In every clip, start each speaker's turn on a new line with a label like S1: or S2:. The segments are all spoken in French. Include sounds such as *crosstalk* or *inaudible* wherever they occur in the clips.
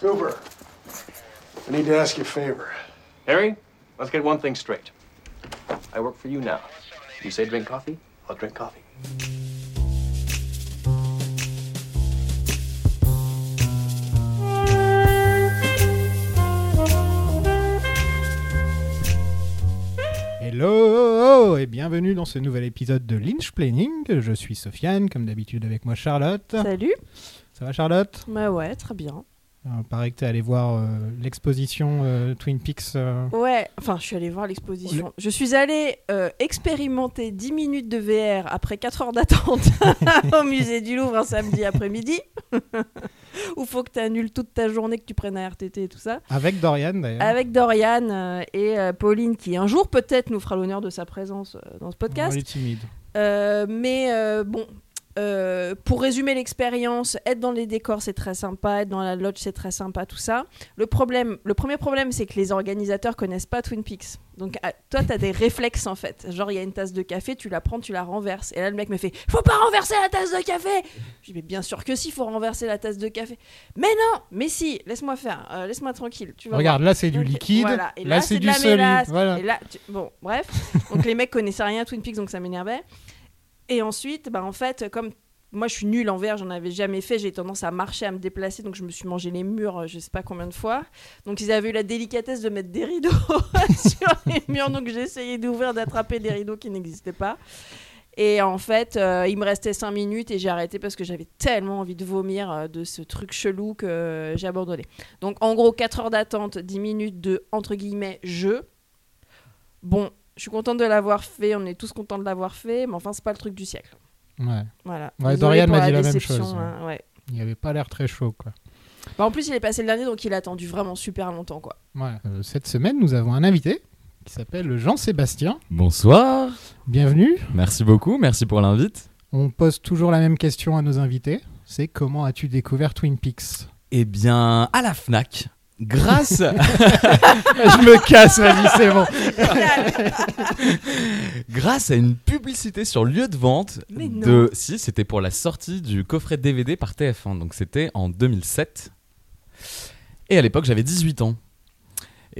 S1: Cooper, I need to ask you a favor.
S2: Harry, let's get one thing straight. I work for you now. You say drink coffee, I'll drink coffee.
S3: Hello et bienvenue dans ce nouvel épisode de Lynch Planning. Je suis Sofiane, comme d'habitude avec moi Charlotte.
S4: Salut.
S3: Ça va Charlotte
S4: Bah ouais, très bien.
S3: Alors, Pareil que t'es allé voir euh, l'exposition euh, Twin Peaks. euh,
S4: Ouais, enfin, je suis allée voir l'exposition. Je suis allée euh, expérimenter 10 minutes de VR après 4 heures d'attente *laughs* au musée du Louvre un samedi après-midi, *laughs* où faut que tu annules toute ta journée, que tu prennes un RTT et tout ça.
S3: Avec Dorian d'ailleurs.
S4: Avec Dorian euh, et euh, Pauline, qui un jour peut-être nous fera l'honneur de sa présence euh, dans ce podcast.
S3: On est timide.
S4: Euh, mais euh, bon, euh, pour résumer l'expérience, être dans les décors c'est très sympa, être dans la lodge c'est très sympa, tout ça. Le problème, le premier problème, c'est que les organisateurs connaissent pas Twin Peaks. Donc à- toi, t'as des réflexes en fait. Genre il y a une tasse de café, tu la prends, tu la renverses. Et là le mec me fait, faut pas renverser la tasse de café. Je dis mais bien sûr que si, faut renverser la tasse de café. Mais non, mais si, laisse-moi faire, euh, laisse-moi tranquille. Tu vas voir.
S3: Regarde, là c'est du
S4: Ok,
S3: liquide,
S4: voilà. Et
S3: là, c'est
S4: de
S3: du
S4: la
S3: solide.
S4: mélasse.
S3: Voilà.
S4: Et là, tu- bon, bref. Donc les mecs connaissaient rien à Twin Peaks, donc ça m'énervait. Et ensuite, bah, en fait, comme moi je suis nulle en verre, j'en avais jamais fait, j'ai tendance à marcher, à me déplacer, donc je me suis mangé les murs, euh, je sais pas combien de fois. Donc ils avaient eu la délicatesse de mettre des rideaux *laughs* sur les murs, donc j'ai essayé d'ouvrir, d'attraper des rideaux qui n'existaient pas. Et en fait, euh, il me restait 5 minutes et j'ai arrêté parce que j'avais tellement envie de vomir euh, de ce truc chelou que euh, j'ai abandonné. Donc en gros, 4 heures d'attente, 10 minutes de entre guillemets jeu. Bon, je suis contente de l'avoir fait, on est tous contents de l'avoir fait, mais enfin, c'est pas le truc du siècle.
S3: Ouais.
S4: Voilà.
S3: Ouais,
S4: Désolée
S3: Dorian
S4: pour
S3: m'a dit la même
S4: déception,
S3: chose, ouais.
S4: hein, ouais.
S3: Il n'y avait pas l'air très chaud quoi.
S4: Bah, en plus, il est passé le dernier, donc il a attendu vraiment super longtemps. quoi.
S3: Ouais. Euh, cette semaine nous avons un invité qui s'appelle Jean-Sébastien.
S5: Bonsoir,
S3: Bienvenue.
S5: merci beaucoup, merci pour l'invite.
S3: On pose toujours la même question à nos invités. C'est comment as-tu découvert Twin Peaks
S5: Eh bien, à la FNAC,
S4: *laughs*
S5: grâce,
S3: *laughs* Je me casse, vas-y, c'est bon.
S5: grâce à une publicité sur lieu de vente
S4: Mais non.
S5: de... Si, c'était pour la sortie du coffret DVD par TF1, donc c'était en 2007. Et à l'époque, j'avais 18 ans.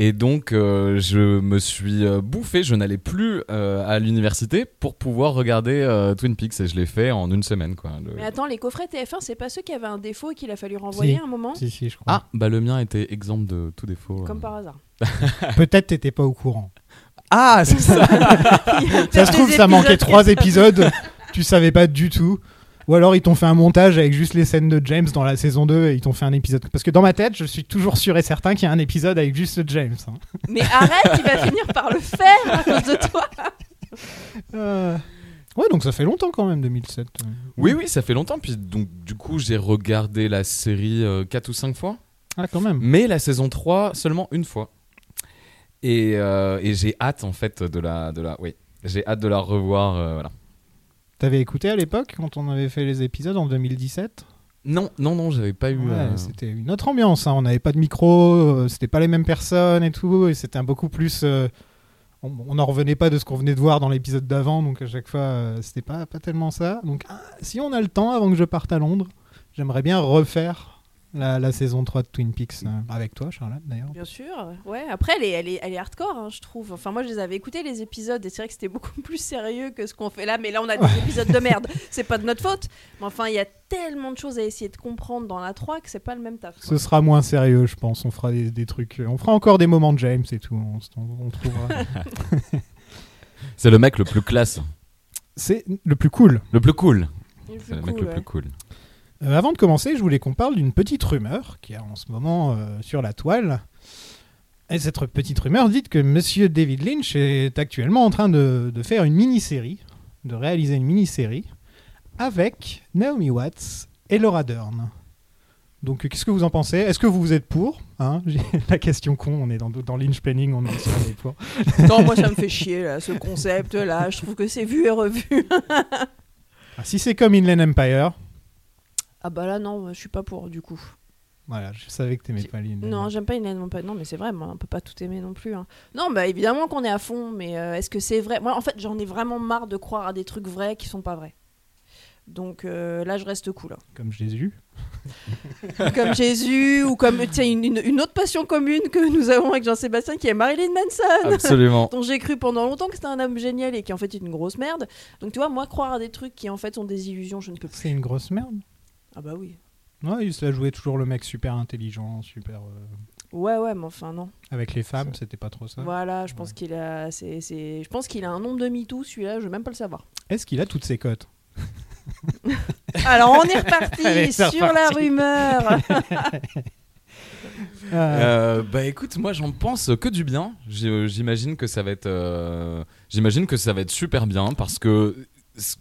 S5: Et donc, euh, je me suis euh, bouffé, je n'allais plus euh, à l'université pour pouvoir regarder euh, Twin Peaks, et je l'ai fait en une semaine, quoi. Le-
S4: *laughs* Mais attends, les coffrets TF1, c'est pas ceux qui avaient un défaut et qu'il a fallu renvoyer
S3: Si.
S4: à un moment
S3: Si, si, je crois.
S5: Ah, bah le mien était exempt de tout défaut.
S4: Comme
S5: euh.
S4: par hasard.
S3: *laughs* Peut-être t'étais pas au courant.
S5: Ah,
S4: *laughs*
S5: c'est ça
S3: Ça se trouve, ça manquait trois épisodes. *laughs* tu savais pas du tout. Ou alors ils t'ont fait un montage avec juste les scènes de James dans la saison 2 et ils t'ont fait un épisode. Parce que dans ma tête, je suis toujours sûr et certain qu'il y a un épisode avec juste James. hein.
S4: Mais arrête, il va finir par le faire à cause de toi.
S3: Euh, Ouais, donc ça fait longtemps quand même, 2007. ouais.
S5: Oui, oui, ça fait longtemps. Puis donc, du coup, j'ai regardé la série 4 ou 5 fois,
S3: Ah, quand même.
S5: mais la saison 3 seulement une fois. Et, euh, et j'ai hâte, en fait, de la. De la oui, j'ai hâte de la revoir. euh, voilà.
S3: T'avais écouté à l'époque quand on avait fait les épisodes en 2017
S5: Non, non, non, j'avais pas eu.
S3: Ouais,
S5: euh,
S3: C'était une autre ambiance. hein. On n'avait pas de micro, euh, c'était pas les mêmes personnes et tout. Et c'était un beaucoup plus. euh, on- on n'en revenait pas de ce qu'on venait de voir dans l'épisode d'avant. Donc à chaque fois, euh, c'était pas, pas tellement ça. Donc ah, si on a le temps avant que je parte à Londres, j'aimerais bien refaire la, la saison 3 de Twin Peaks. euh, avec toi, Charlotte, d'ailleurs.
S4: Bien sûr, ouais. Après, elle est, elle est, elle est hardcore, hein, je trouve. Enfin, moi, je les avais écoutés, les épisodes, et c'est vrai que c'était *laughs* beaucoup plus sérieux que ce qu'on fait là. Mais là, on a des épisodes de merde. *laughs* C'est pas de notre faute. Mais enfin, il y a tellement de choses à essayer de comprendre dans la 3 que c'est pas le même taf.
S3: Ce sera moins sérieux, je pense. On fera des, des trucs. On fera encore des moments de James et tout. On, s- on- on trouvera.
S5: *laughs* C'est le mec le plus classe,
S3: C'est le plus cool.
S5: le plus cool.
S4: Il est
S5: C'est le
S4: plus
S5: mec
S4: cool,
S5: le plus
S4: ouais.
S5: cool.
S3: Euh, avant de commencer, je voulais qu'on parle d'une petite rumeur qui est en ce moment euh, sur la toile. Et cette petite rumeur dit que Monsieur David Lynch est actuellement en train de, de faire une mini-série, de réaliser une mini-série avec Naomi Watts et Laura Dern. Donc, euh, qu'est-ce que vous en pensez Est-ce que vous êtes pour hein *laughs* J'ai- La question con, on est dans, dans Lynch Planning, on est sur les pour.
S4: Non, moi, ça me fait chier, là, ce concept-là. Je trouve que c'est vu et revu.
S3: Ah, si c'est comme Inland Empire,
S4: ah bah là, non, je suis pas pour, du coup.
S3: voilà, je savais que t'aimais
S4: J'ai-
S3: pas Inland
S4: Non, j'aime pas Inland Empire. Non, mais c'est vrai, moi, on peut pas tout aimer non plus. hein. Non, bah évidemment qu'on est à fond, mais euh, est-ce que c'est vrai Moi, en fait, j'en ai vraiment marre de croire à des trucs vrais qui sont pas vrais. Donc euh, là, je reste
S3: *laughs*
S4: cool. hein.
S3: comme Jésus.
S4: Ou Comme Jésus, ou comme tiens, une, une- une autre passion commune que nous avons avec Jean-Sébastien, qui est Marilyn Manson,
S5: Absolument.
S4: dont j'ai cru pendant longtemps que c'était un homme génial et qui en fait est une grosse merde. Donc tu vois, moi, croire à des trucs qui en fait sont des illusions, je ne peux plus.
S3: C'est une grosse merde.
S4: Ah bah oui.
S3: Ouais, il se la jouait toujours le mec super intelligent, super. euh,
S4: Ouais, ouais, mais enfin, non.
S3: Avec les femmes, c'était pas trop ça.
S4: Voilà, je pense qu'il a, c'est, c'est- je pense qu'il a un nombre de MeToo, celui-là, je veux même pas le savoir.
S3: Est-ce qu'il a toutes ses cotes
S4: Alors on
S3: *laughs*
S4: est reparti
S3: Allez, c'est
S4: sur la
S3: reparti. *laughs*
S4: rumeur.
S3: Ah,
S5: Euh, bah écoute, moi j'en pense que du bien. J'ai- euh, J'imagine que ça va être, euh, j'imagine que ça va être super bien parce que c-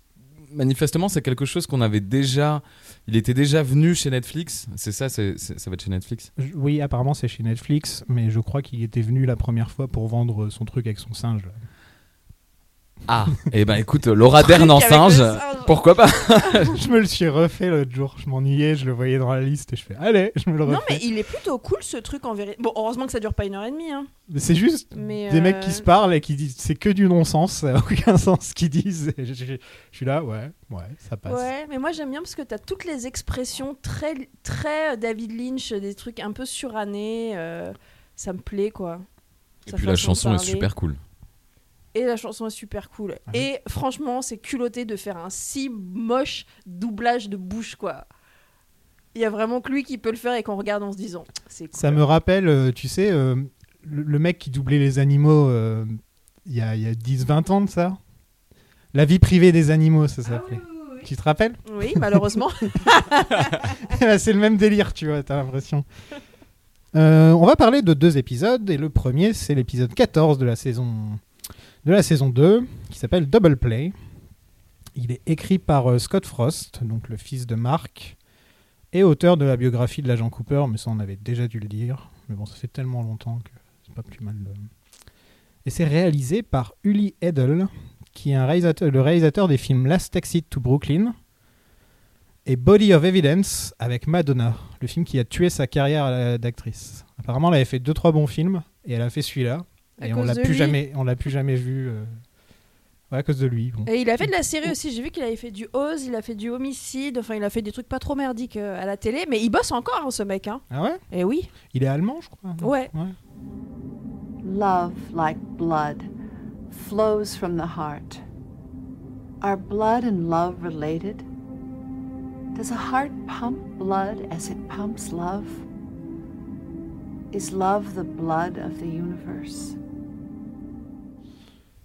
S5: manifestement c'est quelque chose qu'on avait déjà. Il était déjà venu chez Netflix. C'est ça, c'est- c'est- ça va être chez Netflix.
S3: je- Oui, apparemment c'est chez Netflix, mais je crois qu'il était venu la première fois pour vendre son truc avec son singe.
S4: *laughs*
S3: là.
S5: Ah, et ben écoute, Laura Dern en
S4: Avec le
S5: singe.
S4: singe.
S5: Pourquoi pas
S3: je me le suis refait l'autre jour, je m'ennuyais, je le voyais dans la liste et je fais allez, je me le refais.
S4: Non mais il est plutôt cool ce truc en vérité. Bon, heureusement que ça dure pas une heure et demie. Hein.
S3: Mais C'est juste
S4: Mais,
S3: des
S4: euh,
S3: mecs qui se parlent et qui disent c'est que du non-sens, ça n'a aucun *laughs* sens ce qu'ils disent. Et je, je- je suis là, ouais, ouais, ça passe.
S4: Ouais, mais moi j'aime bien parce que t'as toutes les expressions très, très euh, David Lynch, des trucs un peu surannés. euh, ça me plaît quoi.
S5: Et
S4: Sa
S5: puis
S4: façon
S5: la
S4: de
S5: chanson est
S4: parler.
S5: super cool.
S4: Et la chanson est super cool.
S3: Ah oui.
S4: Et franchement, c'est culotté de faire un si moche doublage de bouche, quoi. Il y a vraiment que lui qui peut le faire et qu'on regarde en se disant, c'est cool.
S3: Ça me rappelle, euh, tu sais, euh, le, le mec qui doublait les animaux euh, il y a, il y a 10-20 ans de ça. La vie privée des animaux, ça s'appelait. Tu te rappelles
S4: Ah
S3: *laughs*
S4: Oui, malheureusement.
S3: Bah, C'est le même délire, tu vois, t'as l'impression. Euh, on va parler de deux épisodes, et le premier, c'est l'épisode 14 de la saison, de la saison 2, qui s'appelle Double Play. Il est écrit par euh, Scott Frost, donc le fils de Mark, et auteur de la biographie de l'agent Cooper, mais ça, on avait déjà dû le dire. Mais bon, ça fait tellement longtemps que c'est pas plus mal. de- Et c'est réalisé par Uli Edel, qui est un réalisateur, le réalisateur des films Last Exit to Brooklyn, et Body of Evidence avec Madonna, le film qui a tué sa carrière euh, d'actrice. Apparemment, elle avait fait deux trois bons films et elle a fait celui-là
S4: À
S3: et on
S4: cause
S3: l'a
S4: de
S3: plus
S4: lui.
S3: jamais, on l'a plus jamais vu. euh, ouais, à cause de lui. bon.
S4: Et il a fait de la série aussi. J'ai vu qu'il avait fait du Oz, il a fait du Homicide, enfin, il a fait des trucs pas trop merdiques euh, à la télé. Mais il bosse encore, hein, ce mec. Hein.
S3: Ah ouais
S4: Et oui.
S3: Il est allemand, je crois. non
S4: Ouais.
S6: Love, like blood, flows from the heart. Are blood and love related? Does a heart pump blood as it pumps love? Is love the blood of the universe?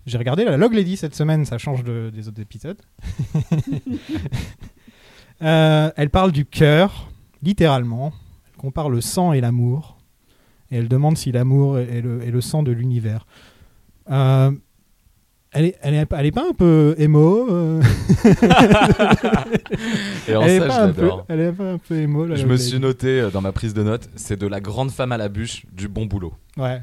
S3: J'ai regardé la Log Lady cette semaine, ça change de- des autres
S4: *laughs*
S3: épisodes. Euh, elle parle du cœur, littéralement. Elle compare le sang et l'amour. Et elle demande si l'amour est est le, est le sang de l'univers. Euh, elle, est, elle, est, elle est pas un peu émo euh,
S5: Et alors
S3: elle, est
S5: ça,
S3: pas
S5: je
S3: un peu,
S5: l'adore.
S3: elle est pas un peu émo. la
S5: Je
S3: Log
S5: me
S3: Lady.
S5: suis noté euh, dans ma prise de notes, c'est de la grande femme à la bûche, du bon boulot.
S3: Ouais,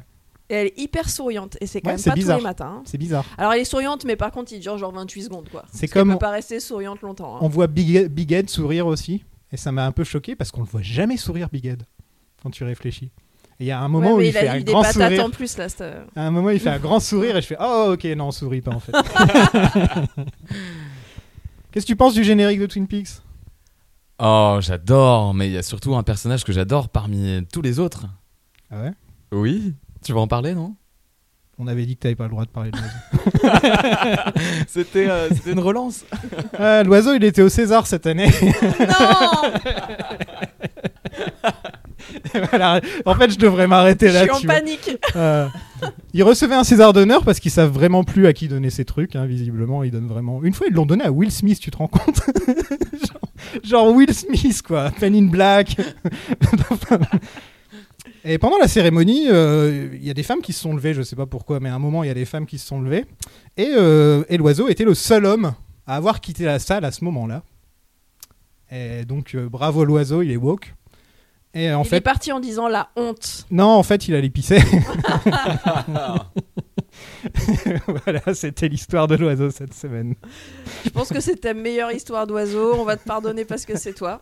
S4: Et elle est hyper souriante. Et c'est quand
S3: Ouais,
S4: même
S3: c'est
S4: pas
S3: bizarre.
S4: tous les matins. hein.
S3: c'est bizarre.
S4: Alors, elle est souriante, mais par contre, il dure genre 28 secondes, quoi.
S3: C'est
S4: Elle
S3: comme
S4: peut pas rester souriante longtemps. hein.
S3: On voit Big, Ed- Big Ed sourire aussi, et ça m'a un peu choqué parce qu'on le voit jamais sourire Big Ed quand tu réfléchis. Et Il y a un moment
S4: Ouais,
S3: où
S4: mais
S3: il,
S4: il
S3: fait
S4: a
S3: un
S4: eu des
S3: grand
S4: patates en
S3: sourire.
S4: plus, là. euh.
S3: *laughs*
S4: c'est-
S3: À un moment, il fait un grand sourire et je fais Oh, ok, non, on sourit pas en
S4: *laughs*
S3: fait. *laughs* Qu'est-ce que tu penses du générique de Twin Peaks
S5: Oh, j'adore, mais il y a surtout un personnage que j'adore parmi tous les autres.
S3: Ah ouais
S5: Oui, tu vas en parler, non
S3: On avait dit que t'avais pas le droit de parler de l'oiseau.
S4: *laughs*
S5: C'était euh, c'était
S3: *laughs*
S5: une relance.
S3: Ah, l'oiseau, il était au César cette année. *laughs*
S4: Non
S3: Voilà. En fait, je devrais m'arrêter
S4: Je suis en
S3: là-dessus.
S4: panique.
S3: Euh, il recevait un César d'honneur parce qu'ils savent vraiment plus à qui donner ces trucs. hein, visiblement, ils donnent vraiment. Une fois, ils l'ont donné à Will Smith. Tu te rends compte *laughs* genre, genre Will Smith, quoi. Pen in Black. *laughs* Enfin, Et pendant la cérémonie, euh, il y a des femmes qui se sont levées. Je sais pas pourquoi, mais à un moment, il y a des femmes qui se sont levées. Et, euh, et l'oiseau était le seul homme à avoir quitté la salle à ce moment-là. Et donc, euh, bravo l'oiseau, il est woke. Et euh, en
S4: il
S3: fait,
S4: est parti en disant la honte.
S3: non, en fait, il allait pisser. Ah. *laughs* voilà, c'était l'histoire de l'oiseau cette semaine.
S4: Je pense que c'est ta
S3: *laughs*
S4: meilleure histoire d'oiseau. On va te pardonner parce que c'est toi.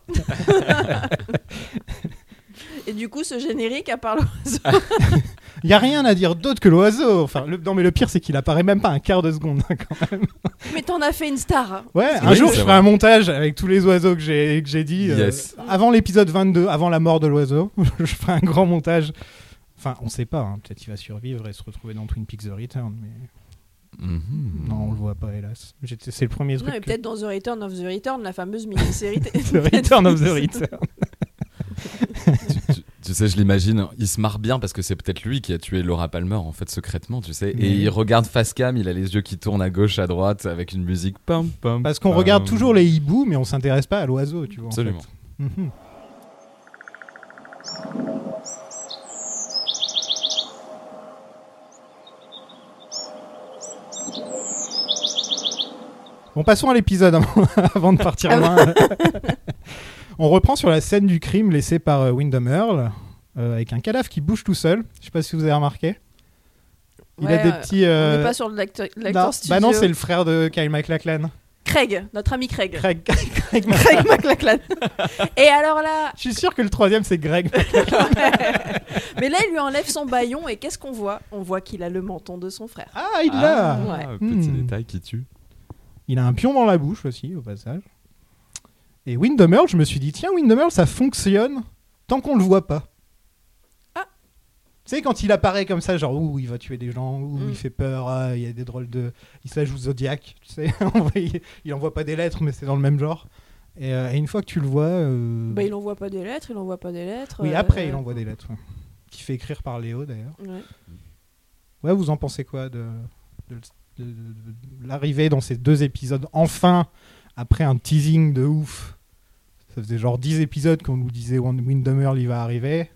S4: Et du coup, ce générique, à part l'oiseau,
S3: Il y a rien à dire d'autre que l'oiseau. Enfin, le- non, mais le pire, c'est qu'il apparaît même pas un quart de seconde hein, quand même.
S4: *coughs* mais t'en as fait une star. hein.
S3: Ouais, un
S5: Oui,
S3: jour,
S5: c'est
S3: je ferai
S5: vrai.
S3: un montage avec tous les oiseaux que j'ai que j'ai dit. euh,
S5: Yes.
S3: avant l'épisode 22, avant la mort de l'oiseau, *laughs* je ferai un grand montage. Enfin, on sait pas. hein, Peut-être qu'il va survivre et se retrouver dans Twin Peaks The Return. Mais
S5: Mhm.
S3: non, on le voit pas, hélas. J'étais- C'est le premier
S4: Non,
S3: truc.
S4: mais
S3: que-
S4: peut-être dans The Return of the Return, la fameuse mini-série.
S3: *laughs* The Return of
S4: *laughs*
S3: the Return.
S5: tu, tu sais, je l'imagine, il se marre bien parce que c'est peut-être lui qui a tué Laura Palmer, en fait, secrètement, tu sais.
S3: Mais-
S5: Et il regarde face cam, il a les yeux qui tournent à gauche, à droite, avec une musique pam pam.
S3: Parce qu'on
S5: pam.
S3: regarde toujours les hiboux, mais on s'intéresse pas à l'oiseau, tu vois. en fait.
S5: Euh, Absolument.
S3: Mhm. Bon, passons à l'épisode avant- *laughs* avant de partir
S4: Ah
S3: loin. *laughs* On reprend sur la scène du crime laissée par euh, Wyndham Earl, euh, avec un cadavre qui bouge tout seul. Je sais pas si vous avez remarqué. Il a
S4: Ouais,
S3: des
S4: euh,
S3: petits.
S4: On
S3: euh,
S4: n'est pas sur de l'acteur
S3: non,
S4: l'acteur studio.
S3: bah non, c'est le frère de Kyle MacLachlan.
S4: Craig, notre ami Craig. *laughs*
S3: *laughs*
S4: Craig,
S3: Craig, Craig Mac- *laughs*
S4: McLachlan. Et alors là, *laughs*
S3: Je suis sûr que le troisième c'est Greg.
S4: mais là, il lui enlève son baillon et qu'est-ce qu'on voit On voit qu'il a le menton de son frère.
S3: Ah, il l'a.
S5: Ah,
S4: Ouais.
S5: Petit
S3: Hmm.
S5: détail qui tue.
S3: Il a un pion dans la bouche aussi, au passage. Et Windham Earl, je me suis dit, tiens, Windham Earl, ça fonctionne tant qu'on le voit pas.
S4: Ah.
S3: Tu sais, quand il apparaît comme ça, genre, ouh, il va tuer des gens, ouh,
S4: Mm.
S3: il fait peur, ah, il y a des drôles de. Il se la joue Zodiac, tu sais. *laughs* on voit- il- il envoie pas des lettres, mais c'est dans le même genre. Et, euh, et une fois que tu le vois. euh,
S4: Bah, il envoie pas des lettres, il envoie pas des lettres.
S3: Oui,
S4: euh,
S3: après, il envoie des lettres. ouais. Qui fait écrire par Léo, d'ailleurs.
S4: ouais.
S3: Ouais, vous en pensez quoi de, de- de- de- de l'arrivée dans ces deux épisodes Enfin, après un teasing de ouf. Ça faisait genre 10 épisodes qu'on nous disait Wind- Windham Earl, il va arriver.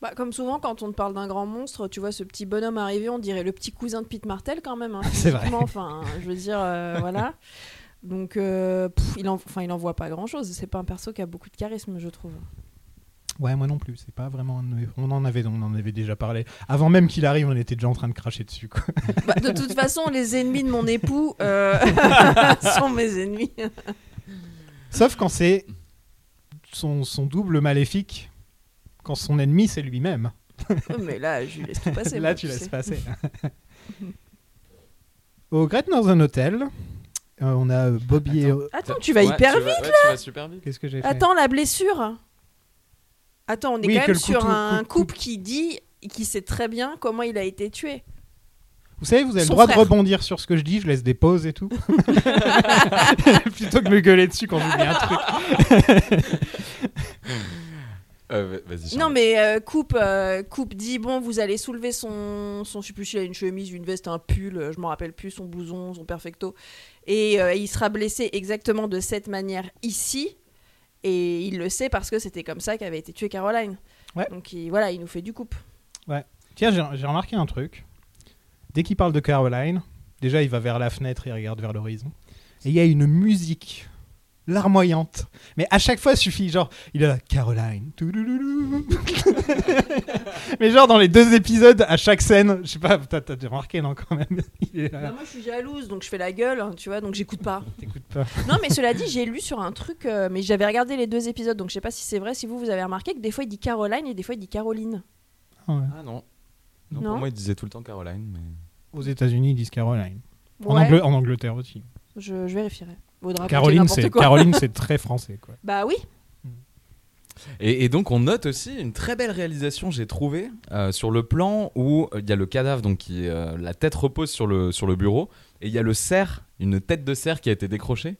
S4: Bah, comme souvent, quand on te parle d'un grand monstre, tu vois ce petit bonhomme arriver, on dirait le petit cousin de Pete Martel quand même. hein,
S3: *laughs* C'est vrai.
S4: physiquement, Enfin, je veux dire,
S3: *laughs*
S4: euh, voilà. Donc, euh, pff, il en, enfin, il en voit pas grand-chose. C'est pas un perso qui a beaucoup de charisme, je trouve.
S3: Ouais, moi non plus. C'est pas vraiment. un de mes- On en avait, on en avait déjà parlé. Avant même qu'il arrive, on était déjà en train de cracher dessus. Quoi. *laughs*
S4: Bah, de toute façon, les ennemis de mon époux euh, sont mes ennemis. *laughs*
S3: Sauf quand c'est son, son double maléfique, quand son ennemi c'est lui-même.
S4: Mais là, je lui laisse tout
S3: *laughs*
S4: passer.
S3: Là,
S4: moi,
S3: tu laisses
S4: sais.
S3: passer. Au Great Northern Hotel, euh, on a euh, Bobby et.
S4: Attends, tu vas hyper vite.
S5: là Tu vas super vite.
S3: Qu'est-ce que j'ai fait
S4: Attends, la blessure. Attends, on est
S3: Oui,
S4: quand
S3: que
S4: même
S3: le
S4: sur
S3: couteau
S4: un
S3: coupe-
S4: couple qui dit, qui sait très bien comment il a été tué.
S3: Vous savez, vous avez le
S4: Son
S3: droit de
S4: frère.
S3: rebondir sur ce que je dis, je laisse des pauses et tout. *laughs* Plutôt que de me gueuler dessus quand j'oublie un truc.
S5: Euh, vas- Vas-y.
S4: Non, mais euh, Coupe, euh, Coupe dit bon, vous allez soulever son, son je sais plus s'il a une chemise, une veste, un pull, euh, je m'en rappelle plus, son blouson, son perfecto, et euh, il sera blessé exactement de cette manière ici, et il le sait parce que c'était comme ça qu'avait été tué Caroline.
S3: Ouais.
S4: Donc il- voilà, il nous fait du coupe.
S3: Tiens, j'ai j'ai remarqué un truc. Dès qu'il parle de Caroline, déjà il va vers la fenêtre et il regarde vers l'horizon. Et il y a une musique larmoyante. Mais à chaque fois, suffit, genre, il a la Caroline. Toulouloulou. *laughs* Mais genre dans les deux épisodes, à chaque scène, je sais pas, t'as t'as remarqué, non, quand même. Il est
S4: Bah,
S3: là,
S4: moi je suis jalouse, donc je fais la gueule, hein, tu vois, donc j'écoute pas.
S3: t'écoutes pas.
S4: *laughs* non, mais cela dit, j'ai lu sur un truc, euh, mais j'avais regardé les deux épisodes, donc je sais pas si c'est vrai, si vous, vous avez remarqué que des fois il dit Caroline et des fois il dit Caroline.
S5: Ah
S4: Non,
S5: non. non.
S4: pour Non.
S5: Pour
S4: moi,
S5: moi, il disait tout le temps Caroline.
S3: Aux États-Unis, ils disent Caroline. En,
S4: Ouais,
S3: Angle- en Angleterre aussi.
S4: je, je vérifierai.
S5: Ah,
S4: Vaudra peut-être
S3: Caroline,
S4: n'importe
S3: c'est
S4: quoi.
S5: *laughs*
S3: Caroline, c'est très français, quoi.
S4: Bah oui.
S5: Et, et donc on note aussi une très belle réalisation j'ai trouvé euh, sur le plan où euh, il y a le cadavre donc qui euh, la tête repose sur le sur le bureau et il y a le cerf une tête de cerf qui a été décrochée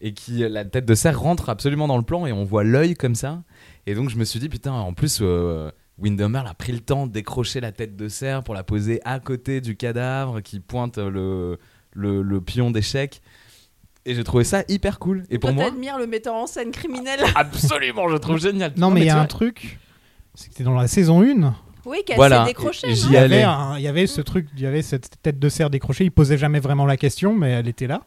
S5: et qui euh, la tête de cerf rentre absolument dans le plan et on voit l'œil comme ça et donc je me suis dit putain en plus euh, Windham Earl a pris le temps de décrocher la tête de cerf pour la poser à côté du cadavre qui pointe euh, le le, le pion d'échec et j'ai trouvé ça hyper cool et pour
S4: Toi,
S5: moi
S4: t'admires le metteur en scène criminel. *laughs*
S5: absolument je trouve génial
S3: Non, mais il y
S5: tu
S3: a
S5: vois,
S3: un truc, c'est que t'es dans la saison 1.
S4: Oui, qu'elle
S5: Voilà.
S4: s'est décrochée.
S5: Et- et
S4: non
S5: j'y
S3: Il y, avait
S5: allais.
S3: un- il y avait ce truc, il y avait cette tête de cerf décrochée. Il posait jamais vraiment la question, mais elle était là.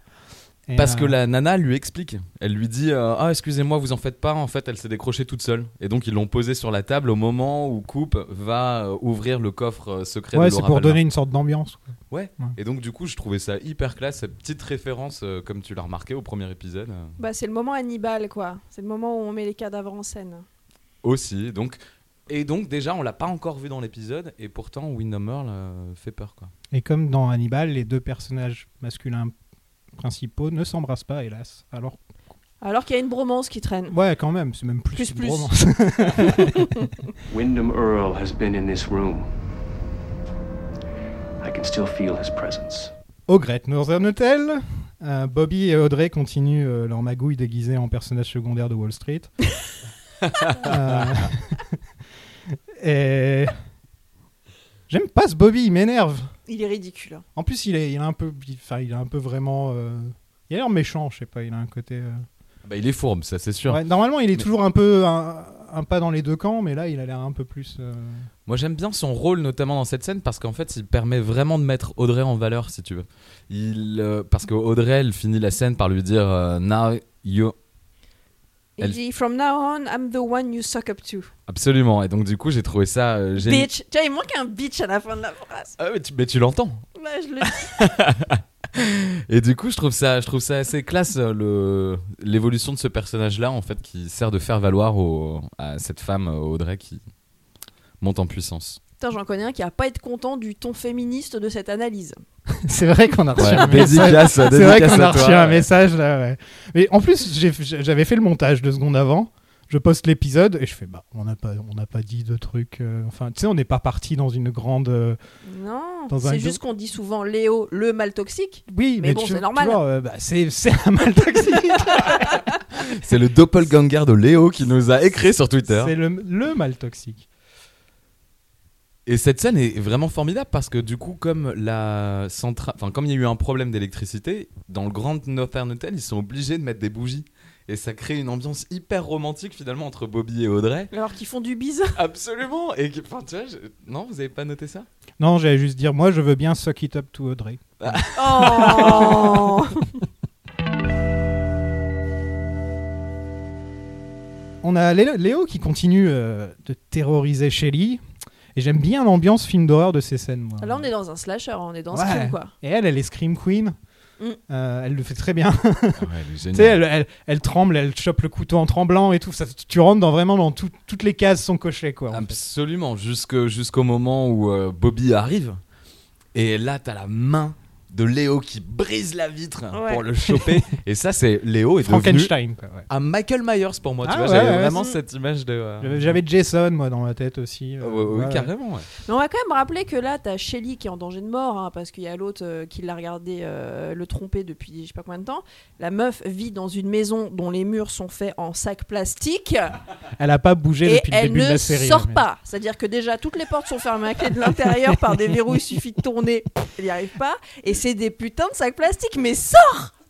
S3: Et,
S5: Parce
S3: euh,
S5: que la nana lui explique. Elle lui dit euh, Ah, excusez-moi, vous en faites pas. En fait, elle s'est décrochée toute seule. Et donc, ils l'ont posée sur la table au moment où Coupe va euh, ouvrir le coffre euh, secret
S3: Ouais,
S5: de
S3: c'est
S5: Laura
S3: pour
S5: Palmer.
S3: donner une sorte d'ambiance. quoi.
S5: Et donc, du coup, je trouvais ça hyper classe, cette petite référence, euh, comme tu l'as remarqué au premier épisode. euh,
S4: Bah, c'est le moment Hannibal, quoi. C'est le moment où on met les cadavres en scène.
S5: aussi. Donc, Et donc déjà, on l'a pas encore vu dans l'épisode, et pourtant Windham Earl euh, fait peur quoi.
S3: Et comme dans Hannibal, les deux personnages masculins principaux ne s'embrassent pas, hélas. Alors,
S4: Alors qu'il y a une bromance qui traîne.
S3: ouais, quand même, c'est même plus,
S4: Plus,
S3: une
S4: plus.
S3: *laughs* romance.
S2: Wyndham Earl has been in this room. I can still feel his presence.
S3: Au Great Northern Hotel, euh, Bobby et Audrey continuent euh, leur magouille déguisée en personnages secondaires de Wall Street. Euh, et... J'aime pas ce Bobby, il m'énerve.
S4: Il est ridicule.
S3: En plus, il est, il a un peu, il- enfin, il a un peu vraiment, euh, il a l'air méchant, je sais pas, il a un côté. euh,
S5: Bah, il est fourbe, ça c'est sûr.
S3: ouais, normalement, il est
S5: Mais-
S3: toujours un peu un, un pas dans les deux camps, mais là, il a l'air un peu plus. euh,
S5: Moi j'aime bien son rôle notamment dans cette scène parce qu'en fait il permet vraiment de mettre Audrey en valeur si tu veux. Il, euh, parce que Audrey elle finit la scène par lui dire euh, Now you.
S4: Il
S5: Elle-
S4: dit From now on, I'm the one you suck up to.
S5: Absolument. Et donc du coup j'ai trouvé ça euh, génial.
S4: Bitch. Tu vois, il manque un bitch à la fin de la phrase.
S5: Ah, mais tu, mais tu l'entends.
S4: Ouais, je le
S5: Et du coup, je trouve ça, je trouve ça assez classe euh, le l'évolution de ce personnage-là, en fait, qui sert de faire valoir au- à cette femme euh, Audrey qui monte en puissance.
S4: Putain, j'en connais un qui a pas être content du ton féministe de cette analyse.
S3: *laughs* *laughs* C'est vrai qu'on a reçu un message.
S5: dédicace,
S3: C'est vrai qu'on a reçu un message là. ouais. Mais en plus, j'ai- j'avais fait le montage deux secondes avant. Je poste l'épisode et je fais bah on n'a pas on n'a pas dit de trucs. euh, enfin, tu sais, on n'est pas parti dans une grande. euh,
S4: Non,
S3: Dans un
S4: c'est
S3: go-
S4: juste qu'on dit souvent Léo, le mal toxique.
S3: Oui,
S4: Mais
S3: mais,
S4: bon,
S3: tu-
S4: c'est
S3: tu
S4: normal.
S3: vois, euh, bah, c'est *laughs* c'est un mal toxique.
S5: C'est le doppelganger de Léo qui nous a écrit sur Twitter.
S3: c'est le, le mal toxique.
S5: Et cette scène est vraiment formidable parce que du coup, comme la centrale, enfin comme il y a eu un problème d'électricité dans le Grand Northern Hotel, ils sont obligés de mettre des bougies et ça crée une ambiance hyper romantique finalement entre Bobby et Audrey.
S4: Alors qu'ils font du bise.
S5: *laughs* Absolument. Et que- enfin, tu vois, je- non, vous avez pas noté ça
S3: Non, j'allais juste dire moi je veux bien suck it up to Audrey.
S4: Oh
S3: On a Lé- Léo qui continue euh, de terroriser Shelly. Et j'aime bien l'ambiance film d'horreur de ces scènes. Moi.
S4: *laughs* Là, on est dans un slasher, on est dans
S3: Ouais.
S4: ce film, quoi.
S3: Et elle, elle est Scream Queen.
S4: Mm.
S3: Euh, elle le fait très bien.
S5: Tu
S3: Tu sais, elle, elle- elle tremble, elle chope le couteau en tremblant et tout. Ça, tu rentres dans, vraiment dans tout- toutes les cases sont cochées,
S5: Ah,
S3: quoi. en fait.
S5: Absolument, jusque- jusqu'au moment où euh, Bobby arrive. Et là, t'as la main de Léo qui brise la vitre
S4: Ouais.
S5: pour le choper.
S3: *laughs*
S5: et ça, c'est Léo est devenu
S3: Frankenstein, quoi. ouais.
S5: un Ah, Michael Myers pour moi.
S3: Ah
S5: tu vois,
S3: ouais,
S5: j'avais
S3: ouais,
S5: vraiment
S4: c'est-
S5: cette image de. euh,
S3: J'avais- J'avais Jason, moi, dans ma tête aussi.
S5: euh,
S3: euh,
S5: ouais, ouais,
S3: ouais.
S5: carrément. ouais.
S4: Mais on va quand même rappeler que là, t'as Shelly qui est en danger de mort, hein, parce qu'il y a l'autre euh, qui l'a regardé euh, le tromper depuis je sais pas combien de temps. La meuf vit dans une maison dont les murs sont faits en sac plastique
S3: Elle a pas bougé
S4: et
S3: depuis le
S4: elle
S3: début de
S4: ne
S3: la série. hein,
S4: sort
S3: mais-
S4: pas. C'est-à-dire que déjà, toutes les portes sont fermées à clé de l'intérieur par des verrous, il suffit de tourner, elle n'y arrive pas. Et c'est des putains de sacs plastiques, mais ça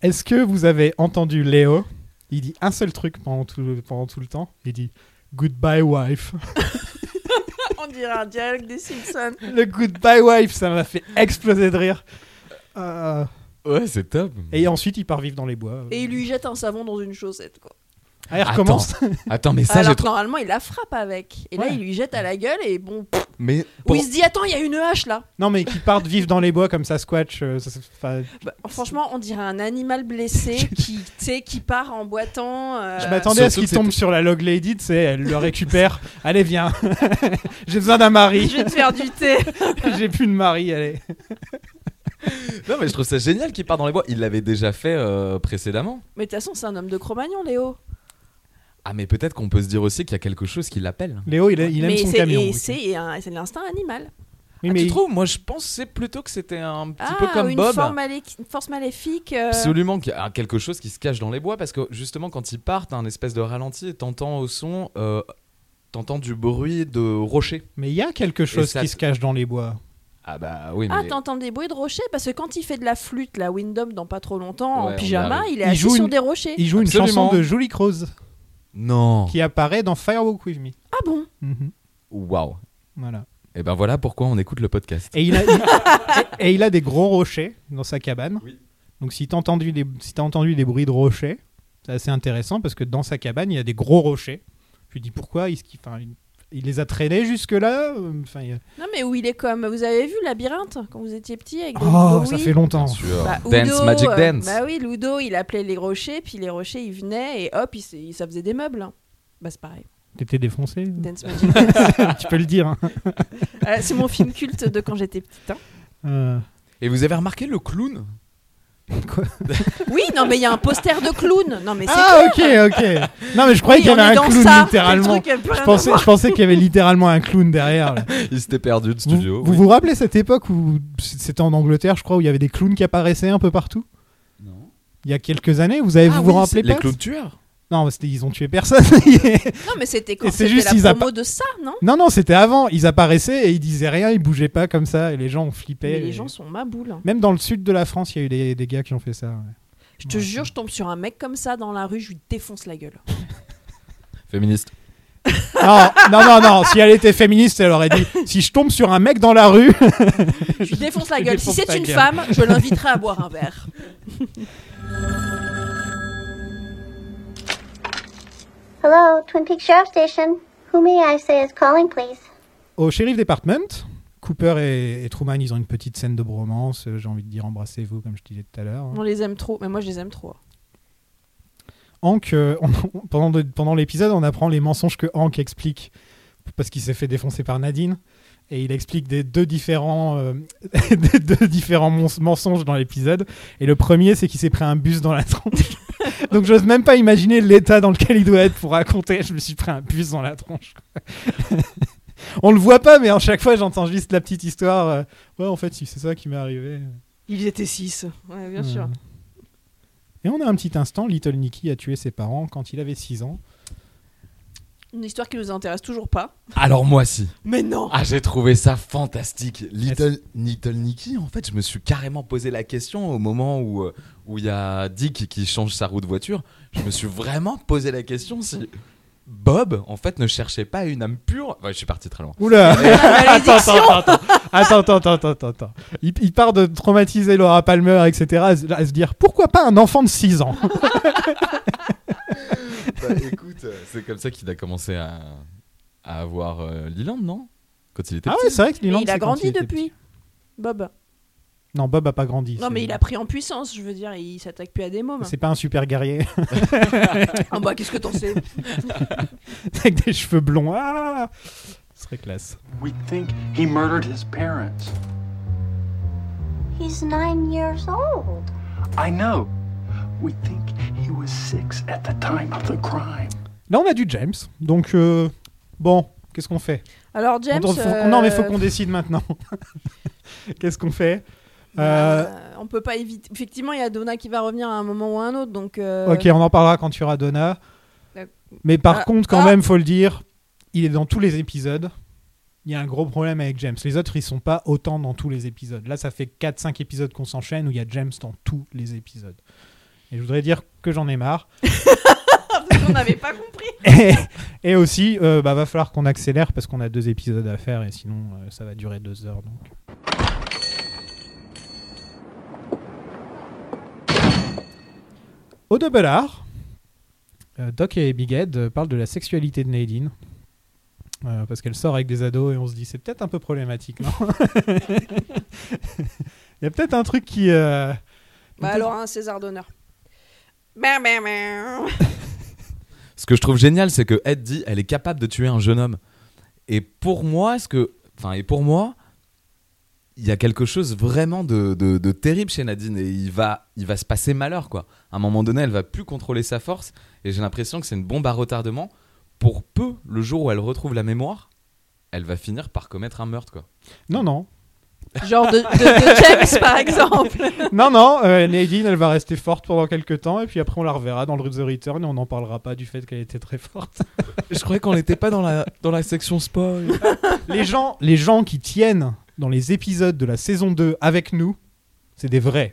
S3: Est-ce que vous avez entendu Léo Il dit un seul truc pendant tout, pendant tout le temps. Il dit Goodbye wife. *laughs*
S4: On dirait un dialogue des Simpsons.
S3: Le goodbye wife, ça m'a fait exploser de rire. Euh,
S5: Ouais, c'est top.
S3: Et ensuite, il part vivre dans les bois.
S4: Et il lui jette un savon dans une chaussette, quoi.
S3: Ah, il recommence.
S5: Attends, mais ça, j'ai
S4: Alors que
S5: trop.
S4: normalement, il la frappe avec. Et là,
S3: Ouais.
S4: il lui jette à la gueule, et bon. pff,
S5: Mais
S4: Ou il se dit, attends, il y a une hache là.
S3: *laughs* Non, mais qu'il parte vivre dans les bois comme ça, Squatch. euh, ça, c'est- enfin,
S4: Bah, franchement, on dirait un animal blessé
S3: *laughs*
S4: qui, tu sais, qui part en boitant. euh,
S3: Je m'attendais à ce
S5: Surtout
S3: qu'il
S5: que
S3: tombe sur la log lady, tu sais, elle le *laughs* récupère. allez, viens. J'ai besoin d'un
S4: Je
S3: mari.
S4: vais te
S3: *laughs*
S4: faire du thé.
S3: J'ai plus de mari, allez.
S5: non, mais je trouve ça génial qu'il part dans les bois. Il l'avait déjà fait euh, précédemment.
S4: Mais de toute façon, c'est un homme de Cro-Magnon, Léo.
S5: Ah, mais peut-être qu'on peut se dire aussi qu'il y a quelque chose qui l'appelle.
S3: Léo, il, a- il aime
S4: mais
S3: son
S4: c'est-
S3: camion.
S4: Et
S3: ok.
S4: c'est un- c'est l'instinct animal.
S3: Oui,
S5: Ah,
S3: mais
S5: tu
S3: il-
S5: trouves Moi, je pensais plutôt que c'était un petit
S4: ah,
S5: peu comme
S4: une,
S5: Bob.
S4: forme malé- une force maléfique. euh,
S5: Absolument, qu'il y a quelque chose qui se cache dans les bois parce que justement quand ils partent, t'as un espèce de ralenti et t'entends au son, euh, t'entends du bruit de rocher.
S3: mais il y a quelque chose
S5: ça
S3: qui
S5: te-
S3: se cache dans les bois.
S5: Ah bah oui,
S4: Ah,
S5: mais
S4: t'entends des bruits de rochers Parce que quand il fait de la flûte, la Windom, dans pas trop longtemps,
S5: Ouais,
S4: en
S5: on
S4: pyjama,
S5: arrive.
S4: il est
S3: Il
S4: assis
S3: joue
S4: sur
S3: une-
S4: des rochers.
S3: Il joue
S5: Absolument.
S3: une chanson de Julie Croze
S5: non.
S3: qui apparaît dans Firewalk With Me.
S4: Ah bon
S3: Mhm.
S5: Waouh.
S3: Voilà.
S5: Et ben voilà pourquoi on écoute le podcast.
S3: Et il, a,
S4: *laughs*
S3: il- et, et il a des gros rochers dans sa cabane.
S5: Oui.
S3: Donc si t'as entendu, des- si t'as entendu des bruits de rochers, c'est assez intéressant parce que dans sa cabane, il y a des gros rochers. Je lui dis pourquoi il, se- enfin, il- il les a traînés jusque-là. euh, Enfin, il-
S4: Non, mais où il est comme. Vous avez vu Labyrinthe quand vous étiez petit avec David
S3: Oh, ça
S4: Bowie
S3: fait longtemps.
S5: Sur, euh,
S4: Bah,
S5: dance
S4: Udo,
S5: Magic
S4: euh,
S5: Dance.
S4: Bah oui, Ludo, il appelait les rochers, puis les rochers, ils venaient et hop, il s- il- ça faisait des meubles. hein. Bah c'est pareil.
S3: T'étais défoncé *laughs*
S4: Dance Magic.
S3: Tu peux le dire. hein.
S4: Euh, c'est mon film culte de quand j'étais petite. hein.
S3: Euh,
S5: Et vous avez remarqué le clown
S3: quoi
S4: Oui, non, mais il y a un poster de clown. Non, mais c'est
S3: Ah, ok,
S4: clair.
S3: ok. Non, mais je croyais
S4: Oui,
S3: qu'il y
S4: on est
S3: avait un
S4: dans
S3: clown
S4: ça,
S3: littéralement.
S4: c'est le truc, euh,
S3: Je pensais, je pensais qu'il y avait littéralement un clown derrière.
S5: *laughs*
S3: là.
S5: *laughs* Il s'était perdu de
S3: Vous,
S5: studio.
S3: vous
S5: oui.
S3: vous rappelez cette époque où c'était en Angleterre, je crois, où il y avait des clowns qui apparaissaient un peu partout
S5: Non.
S3: Il y a quelques années, vous avez
S5: Ah
S3: vous vous
S5: oui,
S3: rappelez
S5: c'est Les
S3: pas
S5: clowns tueurs
S3: Non, c'était- ils ont tué personne. *laughs*
S4: Non, mais c'était
S3: Et
S4: quand
S3: c'est
S4: c'était
S3: juste,
S4: la
S3: ils a
S4: promo de ça, non
S3: non, non, c'était avant. Ils apparaissaient et ils disaient rien, ils bougeaient pas comme ça, et les gens ont flippé.
S4: Mais
S3: Et-
S4: les gens sont ma boule.
S3: Même dans le sud de la France, il y a eu des, des gars qui ont fait ça. ouais.
S4: Je te
S3: Ouais.
S4: jure, je tombe sur un mec comme ça dans la rue, je lui défonce la gueule.
S5: Féministes.
S3: Non, non, non, non. Si elle était féministe, elle aurait dit si je tombe sur un mec dans la rue.
S4: *laughs* Je
S3: *laughs*
S4: lui défonce la
S3: Je
S4: gueule.
S3: défonce
S4: si c'est
S3: ta
S4: une
S3: gueule.
S4: femme, je l'inviterai à boire
S3: *laughs*
S4: un verre.
S7: Hello, Twin Peaks Sheriff Station. Who may I say is calling, please?
S3: Au shérif department, Cooper et, et Truman, ils ont une petite scène de bromance. euh, J'ai envie de dire embrassez-vous, comme je disais tout à l'heure.
S4: On les aime trop, mais moi je les aime trop.
S3: Hank, euh, on- on- pendant, de- pendant l'épisode, on apprend les mensonges que Hank explique parce qu'il s'est fait défoncer par Nadine. Et il explique des deux différents, euh, *laughs* des deux différents mons- mensonges dans l'épisode. Et le premier, c'est qu'il s'est pris un bus dans la tronche. Donc j'ose même pas imaginer l'état dans lequel il doit être pour raconter je me suis pris un bus dans la tronche. *laughs* on le voit pas, mais à chaque fois, j'entends juste la petite histoire. euh, ouais, en fait, si, c'est ça qui m'est arrivé.
S4: Ils étaient six. Ouais, bien
S3: Hmm.
S4: sûr.
S3: Et on a un petit instant, Little Nicky a tué ses parents quand il avait 6 ans.
S4: Une histoire qui nous intéresse toujours pas.
S5: Alors moi si.
S4: Mais non
S5: Ah j'ai trouvé ça fantastique. Little, Little Nicky, en fait, je me suis carrément posé la question au moment où euh, où il y a Dick qui change sa roue de voiture. Je me suis vraiment posé la question si Bob, en fait, ne cherchait pas une âme pure. Ouais, je suis parti très loin.
S3: *laughs* Oula
S4: Malédiction.
S3: attends, attends, attends, attends, attends, attends, attends. Il, il part de traumatiser Laura Palmer, etc., à, se- à se dire pourquoi pas un enfant de 6 ans
S5: Bah, écoute, euh, c'est comme ça qu'il a commencé à, à avoir euh, Leland, non Quand il était
S3: Ah
S5: petit.
S3: ouais, c'est vrai que
S4: Mais
S3: Leland,
S4: il a
S3: c'est quand
S4: grandi
S3: était
S4: depuis.
S3: petit.
S4: Bob.
S3: Non, Bob a pas grandi.
S4: Non,
S3: c'est-
S4: mais il a pris en puissance, je veux dire, il s'attaque plus à des mômes.
S3: C'est pas un super guerrier *laughs*
S4: Ah bah, qu'est-ce que t'en sais
S3: avec des cheveux blonds. Ah Ce serait classe.
S2: We think he murdered his parents.
S7: He's nine years old.
S2: I know. We think he was six at the time of the crime.
S3: Là, on a du James. Donc, euh, bon, qu'est-ce qu'on fait
S4: Alors, James. euh,
S3: On- faut- Non, mais faut qu'on décide maintenant. *laughs* qu'est-ce qu'on fait Euh,
S4: Euh, on peut pas éviter. Effectivement, il y a Donna qui va revenir à un moment ou à un autre, donc. euh,
S3: Ok, on en parlera quand tu auras Donna.
S4: D'ac-
S3: Mais par
S4: Ah,
S3: contre, quand
S4: ah.
S3: même, faut le dire, il est dans tous les épisodes. Il y a un gros problème avec James. Les autres, ils sont pas autant dans tous les épisodes. Là, ça fait 4-5 épisodes qu'on s'enchaîne où il y a James dans tous les épisodes. Et je voudrais dire que j'en ai marre.
S4: *laughs* Parce qu'on n'avait
S3: *laughs*
S4: pas compris.
S3: Et, et aussi, euh, bah, va falloir qu'on accélère parce qu'on a deux épisodes à faire et sinon, euh, ça va durer deux heures. Donc. Au double art, euh, Doc et Big Ed euh, parlent de la sexualité de Nadine. Euh, parce qu'elle sort avec des ados et on se dit c'est peut-être un peu problématique, non *laughs* Il y a peut-être un truc qui. euh,
S4: Bah,
S3: peut-
S4: alors, un César d'honneur. Bah, bah, bah.
S5: Ce que je trouve génial, c'est que Ed dit elle est capable de tuer un jeune homme. Et pour moi, ce que, enfin, et pour moi, il y a quelque chose vraiment de, de- de terrible chez Nadine et il va, il va se passer malheur quoi. À un moment donné, elle va plus contrôler sa force et j'ai l'impression que c'est une bombe à retardement. Pour peu, le jour où elle retrouve la mémoire, elle va finir par commettre un meurtre quoi.
S3: Non, non.
S4: Genre de, de- de James, par exemple.
S3: Non, non, euh, Nadine, elle va rester forte pendant quelques temps, et puis après, on la reverra dans le The Return, et on n'en parlera pas du fait qu'elle était très forte.
S5: Je croyais qu'on n'était pas dans la, dans la section spoil.
S3: *laughs* les, gens, les gens qui tiennent dans les épisodes de la saison 2 avec nous, c'est des vrais.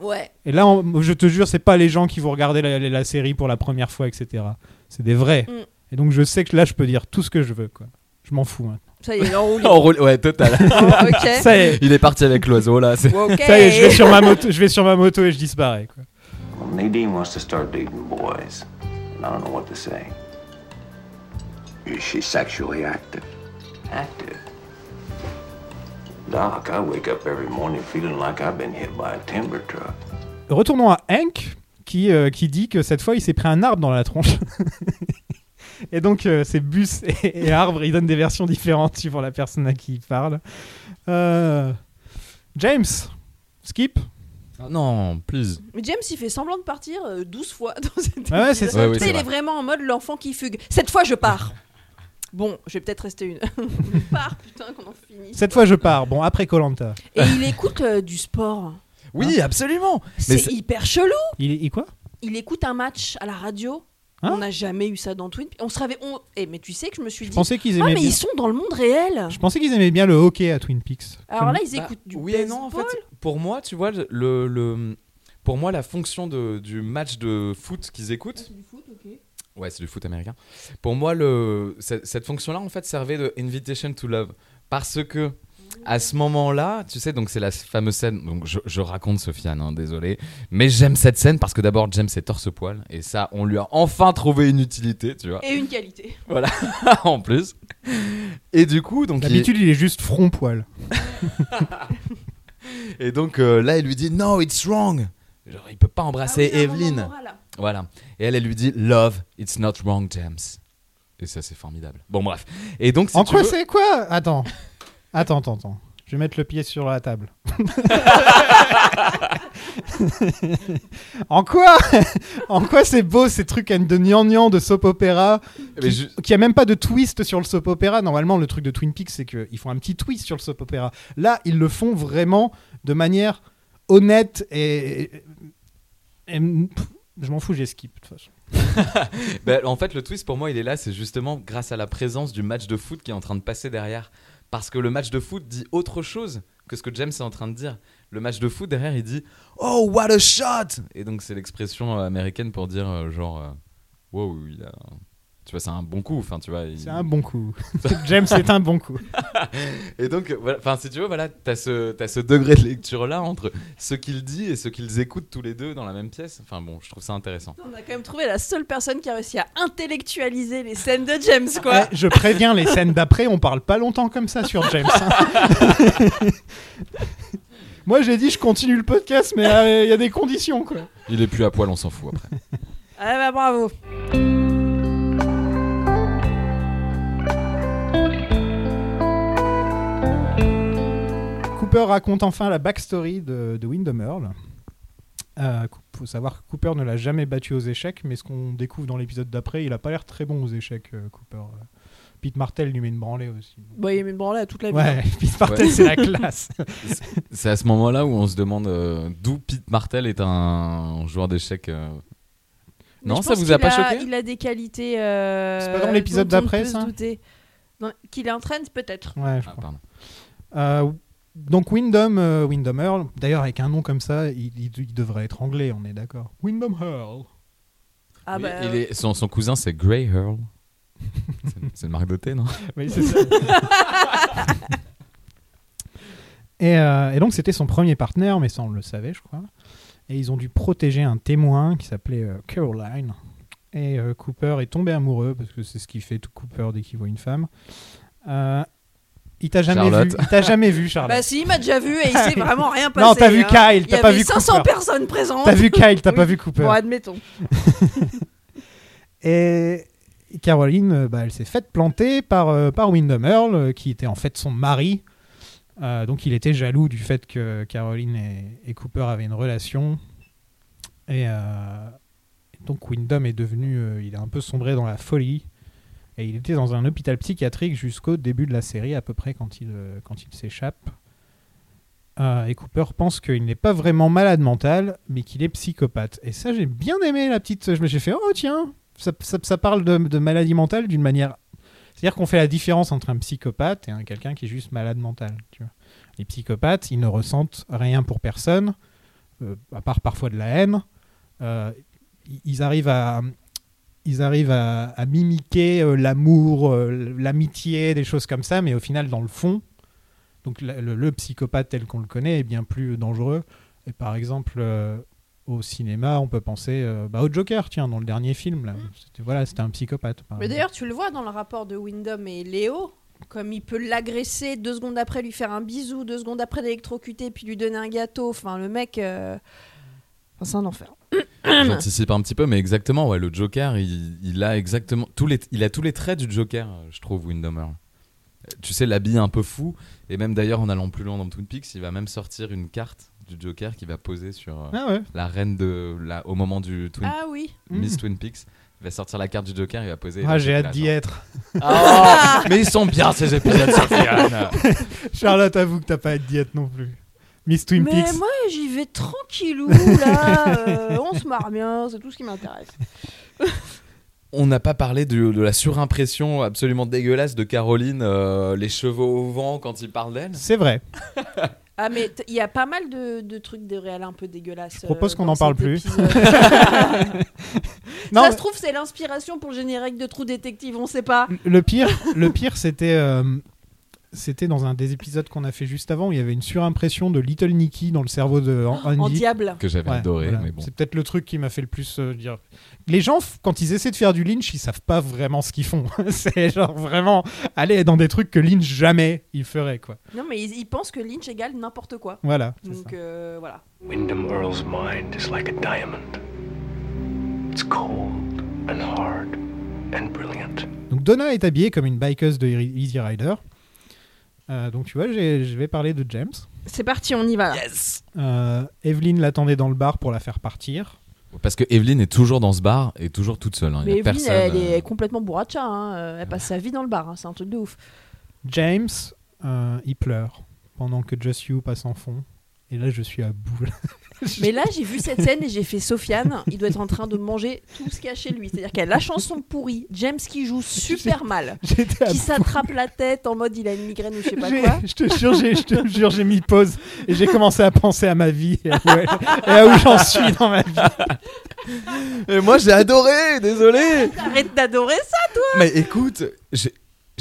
S4: Ouais.
S3: Et là, on- je te jure, c'est pas les gens qui vont regarder la, la série pour la première fois, etc. C'est des vrais.
S4: Mm.
S3: Et donc, je sais que là, je peux dire tout ce que je veux, quoi. Je m'en fous. maintenant.
S4: Ça y est, il
S3: *laughs*
S4: est en roue libre.
S5: *laughs* En rôle- ouais, total.
S4: ok.
S3: Oh. Ça y est,
S5: Il est parti avec l'oiseau là. c'est-
S4: Ok.
S3: ça y est, je vais sur ma moto, je vais sur ma moto et je disparais, quoi.
S8: Nadine wants to start dating boys. And I don't know what to say. Is she sexually active? Active? Doc, I wake up every morning feeling like I've been hit by a timber truck.
S3: Retournons à Hank qui, euh, qui dit que cette fois il s'est pris un arbre dans la tronche. *laughs* Et donc, euh, c'est Bus et, et Arbre, ils donnent des versions différentes suivant la personne à qui ils parlent. Euh, James, skip.
S5: Ah non, please.
S4: Mais James, il fait semblant de partir euh, 12 fois dans cette
S3: Ah ouais, c'est
S4: épisode.
S3: ça.
S5: Ouais,
S4: Tu
S5: oui,
S4: sais,
S5: c'est
S4: il est
S5: vrai.
S4: vraiment en mode l'enfant qui fugue. Cette fois, je pars. *laughs* Bon, je vais peut-être rester une. *laughs* je pars, putain, qu'on en finisse.
S3: Cette fois, je pars. Bon, après Colanta.
S4: Et il écoute euh, du sport.
S5: Oui, absolument. Mais
S4: C'est
S5: c'est-
S4: hyper chelou.
S3: Il, il quoi
S4: Il écoute un match à la radio.
S3: Hein
S4: on n'a jamais eu ça dans Twin Peaks. On se réveille. On... Eh, mais tu sais que je me suis
S3: Je
S4: dit.
S3: pensais qu'ils
S4: Ah,
S3: aimaient.
S4: mais
S3: bien...
S4: ils sont dans le monde réel.
S3: Je pensais qu'ils aimaient bien le hockey à Twin Peaks.
S4: Alors là, ils
S5: Bah,
S4: écoutent du
S5: oui et
S4: baseball.
S5: non en fait pour moi tu vois le, le pour moi la fonction de- du match de foot qu'ils écoutent ouais c'est du foot américain pour moi le cette, fonction là en fait servait de invitation to love parce que à ce moment-là, tu sais, donc c'est la fameuse scène. Donc je, je raconte Sofiane, hein, désolé, mais j'aime cette scène parce que d'abord James est torse-poil et ça, on lui a enfin trouvé une utilité, tu vois,
S4: Et une qualité.
S5: *laughs* en plus. Et du coup, donc il-
S3: D'habitude, il est juste front poil.
S5: Et donc euh, là, il lui dit No, it's wrong. Genre, il peut pas
S4: Ah
S5: embrasser
S4: oui, à un moment
S5: Evelyn.
S4: moral.
S5: Voilà. Et elle, elle lui dit Love, it's not wrong, James. Et ça, c'est formidable. Bon, bref. Et donc, si
S3: en
S5: tu
S3: quoi
S5: veux-
S3: c'est quoi Attends. Attends, attends, attends. Je vais mettre le pied sur la
S5: *laughs*
S3: table. en quoi En quoi c'est beau ces trucs à de gnangnan de soap opéra
S5: Mais
S3: qui,
S5: ju-
S3: qui a même pas de twist sur le soap opéra. Normalement, le truc de Twin Peaks, c'est qu'ils font un petit twist sur le soap opéra. Là, ils le font vraiment de manière honnête et. et- pff, je m'en fous, j'ai skip. de toute façon.
S5: Ben, en fait, le twist pour moi, il est là, c'est justement grâce à la présence du match de foot qui est en train de passer derrière. Parce que le match de foot dit autre chose que ce que James est en train de dire. Le match de foot derrière, il dit Oh, what a shot Et donc, c'est l'expression euh, américaine pour dire euh, genre euh, Wow, il a- Tu vois, c'est un bon coup. Enfin, tu vois, il-
S3: C'est un bon
S5: *laughs*
S3: coup. James, c'est un bon coup.
S5: Et donc, euh, voilà, enfin, si tu veux, voilà, t'as ce, t'as ce degré de lecture-là entre ce qu'il dit et ce qu'ils écoutent tous les deux dans la même pièce. Enfin bon, je trouve ça intéressant.
S4: On a quand même trouvé la seule personne qui a réussi à intellectualiser les scènes de James, quoi.
S5: Ah,
S3: Ouais, Eh, je préviens les scènes d'après, on parle pas longtemps comme ça sur James. hein. Moi j'ai dit je continue le podcast, mais euh, il y a des conditions quoi.
S5: Il est plus à poil, on s'en fout après.
S4: Ah bah bravo.
S3: Cooper raconte enfin la backstory de, de Windham Earl. Euh, cou- faut savoir que Cooper ne l'a jamais battu aux échecs, mais ce qu'on découvre dans l'épisode d'après, il a pas l'air très bon aux échecs, euh, Cooper. Pete Martel lui met une branlée aussi.
S4: Bah, il est mis branlé à toute la vie.
S3: Ouais, Pete Martel
S5: Ouais.
S3: c'est la classe.
S5: C'est à ce moment-là où on se demande euh, d'où Pete Martel est un joueur d'échecs. euh.
S4: Mais
S5: Non,
S4: je
S5: ça
S4: pense
S5: vous a
S4: qu'il
S5: pas choqué
S4: Il a des qualités. euh,
S3: C'est pas dans l'épisode
S4: dont on ne
S3: d'après,
S4: peut se
S3: ça
S4: douter. Non, Qu'il entraîne peut-être.
S3: Ouais, je
S5: Ah,
S3: crois.
S5: pardon.
S3: Euh, donc Wyndham, euh, Wyndham Earl, d'ailleurs avec un nom comme ça, il, il- il devrait être anglais, on est d'accord. Wyndham Earl.
S4: Ah
S5: Oui,
S4: bah,
S5: il est- son, son cousin, c'est Grey Earl. C'est- c'est une marque
S3: *laughs*
S5: de thé, non
S3: Oui, c'est ça. et, euh, et donc c'était son premier partenaire, mais ça on le savait, je crois. Et ils ont dû protéger un témoin qui s'appelait euh, Caroline. Et euh, Cooper est tombé amoureux, parce que c'est ce qu'il fait tout Cooper dès qu'il voit une femme. Euh, il t'a jamais
S5: Charlotte.
S3: vu. Il t'a jamais vu, Charlotte.
S4: bah si, il m'a déjà vu et
S3: *laughs*
S4: il s'est vraiment rien passé.
S3: non, t'as vu
S4: hein.
S3: Kyle,
S4: Il y
S3: t'as pas
S4: avait
S3: vu
S4: 500
S3: Cooper.
S4: personnes présentes.
S3: T'as vu Kyle, t'as pas
S4: Oui.
S3: vu Cooper.
S4: Bon, admettons.
S3: Et Caroline, euh, bah, elle s'est faite planter par, euh, par Windham Earl, euh, qui était en fait son mari. Euh, donc il était jaloux du fait que Caroline et, et Cooper avaient une relation. Et euh, donc Windham est devenu, euh, il a un peu sombré dans la folie. Et il était dans un hôpital psychiatrique jusqu'au début de la série, à peu près quand il, euh, quand il s'échappe. Euh, et Cooper pense qu'il n'est pas vraiment malade mental, mais qu'il est psychopathe. Et ça, j'ai bien aimé la petite. Je me suis fait, oh tiens, ça, ça- ça parle de, de maladie mentale d'une manière. C'est-à-dire qu'on fait la différence entre un psychopathe et un quelqu'un qui est juste malade mental. tu vois. Les psychopathes, ils ne ressentent rien pour personne, euh, à part parfois de la haine. Euh, i- ils arrivent à. Ils arrivent à, à mimiquer euh, l'amour, euh, l'amitié, des choses comme ça, mais au final, dans le fond, donc la- le, le psychopathe tel qu'on le connaît est bien plus dangereux. Et par exemple, euh, au cinéma, on peut penser euh, bah, au Joker, tiens, dans le dernier film. Là. C'était, voilà, c'était un psychopathe. par
S4: Mais
S3: exemple.
S4: d'ailleurs, tu le vois dans le rapport de Wyndham et Léo, comme il peut l'agresser deux secondes après, lui faire un bisou, deux secondes après l'électrocuter, puis lui donner un gâteau. Enfin, le mec, euh, enfin, c'est un enfer.
S5: J'anticipe un petit peu, mais exactement, ouais, le Joker, il, il a exactement tous les, il a tous les traits du Joker, euh, je trouve, Windomer. Euh, Tu sais, l'habit un peu fou, et même d'ailleurs, en allant plus loin dans Twin Peaks, il va même sortir une carte du Joker qui va poser sur euh,
S3: Ah ouais.
S5: la reine de, la, au moment du Twin,
S4: Ah oui.
S5: Miss
S3: Mm.
S5: Twin Peaks. Il va sortir la carte du Joker, il va poser.
S3: Ah,
S5: Et
S3: j'ai
S5: là,
S3: hâte d'y
S5: genre,
S3: être.
S5: Ah, mais ils sont bien ces
S3: *laughs*
S5: épisodes, Sofiane.
S3: Charlotte, avoue que t'as pas hâte d'y être non plus. Miss Twin
S4: Mais
S3: Peaks.
S4: moi, j'y vais tranquillou, là.
S3: *laughs*
S4: euh, on se marre bien, c'est tout ce qui m'intéresse.
S5: On n'a pas parlé du- de la surimpression absolument dégueulasse de Caroline, euh, les chevaux au vent quand il parle d'elle.
S3: C'est vrai.
S4: Ah, mais t- il y a pas mal de, de trucs de réel un peu dégueulasses. euh, Je
S3: propose qu'on en parle plus. *laughs*
S4: non,
S3: Non,
S4: Ça
S3: mais-
S4: se trouve, c'est l'inspiration pour le générique de Trou Détective, on sait pas.
S3: Le pire, le pire, c'était, euh, c'était dans un des épisodes qu'on a fait juste avant. Où il y avait une surimpression de Little Nicky dans le cerveau de Andy.
S4: En diable.
S5: Que j'avais
S3: Ouais,
S5: adoré,
S3: voilà.
S5: mais bon.
S3: C'est peut-être le truc qui m'a fait le plus euh, dire. Les gens, f- quand ils essaient de faire du Lynch, ils savent pas vraiment ce qu'ils font. *laughs* c'est genre vraiment aller dans des trucs que Lynch jamais il ferait, quoi.
S4: Non, mais ils, ils pensent que Lynch égale n'importe quoi.
S3: Voilà. c'est
S4: Donc
S3: ça.
S4: euh, voilà.
S8: Wyndham Earl's mind is like a diamond. It's cold and hard and brilliant.
S3: Donc Donna est habillée comme une bikeuse de Iri- Easy Rider. Euh, donc tu vois, j'ai- je vais parler de James.
S4: C'est parti, on y va.
S5: Yes
S3: Euh, Evelyn l'attendait dans le bar pour la faire partir.
S5: Parce que Evelyne est toujours dans ce bar et toujours toute seule. hein. Il y a
S4: Mais Evelyne,
S5: personne,
S4: elle
S5: euh,
S4: est complètement bourracha. hein. Euh, Elle passe sa vie dans le bar. hein. C'est un truc de ouf.
S3: James, euh, il pleure pendant que Just You passe en fond. Et là, *laughs* je suis à bout.
S4: Mais là, j'ai vu cette scène et j'ai fait Sofiane, il doit être en train de manger tout ce qu'il y a chez lui. C'est-à-dire qu'elle a la chanson pourrie, James qui joue super mal,
S3: J'étais à
S4: qui
S3: bout.
S4: s'attrape la tête en mode il a une migraine ou je sais pas
S3: J'ai-
S4: quoi.
S3: Je te jure, j'ai, je te jure, j'ai mis pause et j'ai commencé à penser à ma vie et à où, et à où j'en suis dans ma vie.
S5: Mais Euh, moi j'ai adoré, désolé
S4: Arrête d'adorer ça
S5: Mais écoute, j'ai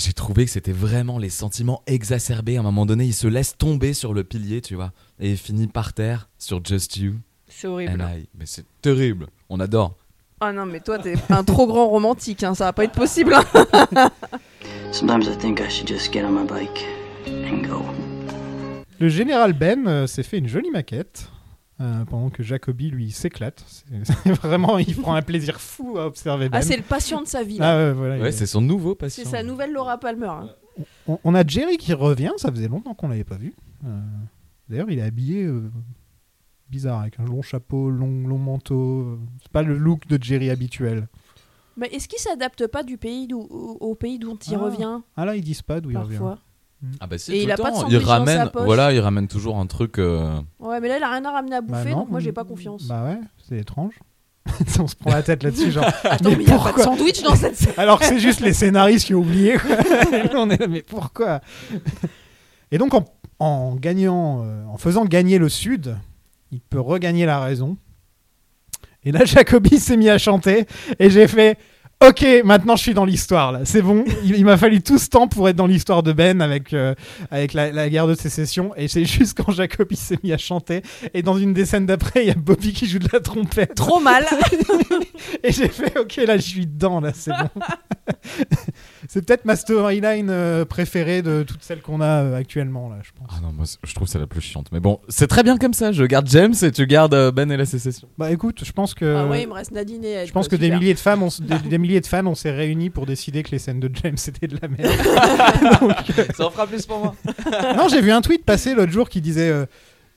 S5: j'ai trouvé que c'était vraiment les sentiments exacerbés. À un moment donné, il se laisse tomber sur le pilier, tu vois, et il finit par terre sur Just You
S4: C'est
S5: and
S4: horrible.
S5: I. Mais c'est terrible, on adore.
S4: Ah non, mais toi, t'es un trop grand romantique, hein, ça va pas être possible. hein.
S9: Sometimes I think I should just get on my bike and go.
S3: Le général Ben euh, s'est fait une jolie maquette euh, pendant que Jacobi lui il s'éclate. C'est, *laughs* c'est vraiment, il prend un plaisir fou à observer Ben.
S4: Ah, c'est le patient de sa vie. là.
S3: Ah ouais, voilà,
S5: Ouais,
S3: il-
S5: c'est son nouveau patient.
S4: C'est sa nouvelle Laura Palmer. hein.
S3: on, on a Jerry qui revient, ça faisait longtemps qu'on l'avait pas vu. Euh, d'ailleurs, il est habillé euh, bizarre avec un long chapeau, long long manteau. euh, C'est pas le look de Jerry habituel.
S4: Mais est-ce qu'il s'adapte pas du pays d'où- au, au pays d'où il
S3: Ah,
S4: revient
S3: Ah là, ils disent pas d'où il revient.
S4: parfois
S5: Ah bah si,
S4: Et
S5: tout
S4: il
S5: le
S4: a pas de
S5: temps.
S4: sandwich
S5: il
S4: dans sa
S5: ramène,
S4: poche.
S5: voilà, il ramène toujours un truc. euh,
S4: Ouais, mais là, il a rien à ramener à
S3: Bah
S4: bouffer,
S3: non,
S4: donc moi, j'ai pas
S3: mm,
S4: confiance.
S3: Bah ouais, c'est étrange. *laughs* on se prend la tête là-dessus, genre.
S4: *laughs* Attends,
S3: mais
S4: mais il y a pas de
S3: pourquoi
S4: sandwich
S3: *laughs*
S4: dans cette scène.
S3: Alors que c'est juste les scénaristes qui ont oublié. quoi. *laughs* Et on est là, mais pourquoi Et donc en, en gagnant, euh, en faisant gagner le Sud, il peut regagner la raison. Et là, *laughs* Jacobi s'est mis à chanter et j'ai fait. Ok, maintenant je suis dans l'histoire là. C'est bon. Il, il m'a fallu tout ce temps pour être dans l'histoire de Ben avec euh, avec la, la guerre de sécession. Et c'est *laughs* juste quand Jacobi s'est mis à chanter. Et dans une des scènes d'après, il y a Bobby qui joue de la trompette. *laughs*
S4: Trop mal.
S3: Et j'ai fait, ok, là, je suis dedans, là, c'est
S4: *laughs*
S3: bon. c'est peut-être ma storyline euh, préférée de toutes celles qu'on a euh, actuellement, là, je pense.
S5: Ah non, moi c'est- je trouve que c'est la plus chiante. Mais bon, c'est très bien comme ça. Je garde James et tu gardes euh, Ben et la sécession.
S3: Bah écoute, je pense que.
S4: Ah ouais, il me reste Nadine et Ed,
S3: Je pense que
S4: quoi,
S3: des
S4: super.
S3: milliers, de femmes, on, s- des, des milliers de fans, on s'est réunis pour décider que les scènes de James *laughs* c'était de la merde.
S5: *laughs* Ça en fera plus pour moi.
S3: non, j'ai vu un tweet passer l'autre jour qui disait euh,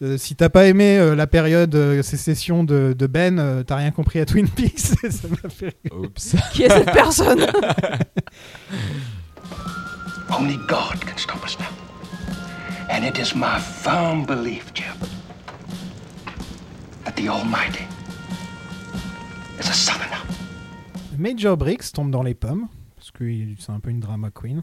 S3: euh, si t'as pas aimé euh, la période euh, sécession de, de Ben, euh, t'as rien compris à Twin Peaks. *laughs* Ça m'a fait rire.
S5: Oups.
S4: Qui est cette personne
S8: Only God can stop us now. And it is my firm belief, Jim, that the Almighty is a southerner.
S3: Major Briggs tombe dans les pommes parce que il- c'est un peu une drama queen.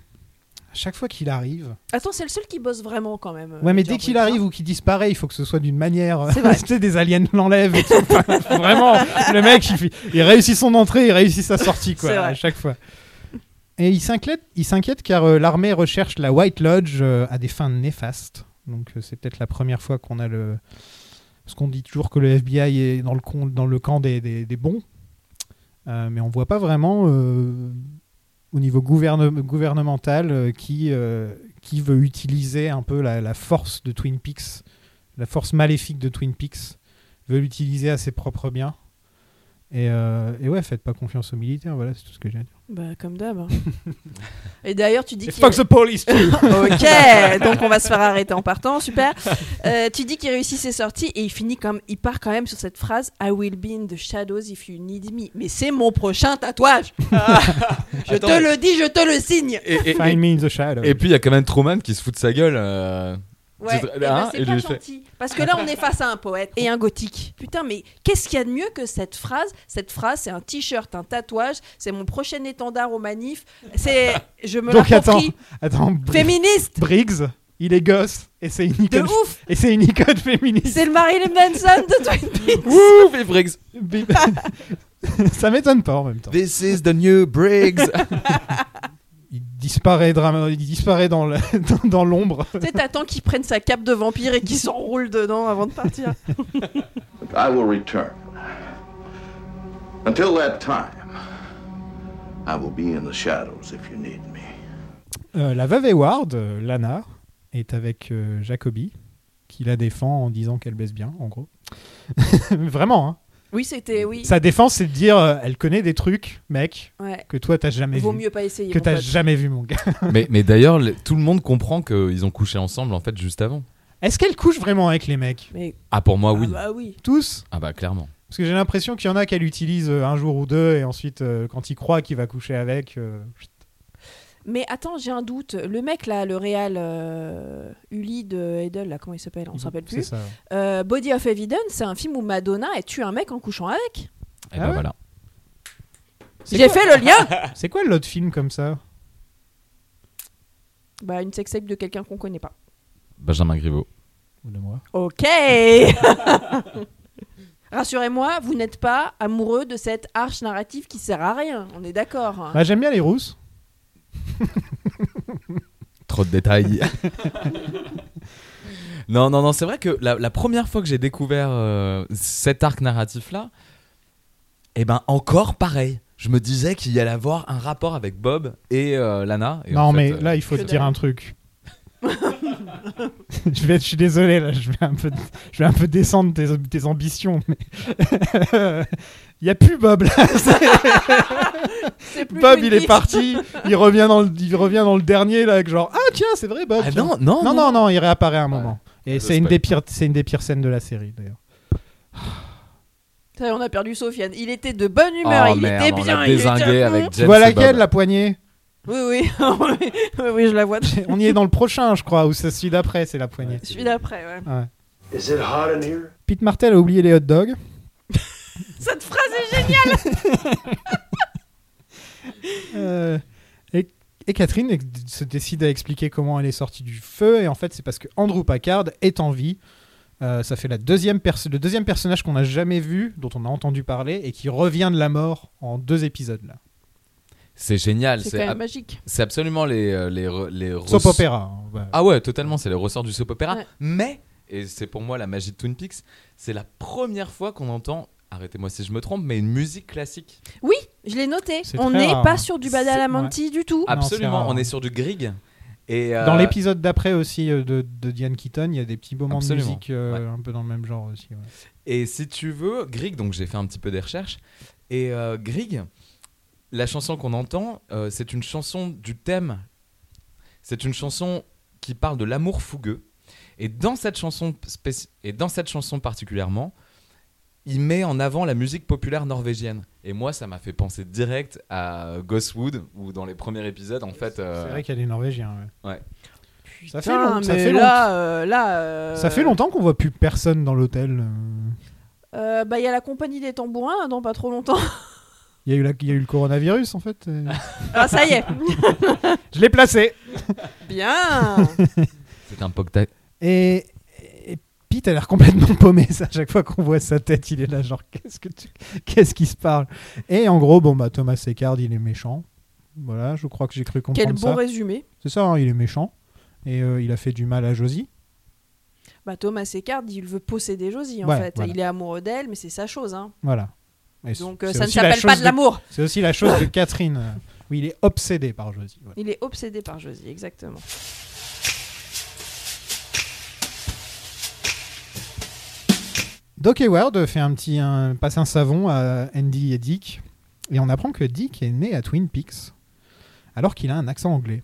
S3: À chaque fois qu'il arrive,
S4: Attends, c'est le seul qui bosse vraiment quand même.
S3: Ouais, mais
S4: Major
S3: dès qu'il
S4: Briggs,
S3: arrive
S4: hein.
S3: ou qu'il disparaît, il faut que ce soit d'une manière. *laughs*
S4: C'est vrai.
S3: Tu sais, des aliens l'enlèvent. et tout. Enfin, *laughs* Vraiment, le mec, il, fait- il réussit son entrée, il réussit sa sortie, quoi,
S4: C'est vrai.
S3: à chaque fois. Et il s'inquiète, il s'inquiète car euh, l'armée recherche la White Lodge euh, à des fins néfastes. Donc euh, c'est peut-être la première fois qu'on a le. Parce qu'on dit toujours que le FBI est dans le, con- dans le camp des, des- des bons, Euh, mais on voit pas vraiment euh, au niveau gouverne- gouvernemental euh, qui, euh, qui veut utiliser un peu la, la force de Twin Peaks, la force maléfique de Twin Peaks, veut l'utiliser à ses propres biens. Et, euh, et ouais, faites pas confiance aux militaires, voilà, c'est tout ce que j'ai à dire.
S4: Bah, comme d'hab. hein. *laughs* Et d'ailleurs, tu dis
S3: Et
S4: qu'il.
S3: fuck the police, too.
S4: ok, donc on va se faire arrêter en partant, super. Euh, tu dis qu'il réussit ses sorties et il finit comme. Il part quand même sur cette phrase I will be in the shadows if you need me. Mais c'est mon prochain tatouage Je
S5: Attends,
S4: te le dis, je te le signe
S5: Et, et-
S3: Find me in the shadow.
S5: et puis il y a quand même Truman qui se fout de sa gueule. euh,
S4: Ouais,
S5: C'est
S4: eh
S5: très-
S4: ben,
S5: hein,
S4: c'est
S5: et
S4: pas
S5: lui fait-
S4: gentil. Parce que là, on est face à un poète et un gothique. Putain, mais qu'est-ce qu'il y a de mieux que cette phrase Cette phrase, c'est un t-shirt, un tatouage, c'est mon prochain étendard au manif. C'est. Je me
S3: Donc attends,
S4: l'approprie.
S3: attends, Bri-
S4: Féministe
S3: Briggs, il est gosse et c'est une
S4: De
S3: icône,
S4: ouf
S3: et c'est une icône
S4: *laughs*
S3: féministe.
S4: C'est le Marilyn Manson de *laughs* Twin Peaks
S5: Ouf, et Briggs.
S3: Ça m'étonne pas en même temps.
S5: This is the new Briggs.
S3: Il disparaît, drama- il disparaît dans la- *laughs* dans- dans l'ombre.
S4: Tu sais, t'attends qu'il prenne sa cape de vampire et qu'il s'enroule dedans avant de partir.
S8: I will return. Until that time, I will be in the shadows if you need me.
S3: Euh, la veuve Hayward, euh, Lana, est avec euh, Jacoby, qui la défend en disant qu'elle baisse bien, en gros. *laughs* Vraiment, hein.
S4: Oui, c'était. Oui.
S3: Sa défense, c'est de dire euh, elle connaît des trucs, mec,
S4: Ouais.
S3: que toi, t'as jamais
S4: Vaut
S3: vu.
S4: mieux pas essayer.
S3: que
S4: mon
S3: t'as
S4: pote.
S3: jamais vu, mon gars.
S5: *laughs* mais mais d'ailleurs, le- tout le monde comprend qu'ils ont couché ensemble en fait juste avant.
S3: Est-ce qu'elle couche vraiment avec les mecs
S4: Mais
S5: Ah, pour moi,
S4: ah
S5: oui.
S4: bah oui.
S3: Tous
S5: Ah, bah, clairement.
S3: Parce que j'ai l'impression qu'il y en a qu'elle utilise euh, un jour ou deux, et ensuite, euh, quand il croit qu'il va coucher avec. euh,
S4: Mais attends, j'ai un doute. Le mec là, le réal euh, Uli de Edel, là, comment il s'appelle On
S3: il-
S4: s'en rappelle
S3: c'est
S4: plus.
S3: ça.
S4: Euh, Body of Evidence, c'est un film où Madonna elle tue un mec en couchant avec.
S5: Et
S3: Ah
S5: bah,
S3: ouais
S5: voilà.
S3: C'est
S4: J'ai
S3: quoi-
S4: fait le *laughs* lien.
S3: C'est quoi l'autre film comme ça
S4: bah une sex tape de quelqu'un qu'on connaît pas.
S5: Benjamin Griveaux.
S3: Ou de moi
S4: Ok. *laughs* Rassurez-moi, vous n'êtes pas amoureux de cette arche narrative qui sert à rien. On est d'accord. hein.
S3: Bah, J'aime bien les rousses.
S5: Trop de
S3: *laughs*
S5: détails. *laughs* non, non, non, c'est vrai que la, la première fois que j'ai découvert euh, cet arc narratif-là, eh ben encore pareil. Je me disais qu'il y allait avoir un rapport avec Bob et euh, Lana. et
S3: non,
S5: en fait,
S3: mais
S5: euh,
S3: là, il faut
S4: que
S3: te dire
S4: dalle.
S3: un truc. *laughs* je, vais, être- je suis désolé, là, je vais un peu, je vais un peu descendre tes, tes ambitions. Mais... *laughs* il n'y a plus Bob là.
S4: C'est plus
S3: Bob,
S4: Twin
S3: il est
S4: Peaks. *laughs*
S3: parti. Il revient, dans le, il revient dans le dernier, là, avec genre Ah, tiens, c'est vrai, Bob.
S5: Ah
S3: tiens.
S5: non, non,
S3: non, non, non, il réapparaît à un moment. Et
S5: Le
S3: c'est une,
S5: spoil.
S3: des pires, c'est une des pires scènes de la série, d'ailleurs.
S4: Ça y est, on a perdu Sofiane. Il était de bonne humeur, Ah,
S5: Oh,
S4: il
S5: merde,
S4: était
S5: on
S4: bien.
S5: l'a
S4: il était-
S5: dézingué avec
S3: Tu
S5: James
S3: vois
S5: et Bob.
S3: laquelle, la poignée *laughs*
S4: Oui, oui, *laughs* oui, oui, je la vois. Je
S3: On y est dans le prochain, je crois, ou c'est celui d'après, c'est la poignée.
S4: suis d'après. ouais.
S1: Is it hot in here?
S3: Pete Martel a oublié les hot dogs.
S4: Cette phrase est géniale.
S3: Euh, et, et Catherine ex- se décide à expliquer comment elle est sortie du feu. Et en fait, c'est parce que Andrew Packard est en vie. Euh, ça fait la deuxième perso- le deuxième personnage qu'on n'a jamais vu, dont on a entendu parler, et qui revient de la mort en deux épisodes. Là.
S5: C'est génial.
S4: C'est
S5: C'est
S4: quand même
S5: ab-
S4: magique.
S5: c'est absolument les euh, les re- les
S3: Soap
S5: ressorts-
S3: opéra. hein, ouais.
S5: Ah ouais, totalement, c'est les ressorts du soap opéra.
S4: Ouais.
S5: Mais, et c'est pour moi la magie de Twin Peaks, c'est la première fois qu'on entend, arrêtez-moi si je me trompe, mais une musique classique.
S4: Oui, je l'ai noté.
S3: C'est
S4: On
S3: très
S4: n'est
S3: rare, hein.
S4: pas sur du Badalamenti du tout.
S3: Ah,
S5: Absolument,
S3: c'est rare.
S5: on est sur du Grieg. Et euh,
S3: Dans l'épisode d'après aussi euh, de, de Diane Keaton, il y a des petits moments
S5: Absolument,
S3: de musique euh,
S5: ouais.
S3: un peu dans le même genre aussi. ouais.
S5: Et si tu veux, Grieg, donc j'ai fait un petit peu des recherches, et euh, Grieg, la chanson qu'on entend, euh, c'est une chanson du thème. C'est une chanson qui parle de l'amour fougueux. Et dans cette chanson, spéci- et dans cette chanson particulièrement, il met en avant la musique populaire norvégienne. Et moi, ça m'a fait penser direct à Ghostwood, où dans les premiers épisodes, en fait. euh,
S3: C'est vrai qu'il y a des Norvégiens. ouais.
S5: Ouais.
S3: Ça, fait
S4: Putain,
S3: long- ça
S4: mais
S3: fait
S4: là,
S3: long-
S4: euh, là, euh,
S3: ça fait longtemps qu'on voit plus personne dans l'hôtel. euh.
S4: euh, bah, il y a la compagnie des tambourins hein, dans pas trop longtemps.
S3: Il y, a eu la- il y a eu le coronavirus en fait. euh.
S4: Ah, ça y est.
S3: *laughs* Je l'ai placé.
S4: Bien.
S5: C'est un pocta-
S3: Et, et Pete a l'air complètement *laughs* paumé. ça, à chaque fois qu'on voit sa tête, il est là genre qu'est-ce que tu- qu'est-ce qui se parle Et en gros, bon bah Thomas Seckard, il est méchant. Voilà, je crois que j'ai cru comprendre
S4: Quel bon
S3: ça.
S4: résumé.
S3: C'est ça, hein, il est méchant. Et euh, il a fait du mal à Josie.
S4: Bah, Thomas Eckard, il veut posséder Josie en
S3: Ouais,
S4: fait.
S3: voilà.
S4: Il est amoureux d'elle, mais c'est sa chose. hein.
S3: Voilà. Et c'est-
S4: Donc euh,
S3: c'est
S4: ça ne
S3: aussi la
S4: s'appelle pas
S3: chose *laughs*
S4: de l'amour.
S3: C'est aussi la chose de Catherine. euh, Oui, il est obsédé par Josie. voilà.
S4: Il est obsédé par Josie, exactement.
S3: Doc Hayward fait un petit, un- passe un savon à Andy et Dick, et on apprend que Dick est né à Twin Peaks, alors qu'il a un accent anglais.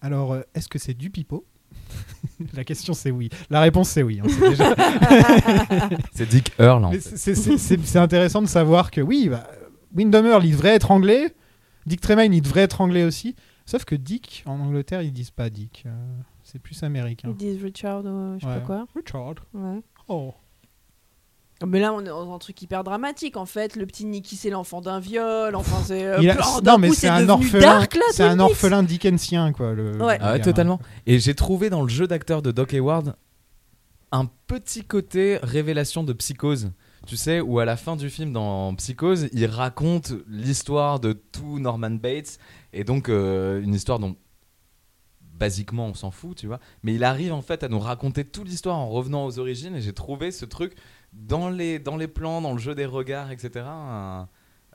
S3: Alors, euh, est-ce que c'est du pipeau *laughs* La question c'est oui. La réponse c'est oui. on sait déjà.
S5: C'est Dick Earl. en
S3: Mais
S5: fait.
S3: c'est- c'est- c'est c'est- c'est intéressant de savoir que oui, bah, Windham Earl, il devrait être anglais. Dick Tremaine, il devrait être anglais aussi. Sauf que Dick, en Angleterre, ils disent pas Dick. Euh, c'est plus américain.
S4: Ils disent Richard ou je sais
S3: Ouais.
S4: pas quoi.
S3: Richard.
S4: Ouais.
S3: Oh.
S4: Mais là, on est dans un truc hyper dramatique en fait. Le petit Nicky, c'est l'enfant d'un viol. Enfin, c'est. euh,
S3: Il a-
S4: plan- d'un
S3: non, mais
S4: coup,
S3: c'est un
S4: devenu
S3: orphelin.
S4: dark, là,
S3: C'est
S4: Twin
S3: un
S4: Peaks.
S3: orphelin dickensien, quoi. Le, le
S4: Ouais.
S5: Ah ouais,
S3: gamin.
S5: totalement. Et j'ai trouvé dans le jeu d'acteur de Doc Hayward un petit côté révélation de psychose. Tu sais, où à la fin du film, dans Psychose, il raconte l'histoire de tout Norman Bates, et donc euh, une histoire dont, basiquement, on s'en fout, tu vois. Mais il arrive en fait à nous raconter toute l'histoire en revenant aux origines, et j'ai trouvé ce truc dans les, dans les plans, dans le jeu des regards, etc. un-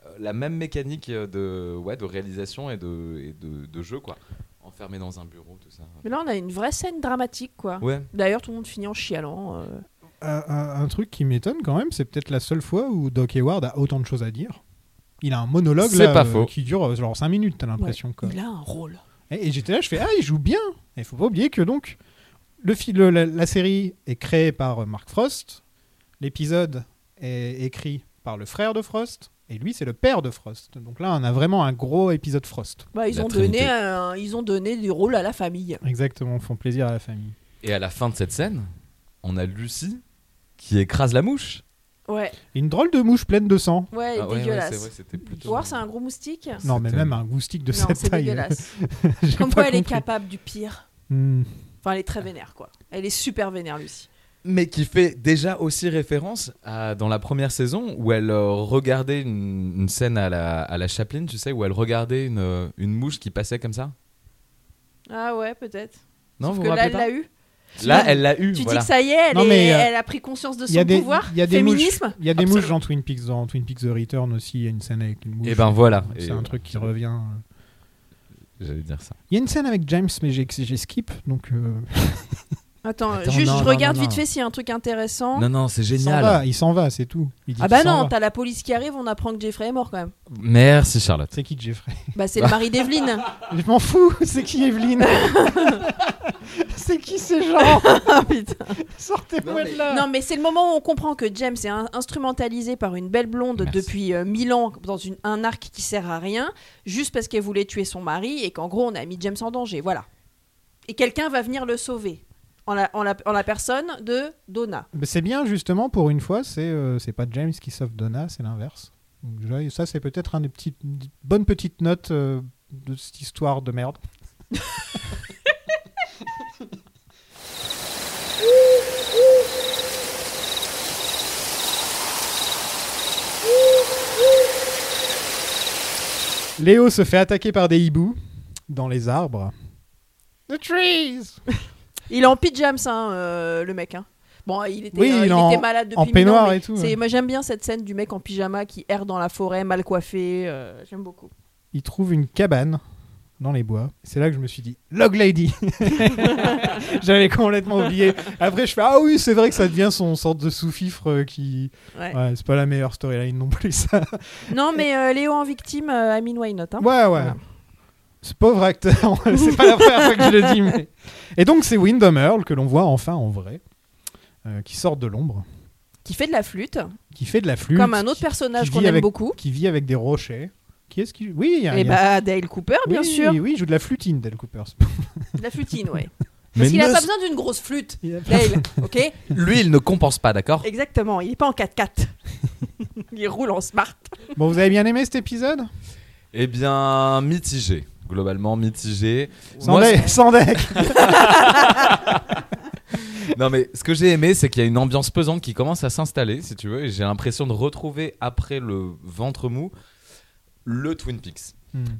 S5: euh, la même mécanique euh, de, ouais, de réalisation et de, et de, de jeu, quoi. Enfermé dans un bureau, tout ça.
S4: Mais là, on a une vraie scène dramatique quoi.
S5: Ouais.
S4: D'ailleurs, tout le monde finit en chialant. euh.
S3: Un, un- un truc qui m'étonne quand même, c'est peut-être la seule fois où Doc Hayward a autant de choses à dire. Il a un monologue
S5: C'est
S3: là,
S5: pas
S3: euh,
S5: faux.
S3: qui dure euh, genre 5 minutes, t'as l'impression. quoi.
S4: Il a un rôle.
S3: Et, et j'étais là, je fais Ah, il joue bien Et faut pas oublier que donc, le, fi- le- la, la série est créée par euh, Mark Frost, l'épisode est écrit par le frère de Frost, et lui, c'est le père de Frost. Donc là, on a vraiment un gros épisode Frost.
S4: Bah, ils,
S5: La
S4: ont donné
S5: Trinité.
S4: un- ils ont donné du rôle à la famille.
S3: Exactement, font plaisir à la famille.
S5: Et à la fin de cette scène, on a Lucie qui écrase la mouche.
S4: Ouais,
S3: Une drôle de mouche pleine de sang.
S4: ouais,
S5: Ah ouais, ouais, c'est
S4: dégueulasse.
S5: vrai, c'était plutôt.
S4: Voir, c'est un gros moustique
S3: Non, mais
S5: C'était-
S3: même un moustique de
S4: Non,
S3: cette
S4: c'est
S3: taille.
S4: dégueulasse.
S3: *laughs* j'ai
S4: Comme
S3: pas
S4: quoi, elle est
S3: compris.
S4: capable du pire.
S3: Hmm.
S4: Enfin, elle est très vénère, quoi. Elle est super vénère, Lucie.
S5: Mais qui fait déjà aussi référence à, dans la première saison où elle euh, regardait une, une scène à la, à la Chaplin, tu sais, où elle regardait une, euh, une mouche qui passait comme ça.
S4: Ah ouais, peut-être.
S5: Non,
S4: Sauf
S5: vous
S4: que
S5: vous
S4: là,
S5: rappelez
S4: elle l'a eu.
S5: pas Là, elle l'a eu.
S4: Tu
S5: voilà.
S4: dis que ça y est, elle,
S3: Mmh, Non,
S4: est-
S3: mais, euh,
S4: elle a pris conscience de
S3: Il y a
S4: son
S3: des,
S4: pouvoir
S3: il y a des mouches.
S4: Féminisme
S3: Il y a des
S4: Absolument.
S3: mouches dans Twin Peaks, dans Twin Peaks The Return aussi. Il y a une scène avec une mouche.
S5: Et ben voilà.
S3: C'est
S5: Et
S3: un
S5: ouais.
S3: truc qui revient. euh,
S5: J'allais dire ça.
S3: Il y a une scène avec James, mais j'ai j'ai skip, donc euh,
S4: Attends,
S5: Attends,
S4: juste,
S5: non,
S4: je
S5: non,
S4: regarde
S5: non,
S4: vite
S5: non.
S4: fait s'il y a un truc intéressant.
S5: Non, non, c'est
S3: il s'en
S5: génial.
S3: va, il s'en va, c'est tout. Il dit
S4: ah
S3: qu'il
S4: bah
S3: s'en
S4: non,
S3: va.
S4: t'as la police qui arrive, on apprend que Jeffrey est mort quand même.
S5: Merci Charlotte.
S3: c'est qui Jeffrey *laughs*
S4: Bah c'est le mari d'Evelyne.
S3: Je m'en fous, c'est qui
S4: *laughs*
S3: Evelyne C'est qui ces gens *laughs*
S4: Ah, putain.
S3: Sortez-moi de là
S4: Non, mais c'est le moment où on comprend que James est un- instrumentalisé par une belle blonde
S5: Merci.
S4: depuis euh, mille ans dans une- un arc qui sert à rien, juste parce qu'elle voulait tuer son mari et qu'en gros on a mis James en danger. Voilà. Et quelqu'un va venir le sauver en la, en la- en la personne de Donna.
S3: Mais C'est bien, justement, pour une fois, c'est euh, c'est pas James qui sauve Donna, c'est l'inverse. Donc, déjà, ça, c'est peut-être une des petites, une bonne petite note euh, de cette histoire de merde. *laughs* Léo se fait attaquer par des hiboux dans les arbres. The trees!
S4: Il est en pyjamas, hein, euh, le mec. hein. Bon, il était,
S3: Oui, il
S4: euh, il
S3: est
S4: était
S3: en-
S4: malade depuis
S3: en
S4: mille ans,
S3: peignoir
S4: mais
S3: et tout,
S4: c'est-
S3: ouais.
S4: Moi j'aime bien cette scène du mec en pyjama qui erre dans la forêt, mal coiffé. euh, j'aime beaucoup.
S3: il trouve une cabane dans les bois. C'est là que je me suis dit Log Lady *laughs* J'avais complètement oublié. Après, je fais Ah oui, c'est vrai que ça devient son sorte de sous-fifre euh, qui.
S4: Ouais.
S3: Ouais, c'est pas la meilleure storyline non plus, ça.
S4: Non, mais euh, Léo en victime, euh, I mean, why not, hein.
S3: Ouais, ouais.
S4: Voilà.
S3: Ce pauvre acteur, *laughs* c'est pas la première fois que je le dis. mais- Et donc, c'est Windham Earl que l'on voit enfin en vrai, euh, qui sort de l'ombre,
S4: Qui fait de la flûte,
S3: qui fait de la flûte.
S4: comme un autre
S3: qui-
S4: personnage
S3: qui
S4: qu'on
S3: vit
S4: aime
S3: avec-
S4: beaucoup.
S3: Qui vit avec des rochers. Qui est-ce qui. Oui, il y a-
S4: Et
S3: il y a-
S4: bah Dale Cooper, bien
S3: oui,
S4: sûr.
S3: Oui, il joue de la flûtine, Dale Cooper.
S4: De La flûtine, ouais.
S5: Mais
S4: Parce qu'il a
S5: ne-
S4: pas besoin d'une grosse flûte,
S3: Il a pas-
S4: Dale. Ok
S5: Lui, il ne compense pas, d'accord
S4: Exactement, il est pas en 4x4. *laughs* il roule en smart.
S3: *laughs* Bon, vous avez bien aimé cet épisode
S5: Eh bien, mitigé. Globalement, mitigé.
S3: Sans,
S5: Moi,
S3: deck, sans deck.
S5: Non mais ce que j'ai aimé c'est qu'il y a une ambiance pesante qui commence à s'installer si tu veux et j'ai l'impression de retrouver après le ventre mou le Twin Peaks.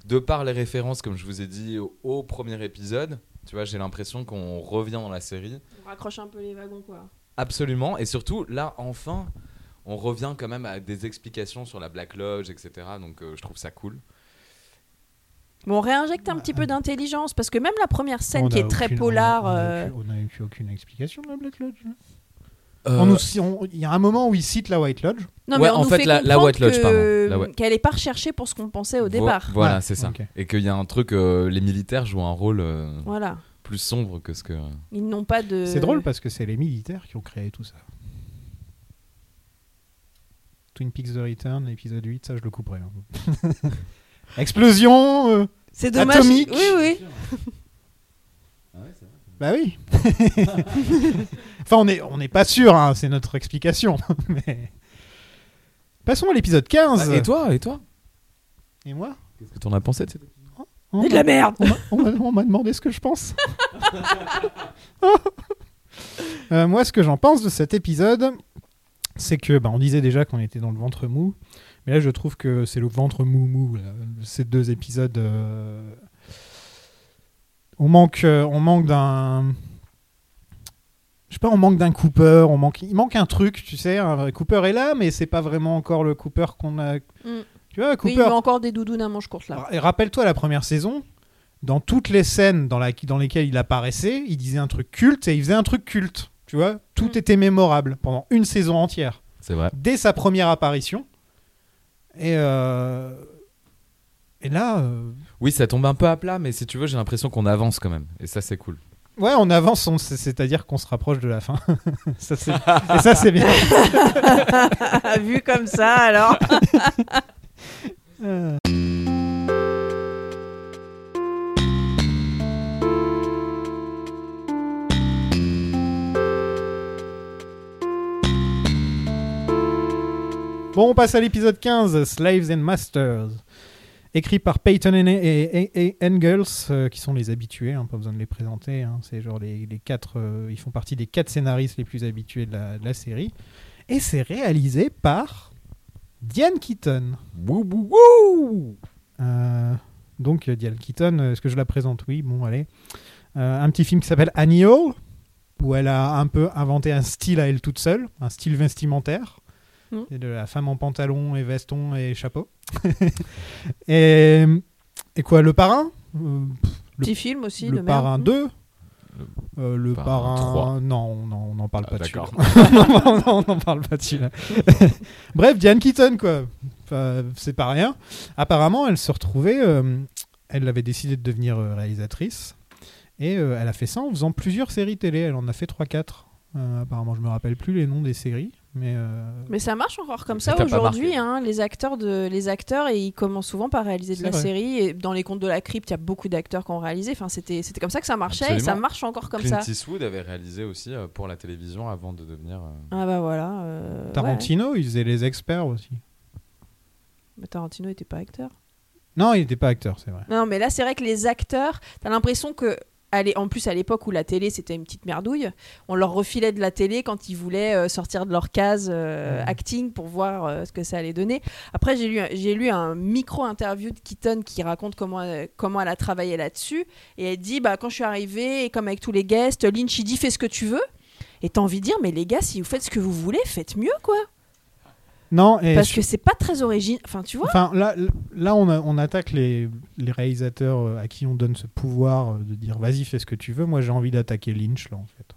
S5: De par les références comme je vous ai dit au, au premier épisode, tu vois, j'ai l'impression qu'on revient dans la série.
S4: On raccroche un peu les wagons, quoi.
S5: Absolument et surtout là enfin on revient quand même à des explications sur la Black Lodge etc. Donc euh, je trouve ça cool.
S4: Bon, on réinjecte un petit peu d'intelligence, parce que même la première scène
S3: On
S4: qui
S3: a
S4: est très
S3: aucune-
S4: polar.
S3: on a-
S4: euh,
S3: On n'a eu aucune explication de la Black Lodge. là.
S5: Euh,
S3: On nous- si on- Il y a un moment où il cite la White Lodge.
S4: Non,
S5: Ouais,
S4: mais on
S5: en
S4: nous
S5: fait,
S4: fait
S5: la- la
S4: comprendre
S5: White Lodge,
S4: que-
S5: pardon. La White-
S4: Qu'elle est pas recherchée pour ce qu'on pensait au
S5: vo-
S4: départ.
S5: Voilà,
S3: Ouais,
S5: c'est ça.
S3: ok.
S5: Et qu'il y a un truc, euh, les militaires jouent un rôle euh,
S4: Voilà.
S5: plus sombre que ce que.
S4: Ils n'ont pas de.
S3: C'est drôle parce que c'est les militaires qui ont créé tout ça. Twin Peaks The Return, épisode 8, ça je le couperai. *laughs* hein. Explosion euh,
S4: C'est dommage.
S3: Atomique.
S4: Oui, oui.
S3: Bah oui *laughs* Enfin, on n'est on n'est pas sûr, hein, c'est notre explication. *laughs* mais... Passons à l'épisode 15.
S5: Ah, et toi Et toi
S3: Et moi hein
S5: Qu'est-ce que t'en as pensé de cette-
S3: On
S4: C'est de
S3: m'a-
S4: la merde.
S3: on m'a- On m'a- on m'a demandé ce que je pense. *laughs* Euh, moi, ce que j'en pense de cet épisode, c'est que, bah, on disait déjà qu'on était dans le ventre mou, mais là, je trouve que c'est le ventre mou mou. là. Ces deux épisodes, euh, on manque, euh, on manque d'un, je sais pas, on manque d'un Cooper, on manque, il manque un truc, tu sais, un vrai Cooper est là, mais c'est pas vraiment encore le Cooper qu'on a. Tu vois,
S4: Oui,
S3: Cooper,
S4: il a encore des doudounes à manche courte là.
S3: et rappelle-toi la première saison, dans toutes les scènes dans, la- dans lesquelles il apparaissait, il disait un truc culte et il faisait un truc culte. Tu vois, tout
S4: Mm.
S3: était mémorable pendant une saison entière,
S5: C'est vrai.
S3: dès sa première apparition. Et, euh, et là, euh,
S5: Oui, ça tombe un peu à plat, mais si tu veux, j'ai l'impression qu'on avance quand même. Et ça, c'est cool.
S3: ouais, on avance, on- c'est- c'est-à-dire qu'on se rapproche de la fin. *laughs* ça, c'est- et ça, c'est bien.
S4: *laughs* Vu comme ça, alors.
S3: Euh. Bon, on passe à l'épisode 15, Slaves and Masters, écrit par Peyton et, et- et- et Engels, euh, qui sont les habitués, hein, pas besoin de les présenter, hein, c'est genre les, les quatre, euh, ils font partie des quatre scénaristes les plus habitués de la, de la série, et c'est réalisé par Diane Keaton.
S5: Wou, wou, wou
S3: Euh, donc euh, Diane Keaton, euh, est-ce que je la présente Oui, bon, allez. Euh, un petit film qui s'appelle Annie Hall, où elle a un peu inventé un style à elle toute seule, un style vestimentaire.
S4: Mm.
S3: C'est de la femme en pantalon et veston et chapeau. *laughs* et, et quoi, le parrain Euh, Le-
S4: Petit film aussi de
S3: Le
S4: merde.
S3: parrain 2 Euh, le
S5: Parrain
S3: parrain,
S5: trois.
S3: non, non, on n'en parle
S5: Ah,
S3: pas dessus.
S5: d'accord.
S3: *laughs* Non, on n'en parle pas dessus.
S5: *laughs*
S3: là. Bref, Diane Keaton, quoi. Enfin, c'est pas rien. Apparemment, elle se retrouvait. euh, elle avait décidé de devenir euh, réalisatrice. Et euh, elle a fait ça en faisant plusieurs séries télé. Elle en a fait 3-4. Euh, apparemment, je me rappelle plus les noms des séries. Mais. euh,
S4: Mais ça marche encore comme
S5: Mais
S4: ça
S5: t'as pas
S4: aujourd'hui,
S5: marqué.
S4: hein, les acteurs de les acteurs et ils commencent souvent par réaliser de
S3: C'est
S4: la
S3: vrai.
S4: série et dans les contes de la crypte, il y a beaucoup d'acteurs qui ont réalisé. Enfin, c'était c'était comme ça que ça marchait et ça
S5: Absolument.
S4: marche encore comme
S5: Clint
S4: ça.
S5: Eastwood avait réalisé aussi euh, pour la télévision avant de devenir. euh,
S4: Ah bah voilà. euh, ouais.
S3: Tarantino, il faisait les experts aussi.
S4: Mais Tarantino était pas acteur.
S3: Non, il n'était pas acteur, c'est vrai.
S4: Non, mais là c'est vrai que les acteurs, t'as l'impression que allez, en plus à l'époque où la télé c'était une petite merdouille, on leur refilait de la télé quand ils voulaient euh, sortir de leur case euh,
S3: Mhm.
S4: acting pour voir euh, ce que ça allait donner. Après j'ai lu j'ai lu un micro interview de Keaton qui raconte comment euh, comment elle a travaillé là-dessus et elle dit bah quand je suis arrivée et comme avec tous les guests, Lynch il dit fais ce que tu veux. Et t'as envie de dire mais les gars si vous faites ce que vous voulez faites mieux quoi
S3: Non, et
S4: parce
S3: je-
S4: que c'est pas très original enfin tu vois
S3: Enfin, là, là on, a- on attaque les, les réalisateurs euh, à qui on donne ce pouvoir euh, de dire vas-y, fais ce que tu veux. Moi, j'ai envie d'attaquer Lynch, là, en fait.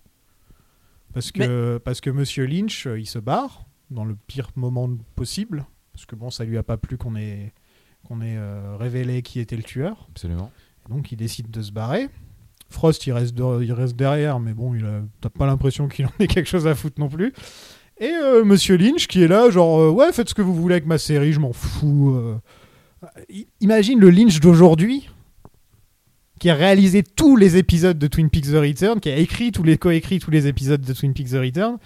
S3: Parce que, parce que monsieur Lynch, euh, il se barre dans le pire moment possible. Parce que bon, ça lui a pas plu qu'on ait, qu'on ait euh, révélé qui était le tueur.
S5: Absolument.
S3: Donc, il décide de se barrer. Frost, il reste, de- il reste derrière, mais bon, il a- t'as pas l'impression qu'il en ait quelque chose à foutre non plus. Et euh, Monsieur Lynch qui est là, genre, euh, ouais, faites ce que vous voulez avec ma série, je m'en fous. euh. I- Imagine le Lynch d'aujourd'hui, qui a réalisé tous les épisodes de Twin Peaks The Return, qui a écrit tous les coécrit tous les épisodes de Twin Peaks The Return.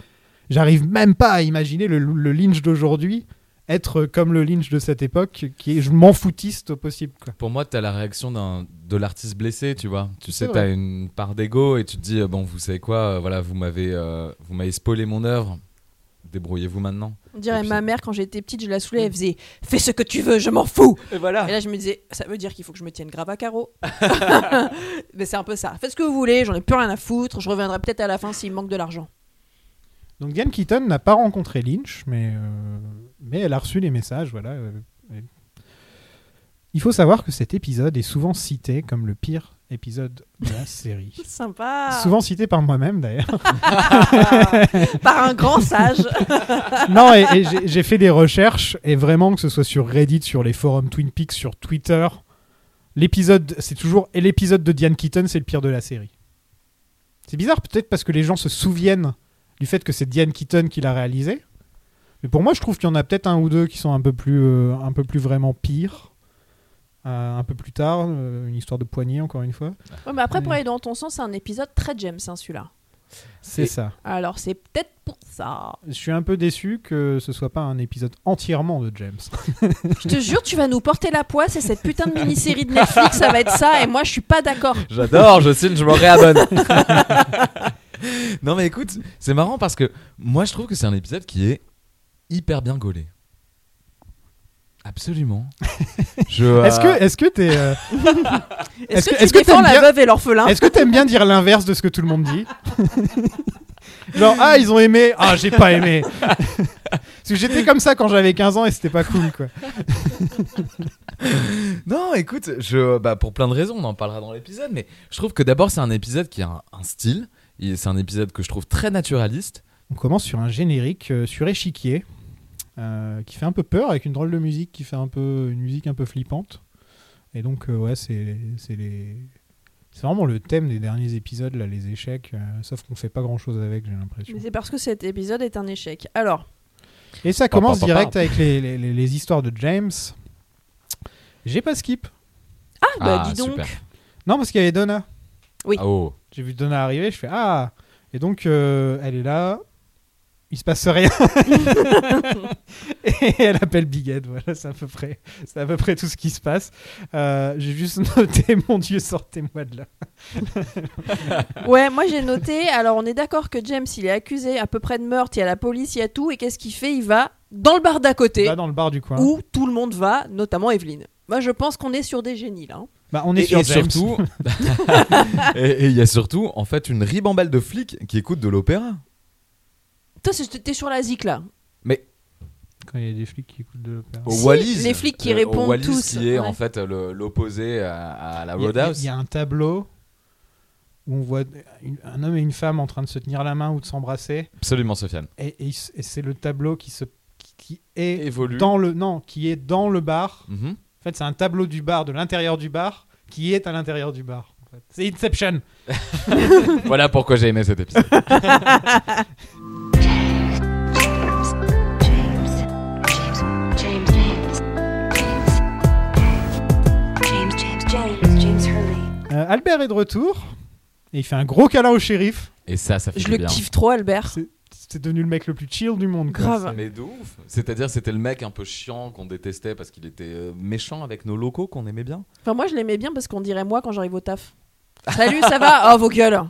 S3: J'arrive même pas à imaginer le, le Lynch d'aujourd'hui être comme le Lynch de cette époque, qui est je m'en foutiste au possible. Quoi.
S5: Pour moi, t'as la réaction d'un de l'artiste blessé, tu vois. Tu
S3: C'est
S5: sais,
S3: vrai.
S5: t'as une part d'ego et tu te dis euh, bon, vous savez quoi, euh, voilà, vous m'avez, euh, vous m'avez spoilé mon œuvre. Débrouillez-vous maintenant.
S4: On
S5: Et
S4: dirait
S5: puis-
S4: ma mère quand j'étais petite, je la saoulais, elle faisait fais ce que tu veux, je m'en fous.
S5: Et voilà.
S4: Mm. Et là je me disais ça veut dire qu'il faut que je me tienne grave à carreau. *laughs* Mais c'est un peu ça. Faites ce que vous voulez, j'en ai plus rien à foutre, je reviendrai peut-être à la fin s'il me manque de l'argent.
S3: Donc Diane Keaton n'a pas rencontré Lynch, mais, euh, mais elle a reçu les messages. Voilà, euh, et- Il faut savoir que cet épisode est souvent cité comme le pire épisode de la série.
S4: Sympa.
S3: Souvent cité par moi-même d'ailleurs.
S4: *laughs* Par un grand sage.
S3: non, et, et j'ai- j'ai fait des recherches et vraiment que ce soit sur Reddit, sur les forums Twin Peaks, sur Twitter, l'épisode, c'est toujours et l'épisode de Diane Keaton, c'est le pire de la série. C'est bizarre peut-être parce que les gens se souviennent du fait que c'est Diane Keaton qui l'a réalisé. Mais pour moi, je trouve qu'il y en a peut-être un ou deux qui sont un peu plus, euh, un peu plus vraiment pires. Euh, un peu plus tard, euh, une histoire de poignée encore une fois.
S4: Ouais, mais après, pour aller dans ton sens, c'est un épisode très James, hein, celui-là.
S3: C'est
S5: Et-
S3: ça.
S4: Alors, c'est peut-être pour ça.
S3: Je suis un peu déçu que ce soit pas un épisode entièrement de James.
S4: Je te jure, tu vas nous porter la poisse et cette putain de mini-série de Netflix, ça va être ça. Et moi, je suis pas d'accord.
S5: J'adore, Jocelyne, je me réabonne. *laughs* non, mais écoute, c'est marrant parce que moi, je trouve que c'est un épisode qui est hyper bien gaulé.
S3: *laughs*
S5: Absolument. Je, euh,
S3: Est-ce que est-ce que t'es euh, Est-ce
S4: Est-ce que,
S3: que-
S4: tu
S3: est-ce que
S4: défends
S3: t'aimes
S4: la
S3: bien-
S4: veuve et l'orphelin
S3: est-ce que t'aimes bien dire l'inverse de ce que tout le monde dit Genre ah ils ont aimé, ah j'ai pas aimé. Parce que j'étais comme ça quand j'avais 15 ans et c'était pas cool quoi.
S5: Non, écoute, je, bah, pour plein de raisons, on en parlera dans l'épisode, mais je trouve que d'abord, c'est un épisode qui a un, un style. Il- C'est un épisode que je trouve très naturaliste.
S3: On commence sur un générique euh, sur échiquier euh, qui fait un peu peur avec une drôle de musique qui fait un peu une musique un peu flippante. Et donc euh, ouais c'est c'est les c'est vraiment le thème des derniers épisodes là les échecs euh, sauf qu'on fait pas grand chose avec j'ai l'impression.
S4: Mais C'est parce que cet épisode est un échec. Alors,
S3: Et ça
S5: Pa, pa,
S3: commence
S5: pa, pa.
S3: direct avec les, les- les- les histoires de James. J'ai pas skip.
S4: ah, bah dis donc.
S5: super.
S3: Non, parce qu'il y avait Donna.
S4: Oui.
S5: Ah, Oh.
S3: J'ai vu Donna arriver, je fais Ah Et donc, euh, elle est là. Il se passe rien. Et elle appelle Big Ed. Voilà, c'est à peu près, c'est à peu près tout ce qui se passe. Euh, J'ai juste noté *laughs* Mon Dieu, sortez-moi de là.
S4: *laughs* Ouais, moi j'ai noté. Alors, on est d'accord que James, il est accusé à peu près de meurtre. Il y a la police, il y a tout. Et qu'est-ce qu'il fait Il va dans le bar d'à côté
S3: Là, dans le bar du coin.
S4: où tout le monde va, notamment Evelyne. Moi, je pense qu'on est sur des génies là. hein.
S3: Bah, on est
S5: Et,
S3: sur
S5: et
S3: James.
S5: surtout, *laughs* et et il y a surtout, en fait, une ribambelle de flics qui écoutent de l'opéra.
S4: Toi, c'est- t'es sur la zik là.
S3: Quand il y a des flics qui écoutent de l'opéra.
S5: Au
S4: Si,
S5: Wallis,
S4: les flics qui
S5: euh, au
S4: répondent
S5: Wallis
S4: tous,
S5: qui est
S4: ouais.
S5: en fait le- l'opposé à, à la
S3: Il y a-
S5: Roadhouse.
S3: Il y a un tableau où on voit une- un homme et une femme en train de se tenir la main ou de s'embrasser,
S5: Absolument, Sofiane.
S3: et, et ils s- et c'est le tableau qui se qui- qui est
S5: Évolue.
S3: dans le non qui est dans le bar.
S5: Mhm.
S3: En fait, c'est un tableau du bar de l'intérieur du bar qui est à l'intérieur du bar. en fait. C'est Inception.
S5: *laughs* voilà pourquoi j'ai aimé cet épisode.
S3: Euh, Albert est de retour et il fait un gros câlin au shérif.
S5: Et ça, ça fait
S4: Je
S5: du
S4: le
S5: bien.
S4: kiffe trop, Albert.
S3: C'est- C'est devenu le mec le plus chill du monde. quoi.
S4: Grave.
S3: C'est-
S5: Mais de ouf. C'est-à-dire, c'était le mec un peu chiant qu'on détestait parce qu'il était euh, méchant avec nos locaux qu'on aimait bien.
S4: Enfin, moi, je l'aimais bien parce qu'on dirait moi quand j'arrive au taf. Salut, ça va Oh, vos gueules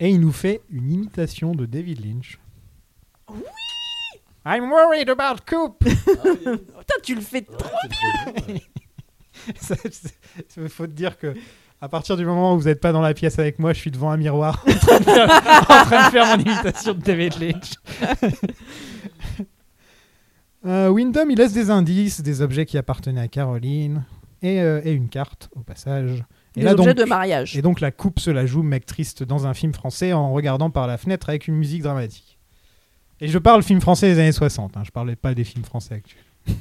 S3: Et il nous fait une imitation de David Lynch. Oui. I'm worried about Coop.
S4: Putain, tu le fais trop
S3: *laughs* Ça, c'est- c'est- faut te dire que à partir du moment où vous n'êtes pas dans la pièce avec moi, je suis devant un miroir *laughs* en train de faire, en train de faire mon imitation de David Lynch. *laughs* Euh, Wyndham, il laisse des indices, des objets qui appartenaient à Caroline et, euh, et une carte au passage. Et
S4: Des
S3: là,
S4: objets
S3: donc-
S4: de mariage.
S3: et donc la coupe se la joue mec triste dans un film français en regardant par la fenêtre avec une musique dramatique. Et je parle film français des années 60, hein, je parlais pas des films français actuels. *laughs* non,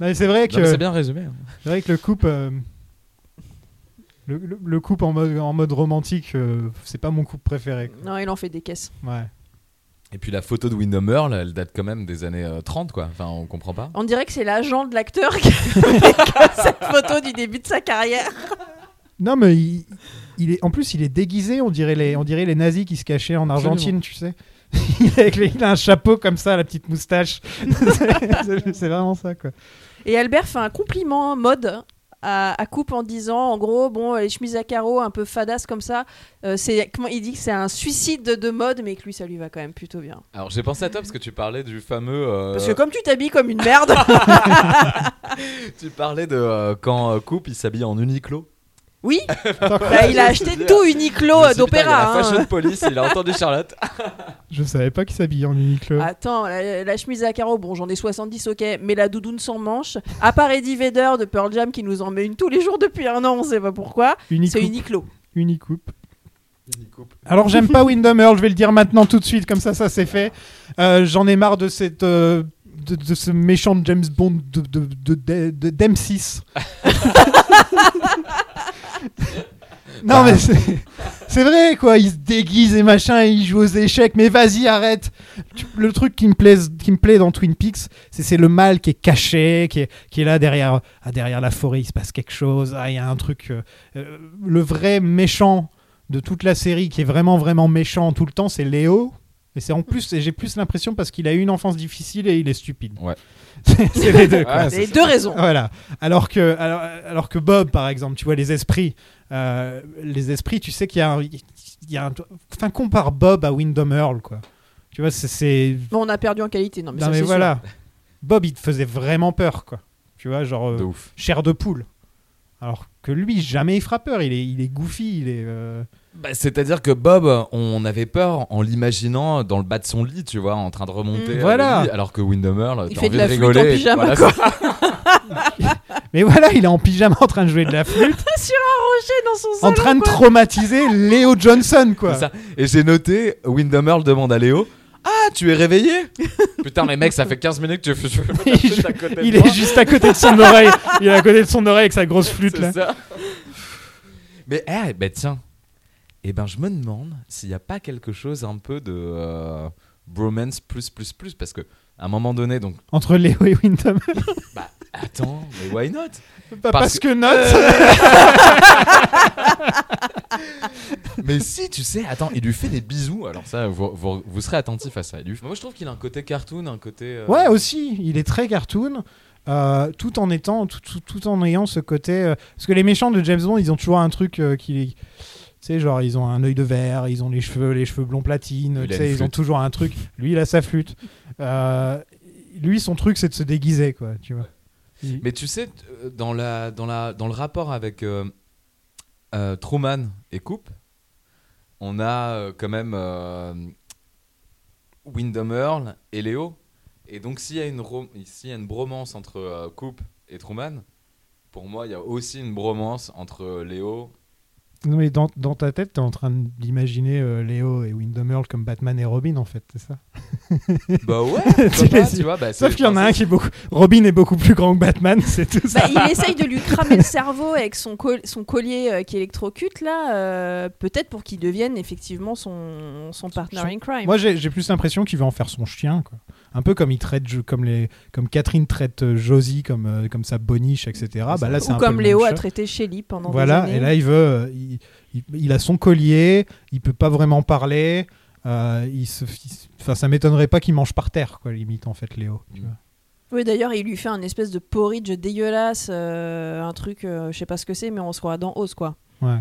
S3: mais c'est vrai que
S5: Non, mais C'est bien résumé. hein.
S3: c'est vrai que le couple, euh, le, le- le couple en mode, en mode romantique, euh, c'est pas mon couple préféré. quoi.
S4: Non, il en fait des caisses.
S3: Ouais.
S5: Et puis la photo de Windham Earl, elle date quand même des années euh, 30, quoi. Enfin, on comprend pas.
S4: On dirait que c'est l'agent de l'acteur qui *laughs* a cette photo du début de sa carrière.
S3: Non, mais il, il est, en plus, il est déguisé, on dirait les, on dirait les nazis qui se cachaient en
S5: Absolument.
S3: Argentine, tu sais. *laughs* il, a, avec les- il a un chapeau comme ça, la petite moustache. *laughs* c'est c'est vraiment ça, quoi.
S4: Et Albert fait un compliment mode à, à Coupe en disant, en gros, bon, les chemises à carreaux un peu fadas comme ça, euh, c'est comment il dit que c'est un suicide de, de mode, mais que lui, ça lui va quand même plutôt bien.
S5: Alors, j'ai pensé à toi parce que tu parlais du fameux. euh,
S4: Parce que comme tu t'habilles comme une merde,
S3: *laughs*
S5: tu parlais de euh, quand euh, Coupe il s'habille en Uniqlo.
S4: Oui, *laughs* bah, il a acheté tout Uniqlo euh, d'opéra.
S5: Il a la
S4: hein.
S5: fashion police, il a entendu Charlotte.
S3: Je savais pas qu'il s'habillait en Uniqlo.
S4: Attends, la, la chemise à carreaux, bon, j'en ai 70, ok, mais la doudoune sans manche, à part Eddie Vedder de Pearl Jam qui nous en met une tous les jours depuis un an, on sait pas pourquoi,
S3: Uniqlo.
S4: c'est Uniqlo.
S3: Unicoupe. Alors j'aime pas Windham Earl, je vais le dire maintenant tout de suite, comme ça ça c'est fait. Euh, J'en ai marre de cette... euh, De, de ce méchant James Bond de, de, de, de- de- d'M6. non mais c'est- c'est vrai quoi, il se déguise et machin et il joue aux échecs, mais vas-y arrête. Tu- Le truc qui me plaise- qui me plaît dans Twin Peaks, c'est c'est le mal qui est caché, qui est, qui est là derrière, ah, derrière la forêt, il se passe quelque chose, ah, il y a un truc... euh, euh, le vrai méchant de toute la série qui est vraiment vraiment méchant tout le temps, c'est Léo. Et
S4: Mm.
S3: c'est en plus, et j'ai plus l'impression parce qu'il a eu une enfance difficile et il est stupide.
S5: Ouais.
S3: *laughs* C'est- c'est les deux. quoi.
S4: *laughs*
S5: Ouais,
S4: Les deux raisons.
S3: Voilà. Alors que, alors, alors que Bob, par exemple, tu vois les esprits, euh, les esprits, tu sais qu'il y a, un, il y a un- enfin compare Bob à Windham Earl, quoi. Tu vois, c'est, c'est,
S4: Bon, on a perdu en qualité, non Ah, mais,
S3: non
S4: ça,
S3: mais
S4: c'est sûr.
S3: voilà. Bob, il te faisait vraiment peur, quoi. Tu vois, genre euh,
S5: De ouf.
S3: chair de poule. Alors que lui, jamais il fera peur. Il est, il est goofy, il est. euh,
S5: Bah, C'est-à-dire que Bob, on avait peur en l'imaginant dans le bas de son lit, tu vois, en train de remonter.
S4: Mm.
S5: euh,
S3: Voilà.
S5: le lit, alors que Windham Earl,
S4: Il
S5: t'as
S4: fait
S5: envie
S4: de la flûte en
S5: rigoler. et
S4: pyjama,
S5: voilà,
S4: quoi.
S5: c'est-
S3: Mais voilà, il est en pyjama en train de jouer de la flûte,
S4: Sur un rocher dans son
S3: en
S4: salon.
S3: train de
S4: quoi.
S3: traumatiser Léo Johnson, quoi.
S5: c'est ça. Et j'ai noté, Windham Earl demande à Léo Ah, tu es réveillé Putain, mais mec, ça fait 15 minutes que
S4: *laughs*
S5: tu fais.
S3: Il, joue- il est juste à côté de son oreille. Il est à côté de son oreille avec sa grosse flûte, là.
S5: C'est ça. Mais eh, ben tiens, eh ben je me demande s'il n'y a pas quelque chose un peu de euh, bromance plus plus plus parce que à un moment donné donc
S3: Entre Léo et Windham.
S5: attends mais why not
S3: Pas
S5: Parce
S3: parce,
S5: euh,
S3: que, note.
S5: Mais si tu sais attends il lui fait des bisous alors ça vous, vous, vous serez attentif à ça. Il lui- Moi je trouve qu'il a un côté cartoon un côté euh,
S3: Ouais, aussi, il est très cartoon. euh, tout en étant tout, tout- tout en ayant ce côté euh, parce que les méchants de James Bond ils ont toujours un truc euh, qui tu sais genre ils ont un œil de verre ils ont les cheveux les cheveux blond platine
S5: Il
S3: tu
S5: a
S3: sais,
S5: une
S3: ils ont
S5: flûte.
S3: toujours un truc lui il a sa flûte Euh, lui son truc c'est de se déguiser quoi tu vois Il-
S5: Mais tu sais t- euh, dans la dans la dans le rapport avec euh, euh, Truman et Coupe on a euh, quand même euh, Windham Earl et Léo. Et donc, s'il y, a une rom- s'il y a une bromance entre euh, Coupe et Truman, pour moi, il y a aussi une bromance entre euh, *laughs* Léo.
S3: Non, mais dans, dans ta tête, t'es en train d'imaginer euh, Léo et Windham Earl comme Batman et Robin, en fait, c'est ça
S5: Bah ouais, pourquoi pas, tu vois. bah, c'est-
S3: Sauf qu'il y en a un qui est beaucoup. Robin est beaucoup plus grand que Batman, *laughs* c'est tout ça.
S4: Bah, il essaye de lui cramer le cerveau avec son, col- son collier euh, qui électrocute là, euh, peut-être pour qu'il devienne effectivement son, son partner
S3: son-
S4: in crime.
S3: Moi, j'ai j'ai plus l'impression qu'il veut en faire son chien, quoi. Un peu comme il traite, Jo- comme les, comme Catherine traite euh, Josie comme, euh, comme sa boniche, etc. Bah là, c'est
S4: Ou
S3: un peu
S4: comme
S3: le même
S4: Léo a
S3: choix.
S4: traité Shelly pendant des
S3: Voilà,
S4: années.
S3: et là il veut, euh, il, il- il a son collier, il peut pas vraiment parler, euh, il se, il se- enfin ça m'étonnerait pas qu'il mange par terre quoi limite en fait Léo. tu vois.
S4: Oui, d'ailleurs, il lui fait un espèce de porridge dégueulasse, euh, un truc, euh, je sais pas ce que c'est, mais on se croit dans Oz, quoi.
S3: Ouais,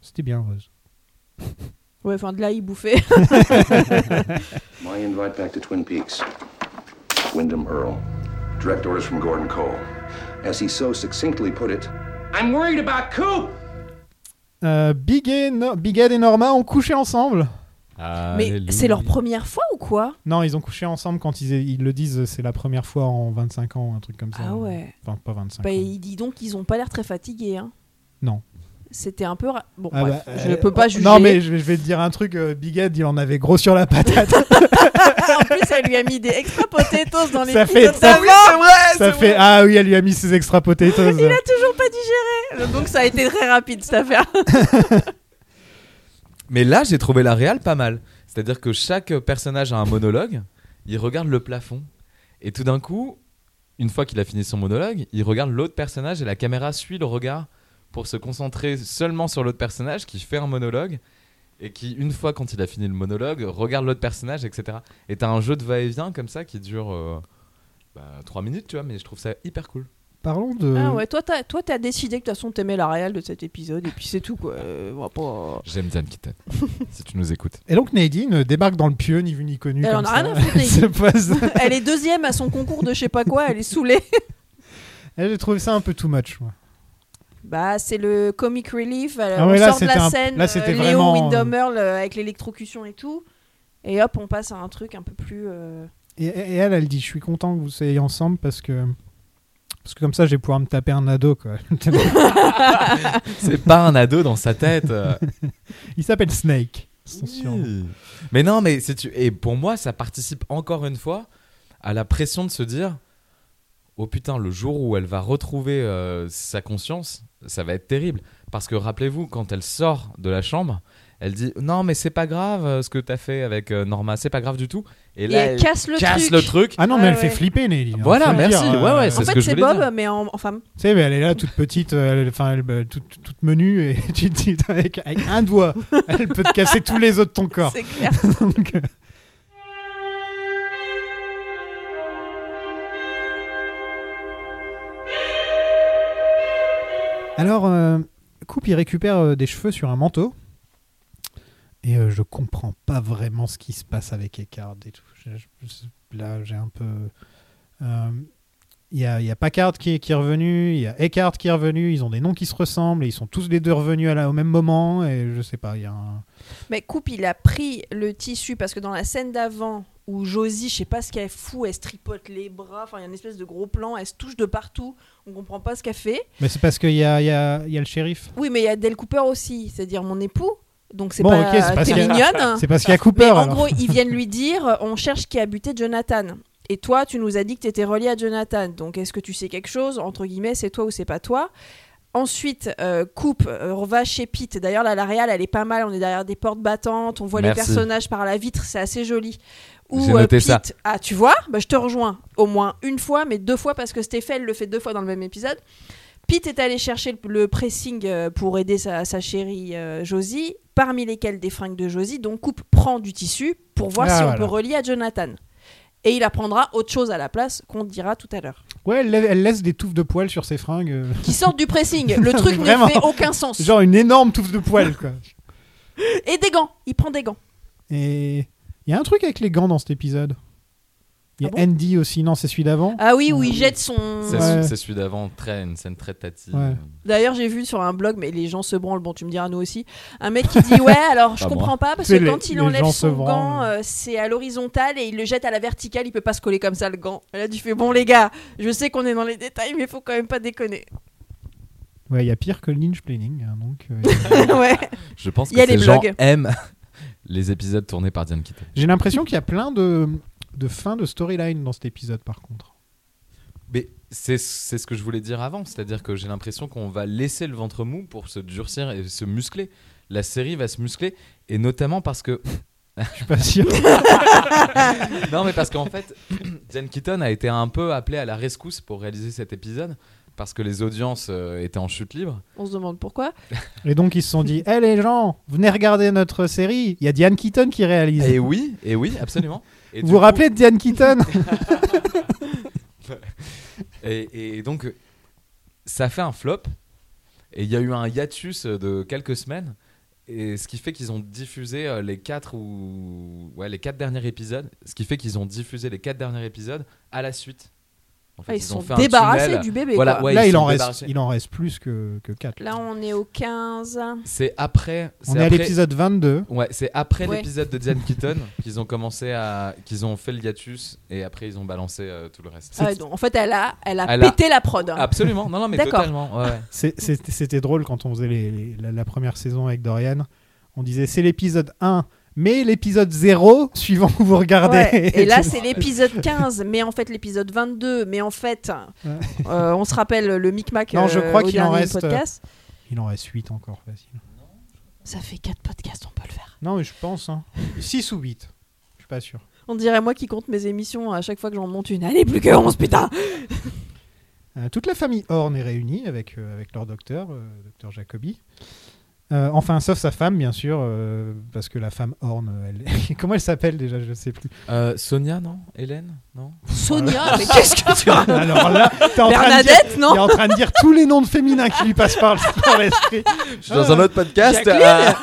S3: c'était bien Rose.
S4: Ouais, enfin, de là, il
S3: *laughs*
S4: bouffait.
S8: My invite back to Twin Peaks. Wyndham Earl. Direct orders from Gordon Cole. As he so succinctly put it, I'm worried about Coop!
S3: Euh, Big, et No- Big Ed et Norma ont couché ensemble.
S4: mais
S5: Alléluia.
S4: c'est leur première fois ou quoi
S3: Non, ils ont couché ensemble quand ils, ils le disent, c'est la première fois en 25 ans, un truc comme ça.
S4: Ah ouais.
S3: Enfin, pas 25
S4: Bah,
S3: ans.
S4: il dit donc qu'ils ont pas l'air très fatigués, hein.
S3: Non.
S4: C'était un peu. ra- Bon,
S3: Ah
S4: bref,
S3: bah,
S4: je
S3: euh,
S4: ne peux pas juger.
S3: Non, mais je vais, je vais te dire un truc, euh, Big Ed, il en avait gros sur la patate.
S4: en plus, elle lui a mis des extra potatoes dans les
S3: Ça fait- ça fait- ça fait Ah oui, elle lui a mis ses extra potatoes.
S4: *laughs* Il a toujours pas digéré. Donc, ça a été très rapide cette affaire.
S5: Mais là, j'ai trouvé la réal pas mal. C'est-à-dire que chaque personnage a un monologue, il regarde le plafond. Et tout d'un coup, une fois qu'il a fini son monologue, il regarde l'autre personnage et la caméra suit le regard pour se concentrer seulement sur l'autre personnage qui fait un monologue et qui, une fois quand il a fini le monologue, regarde l'autre personnage, etc. Et t'as un jeu de va-et-vient comme ça qui dure euh, bah, 3 minutes, tu vois, mais je trouve ça hyper cool.
S3: Parlons de.
S4: Ah ouais, toi, t'as, toi, t'as décidé que de toute façon, t'aimais la réelle de cet épisode, et puis c'est tout, quoi. Euh, on va pas-
S5: J'aime Dan Keaton, *laughs* si tu nous écoutes.
S3: Et donc, Nadine euh, débarque dans le pieu, ni vu ni connu.
S4: Elle
S3: comme
S4: en
S3: ça.
S4: a rien
S3: *laughs*
S4: à foutre,
S3: Elle se pose-
S4: *laughs* Elle est deuxième à son concours de je sais pas quoi, elle est saoulée.
S3: Eh, J'ai trouvé ça un peu too much, moi.
S4: Bah, c'est le comic relief. euh,
S3: Ah
S4: on
S3: ouais, là,
S4: sort de la
S3: c'était un-
S4: scène,
S3: là,
S4: euh,
S3: c'était
S4: Léo
S3: vraiment, euh,
S4: Windermere le- avec l'électrocution et tout. Et hop, on passe à un truc un peu plus. euh,
S3: Et, et elle, elle dit Je suis content que vous soyez ensemble parce que. Parce que comme ça, je vais pouvoir me taper un ado. Quoi. *laughs*
S5: C'est pas un ado dans sa tête. euh.
S3: Il s'appelle Snake. c'est son
S5: Oui.
S3: surnom.
S5: Mais non, mais c'est tu et pour moi ça participe encore une fois à la pression de se dire oh putain le jour où elle va retrouver euh, sa conscience ça va être terrible parce que rappelez-vous quand elle sort de la chambre elle dit non mais c'est pas grave euh, ce que t'as fait avec euh, Norma c'est pas grave du tout et
S4: Et,
S5: là
S4: elle
S5: elle
S4: casse le
S5: casse
S4: truc.
S5: le truc
S3: Ah non, mais
S4: Ouais,
S3: elle fait
S4: ouais.
S3: flipper, Nelly. hein,
S5: Voilà,
S3: faut le
S5: merci.
S3: dire,
S5: Ouais, ouais,
S4: En
S5: c'est ce
S4: fait,
S5: que je
S4: c'est
S5: voulais
S4: Bob,
S5: dire.
S4: mais en, en femme.
S3: Tu sais, mais elle est là toute petite, euh, elle- enfin, elle, bah, toute, toute menue, et *laughs* tu te dis, avec, avec un doigt, elle peut te casser tous les os de ton corps.
S4: C'est clair.
S3: *laughs* Donc, euh, Alors, euh, Coupe, il récupère euh, des cheveux sur un manteau. Et euh, je comprends pas vraiment ce qui se passe avec Eckhart et tout. Je- je- je- là, j'ai un peu. euh, Il y, a, il y a Packard qui, qui est revenu, il y a Eckhart qui est revenu, ils ont des noms qui se ressemblent et ils sont tous les deux revenus à la- au même moment. Et je sais pas, il y a un.
S4: Mais Coupe, il a pris le tissu parce que dans la scène d'avant où Josie, je sais pas ce qu'elle fout, elle se tripote les bras, enfin il y a une espèce de gros plan, elle se touche de partout, on comprend pas ce qu'elle fait.
S3: Mais c'est parce qu'il y a, il y a- il y a le shérif.
S4: Oui, mais il y a Del Cooper aussi, c'est-à-dire mon époux. Donc c'est
S3: Bon,
S4: pas,
S3: ok, c'est parce
S4: t'es
S3: qu'il y a-
S4: mignonne.
S3: *laughs*
S4: hein.
S3: C'est parce qu'il y a Cooper.
S4: Mais en
S3: alors.
S4: gros, ils viennent lui dire euh, on cherche qui a buté Jonathan. Et toi, tu nous as dit que tu étais relié à Jonathan. Donc, est-ce que tu sais quelque chose Entre guillemets, c'est toi ou c'est pas toi Ensuite, euh, coupe, euh, on va chez Pete. D'ailleurs, là, la réal, elle est pas mal. On est derrière des portes battantes, on voit les
S5: Merci.
S4: personnages par la vitre, c'est assez joli. Ou
S5: J'ai noté
S4: Pete,
S5: ça.
S4: ah, tu vois bah, Je te rejoins au moins une fois, mais deux fois parce que Stéphane le fait deux fois dans le même épisode. Pete est allé chercher le, le pressing euh, pour aider sa, sa chérie euh, Josie, parmi lesquels des fringues de Josie. Donc Coupe prend du tissu pour voir
S3: Ah,
S4: si
S3: voilà.
S4: on peut relier à Jonathan. Et il apprendra autre chose à la place qu'on dira tout à l'heure.
S3: Ouais, elle, la- elle laisse des touffes de poils sur ses fringues. euh,
S4: Qui sortent du pressing.
S3: *laughs*
S4: Le truc
S3: Mais
S4: ne
S3: vraiment.
S4: fait aucun sens.
S3: genre une énorme touffe de poils, quoi.
S4: Et des gants. Il prend des gants.
S3: Et il y a un truc avec les gants dans cet épisode. Il y a
S4: Ah bon
S3: Andy aussi, non, c'est celui d'avant.
S4: Ah oui, où il
S3: Ouais.
S4: jette son.
S5: c'est
S3: Ouais.
S5: c'est celui d'avant très une scène très tative
S3: Ouais.
S4: D'ailleurs, j'ai vu sur un blog, mais les gens se branlent. Bon, tu me diras nous aussi. Un mec qui
S5: *laughs*
S4: dit ouais, alors je
S5: Pas moi.
S4: comprends pas parce
S3: C'est
S4: que
S3: les-
S4: quand il
S3: les
S4: enlève
S3: gens se
S4: son
S3: branlent.
S4: gant, euh, c'est à l'horizontale et il le jette à la verticale. Il peut pas se coller comme ça le gant. Et là, tu fais bon les gars, je sais qu'on est dans les détails, mais faut quand même pas
S5: *laughs*
S4: déconner.
S3: Ouais, il y a pire que Lynch Planning. hein, donc, euh, *laughs*
S4: ouais.
S5: je pense
S4: Il y a
S5: que ces
S4: les
S5: gens
S4: blogs.
S5: aiment *laughs* les épisodes tournés par Diane Keaton
S3: J'ai l'impression qu'il y a plein de, de fins de storyline dans cet épisode, par contre.
S5: Mais c'est c'est ce que je voulais dire avant, c'est-à-dire que j'ai l'impression qu'on va laisser le ventre mou pour se durcir et se muscler. La série va se muscler, et notamment parce que. *laughs*
S3: Je suis pas sûr.
S5: Non, mais parce qu'en fait, *clears throat* Jen Keaton a été un peu appelé à la rescousse pour réaliser cet épisode, parce que les audiences euh, étaient en chute libre.
S4: On se demande pourquoi.
S3: Et donc, ils se sont dit Hé les gens, venez regarder notre série. Il y a Diane Keaton qui réalise.
S5: Et Eh oui, et oui, absolument. Et
S3: vous
S5: du
S3: vous
S5: coup-
S3: rappelez de Diane Keaton
S5: et, et donc, ça fait un flop. Et il y a eu un hiatus de quelques semaines. Et ce qui fait qu'ils ont diffusé euh, les quatre ou ouais les quatre derniers épisodes. Ce qui fait qu'ils ont diffusé les quatre derniers épisodes à la suite. En fait,
S4: Ah, ils se sont
S5: ont fait un
S4: débarrassés
S5: tunnel.
S4: du bébé.
S5: Voilà,
S4: quoi.
S5: ouais,
S3: Là,
S5: ils
S3: il
S5: sont
S3: en, reste,
S5: débarrassés.
S3: il en reste plus que, que 4.
S4: Là, on est au 15.
S5: C'est après.
S3: on
S5: c'est
S3: est à
S5: après-
S3: l'épisode 22.
S5: Ouais, c'est après
S4: Ouais.
S5: l'épisode
S4: *laughs*
S5: de Diane Keaton qu'ils ont commencé à qu'ils ont fait le hiatus et après ils ont balancé euh, tout le reste.
S4: Ah ouais, donc, en fait, elle a, elle a
S5: Elle a-
S4: pété la prod. hein.
S5: Absolument, non non mais
S4: D'accord.
S5: totalement. ouais, ouais.
S3: C'est- C'était c'était drôle quand on faisait les- les- la, la première saison avec Dorian. On disait c'est l'épisode 1, mais l'épisode 0 *laughs* suivant où vous regardez. *laughs*
S4: Ouais, Et là,
S3: tout.
S4: c'est l'épisode 15, mais en fait, l'épisode 22, mais en fait,
S3: Ouais.
S4: euh, on se rappelle le micmac
S3: Non, je
S4: euh,
S3: crois
S4: au
S3: qu'il en
S4: dernier
S3: reste,
S4: podcast.
S3: Il en reste 8 encore facile.
S4: Ça fait 4 podcasts, on peut le faire.
S3: Non, mais je pense. 6 ou 8. Je suis pas sûr.
S4: On dirait moi qui compte mes émissions à chaque fois que j'en monte une. Allez, plus que 11, putain
S3: Euh, toute la famille Horn est réunie avec, euh, avec leur docteur, euh, docteur Jacobi. Euh, enfin, sauf sa femme, bien sûr, euh, parce que la femme Horn, euh, elle- *laughs* comment elle s'appelle déjà, je ne sais
S4: *laughs*
S3: plus.
S5: Euh, Sonia non, Hélène non.
S4: Sonia, mais qu'est-ce
S3: *laughs*
S4: que tu as
S3: Alors là, t'es en train de dire-
S4: Bernadette, non
S3: Il est en train de dire tous les noms de féminins qui lui passent par par l'esprit.
S5: Je suis dans un autre podcast. Ah.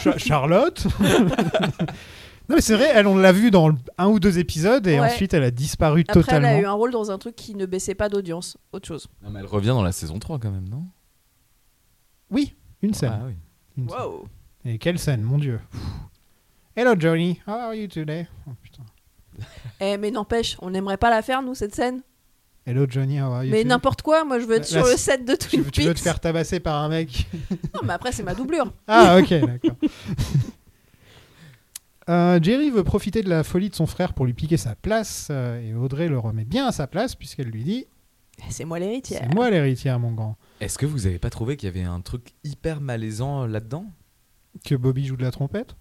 S3: Cha- Charlotte. non, mais c'est vrai, elle, on l'a vu dans le- un ou deux épisodes et
S4: Ouais.
S3: ensuite elle a disparu
S4: Après,
S3: totalement.
S4: elle a eu un rôle dans un truc qui ne baissait pas d'audience. Autre chose.
S5: elle revient dans la saison 3 quand même, non
S3: Oui, une scène.
S5: Ah oui.
S3: Une scène.
S4: Wow.
S3: Et quelle scène, mon dieu. Pfff. Hello Johnny, how are you today? Oh, putain.
S4: Eh, mais n'empêche, on n'aimerait pas la faire, nous, cette scène.
S3: Hello Johnny, how are you
S4: Mais
S3: today?
S4: n'importe quoi, moi, je veux être
S3: La-
S4: sur
S3: la-
S4: le set de
S3: Tu,
S4: Twin
S3: veux- tu veux te
S4: Peaks.
S3: faire tabasser par un mec
S4: Non, mais après, c'est ma doublure.
S3: Ah ok,
S4: *laughs*
S3: d'accord. Euh, Jerry veut profiter de la folie de son frère pour lui piquer sa place euh, et Audrey le remet bien à sa place puisqu'elle lui dit
S4: Eh, C'est moi l'héritière.
S3: C'est moi l'héritière, mon grand.
S5: Est-ce que vous avez pas trouvé qu'il y avait un truc hyper malaisant euh, là-dedans
S3: Que Bobby joue de la trompette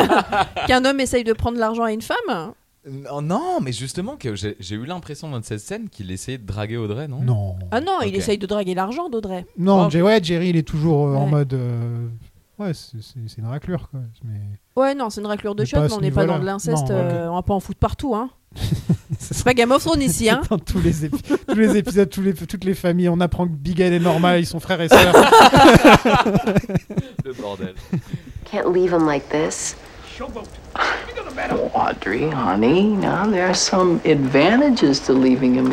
S4: *laughs* Qu'un homme essaye de prendre l'argent à une femme
S5: non, non, mais justement que j'ai j'ai eu l'impression dans cette scène qu'il essayait de draguer Audrey, non
S3: Non.
S4: Ah non, il
S5: Ok.
S4: essaye de draguer l'argent d'Audrey.
S3: Non,
S5: Oh.
S3: Jer- ouais, Jerry, il est toujours euh, en
S4: Ouais.
S3: mode. euh, Ouais, c'est- c'est c'est une raclure, quoi. Mais...
S4: *laughs* Ouais, non, c'est une raclure de
S3: Mais
S4: chiottes,
S3: pas à
S4: mais on
S3: ce
S4: n'est pas dans
S3: niveau-là.
S4: de l'inceste,
S3: Non, ok.
S4: euh, on va pas en foutre partout, hein.
S3: *laughs*
S4: c'est pas Game of Thrones ici, hein.
S3: Dans tous les, épi- tous les épisodes, tous les, toutes les familles, on apprend que Bigel et Norma, ils sont frères et
S4: *laughs*
S3: sœurs.
S5: Le bordel.
S10: Can't leave him like this. *sighs* Audrey, honey, now there are some advantages to leaving him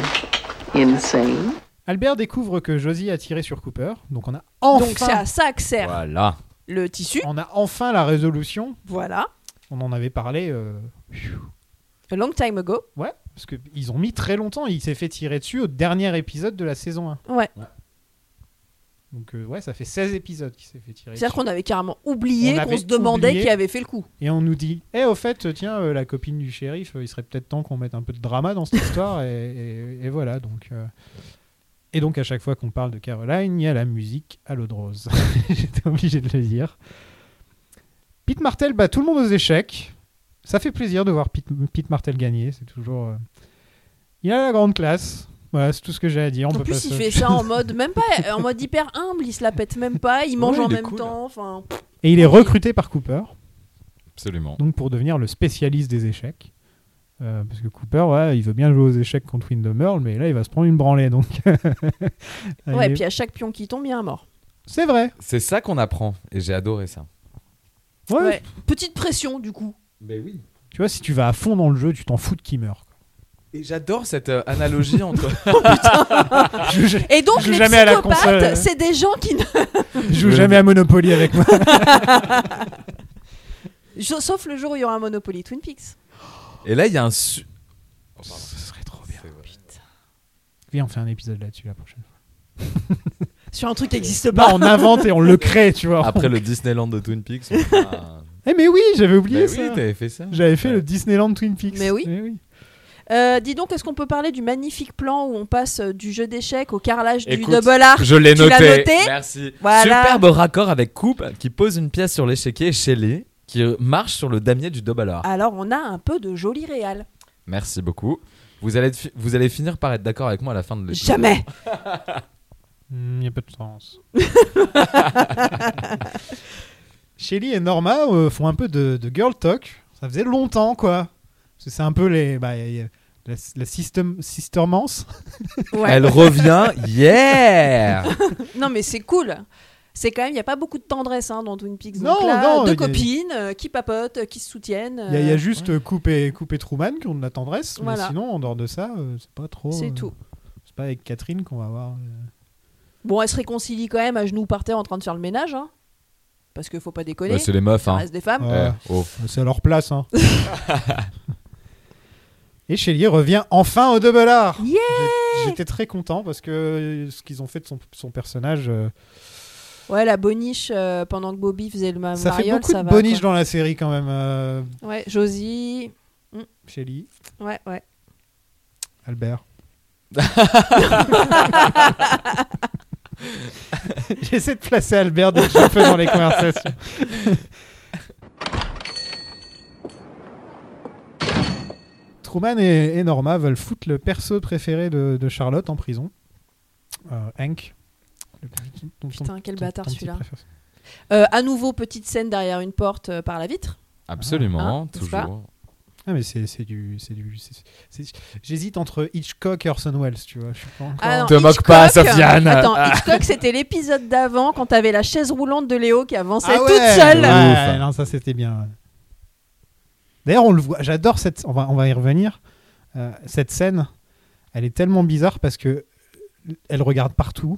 S10: insane.
S3: Albert découvre que Josie a tiré sur Cooper, donc on a
S4: Donc c'est
S3: enfin,
S4: à ça que sert
S5: Voilà.
S4: le tissu,
S3: on a enfin la résolution.
S4: voilà,
S3: On en avait parlé. euh,
S4: a long time ago.
S3: Ouais, parce qu'ils ont mis très longtemps. Il s'est fait tirer dessus au dernier épisode de la saison 1.
S4: Ouais,
S3: Donc, euh, ouais, ça fait 16 épisodes qu'il s'est fait tirer dessus.
S4: c'est-à-dire qu'on avait carrément
S3: On
S4: oublié
S3: avait
S4: qu'on se demandait
S3: oublié.
S4: qui avait fait le coup.
S3: Et on nous dit Eh, au fait, tiens, euh, la copine du shérif, euh, il serait peut-être temps qu'on mette un peu de drama dans cette histoire. Et, et- et voilà, donc. euh. Et donc, à chaque fois qu'on parle de Caroline, il y a la musique à l'eau de rose. *laughs* J'étais obligé de le dire. Pete Martel bat tout le monde aux échecs. Ça fait plaisir de voir Pete, Pete Martel gagner. C'est toujours. euh, Il a la grande classe. Voilà, c'est tout ce que j'ai à dire. On
S4: en
S3: peut pas
S4: plus, il
S3: se- *laughs*
S4: fait ça en mode même pas, euh, en mode hyper humble, il se la pète même pas, il mange
S5: Ouais,
S4: en
S5: il est
S4: même
S5: cool.
S4: temps,
S3: hein.
S4: enfin.
S3: Et il est recruté par Cooper.
S5: Absolument.
S3: donc pour devenir le spécialiste des échecs. Euh, parce que Cooper, ouais, il veut bien jouer aux échecs contre Wyndham Earl, mais là, il va se prendre une branlée. Donc, *laughs* Il
S4: Ouais,
S3: est-
S4: puis à chaque pion qui tombe, il y a un mort.
S3: c'est vrai.
S5: C'est ça qu'on apprend et j'ai adoré ça.
S3: Ouais.
S4: Ouais. Petite pression du coup.
S5: Mais Ben oui.
S3: Tu vois, si tu vas à fond dans le jeu, tu t'en fous de qui meurt. quoi.
S5: Et j'adore cette euh, *laughs* analogie entre
S4: Ah.
S3: Je
S5: *laughs*
S3: je-
S4: Et donc
S3: Je joue
S4: les
S3: jamais à la console, hein.
S4: psychopathes, c'est des gens qui ne...
S3: je joue jamais à Monopoly avec moi. *laughs*
S4: sauf le jour où il y aura un Monopoly Twin Peaks.
S5: Et là, il y a un. su- Oh,
S3: Ce serait trop bien. Viens, on fait un épisode là-dessus la prochaine fois.
S4: Sur un truc qui n'existe
S3: Bah,
S4: pas.
S3: on invente et on le crée, tu vois.
S5: Après le Disneyland de Twin Peaks. *laughs* on fera un-
S3: Eh, mais oui, j'avais
S5: Bah
S3: oublié
S5: oui,
S3: ça.
S5: t'avais fait ça.
S3: j'avais fait
S5: Ouais.
S3: le Disneyland Twin Peaks.
S4: Mais oui.
S3: Eh oui.
S4: Euh, dis donc, est-ce qu'on peut parler du magnifique plan où on passe euh, du jeu d'échecs au carrelage du
S5: Écoute,
S4: double art
S5: Je l'ai
S4: Ah, Tu
S5: noté.
S4: l'as noté
S5: Merci.
S4: Voilà.
S5: Superbe raccord avec Coupe qui pose une pièce sur l'échiquier et Shelley qui marche sur le damier du Dobalar.
S4: Alors on a un peu de joli réal.
S5: Merci beaucoup. Vous allez, être fi- vous allez finir par être d'accord avec moi à la fin de l'épisode.
S4: Jamais
S5: *laughs*
S3: Il n'y Hmm, a pas de sens. *laughs* Shelly et Norma euh, font un peu de, de girl talk. Ça faisait longtemps, quoi. Parce que C'est un peu les, bah, y a- la, la system, sistermance.
S4: ouais.
S5: Elle revient. Yeah
S4: Non mais c'est cool c'est quand même, il n'y a pas beaucoup de tendresse hein, dans Twin Peaks.
S3: Non,
S4: donc là,
S3: non,
S4: deux
S3: y a-
S4: copines euh, qui papotent, euh, qui se soutiennent.
S3: Il y, a- il y a
S4: euh,
S3: juste euh, Coupe, et, Coupe et Truman qui ont de la tendresse.
S4: Voilà.
S3: Mais sinon, en dehors de ça, euh, c'est pas trop.
S4: C'est
S3: euh,
S4: tout.
S3: C'est pas avec Catherine qu'on va avoir. euh.
S4: Bon, elles se réconcilient quand même à genoux par terre en train de faire le ménage. hein. Parce qu'il faut pas déconner,
S5: Bah, C'est les meufs,
S4: ça
S5: hein.
S4: reste des femmes.
S3: Ouais.
S5: Euh, oh.
S3: C'est à leur place.
S4: *laughs*
S3: Hein. et Shelly revient enfin au double art.
S4: Yeah
S3: J'ai- J'étais très content parce que euh, ce qu'ils ont fait de son, son personnage. euh,
S4: Ouais, la boniche euh, pendant que Bobby faisait le ma
S3: Ça fait
S4: mariole,
S3: beaucoup
S4: Ah, ça
S3: de
S4: va,
S3: boniches
S4: quoi.
S3: dans la série quand même. euh,
S4: Ouais, Josie.
S3: Shelley,
S4: Ouais,
S3: *laughs*
S4: ouais.
S3: Albert. *laughs* J'essaie de placer Albert dès que je peux dans les conversations. *laughs* Truman et, et Norma veulent foutre le perso préféré de, de Charlotte en prison. Euh, Hank. Le- ton- ton-
S4: Putain, quel
S3: ton-
S4: bâtard
S3: ton petit
S4: celui-là.
S3: préféré.
S4: Euh, à nouveau, petite scène derrière une porte euh, par la vitre.
S5: Absolument,
S4: Hein, n'est-ce pas
S5: toujours.
S3: Ah, mais c'est c'est du. c'est du c'est- c'est- J'hésite entre Hitchcock et Orson Welles, tu vois. Je suis pas encore-
S4: Ah non,
S5: Te moque pas, Sofiane.
S4: Attends, Hitchcock, c'était l'épisode d'avant quand t'avais la chaise roulante de Léo qui avançait
S3: Ah
S4: toute
S3: ouais,
S4: seule.
S3: ouais,
S5: De ouf.
S3: non, ça c'était bien. ouais. D'ailleurs, on le voit. J'adore cette. On va, on va y revenir. Euh, cette scène, elle est tellement bizarre parce que elle regarde euh, partout.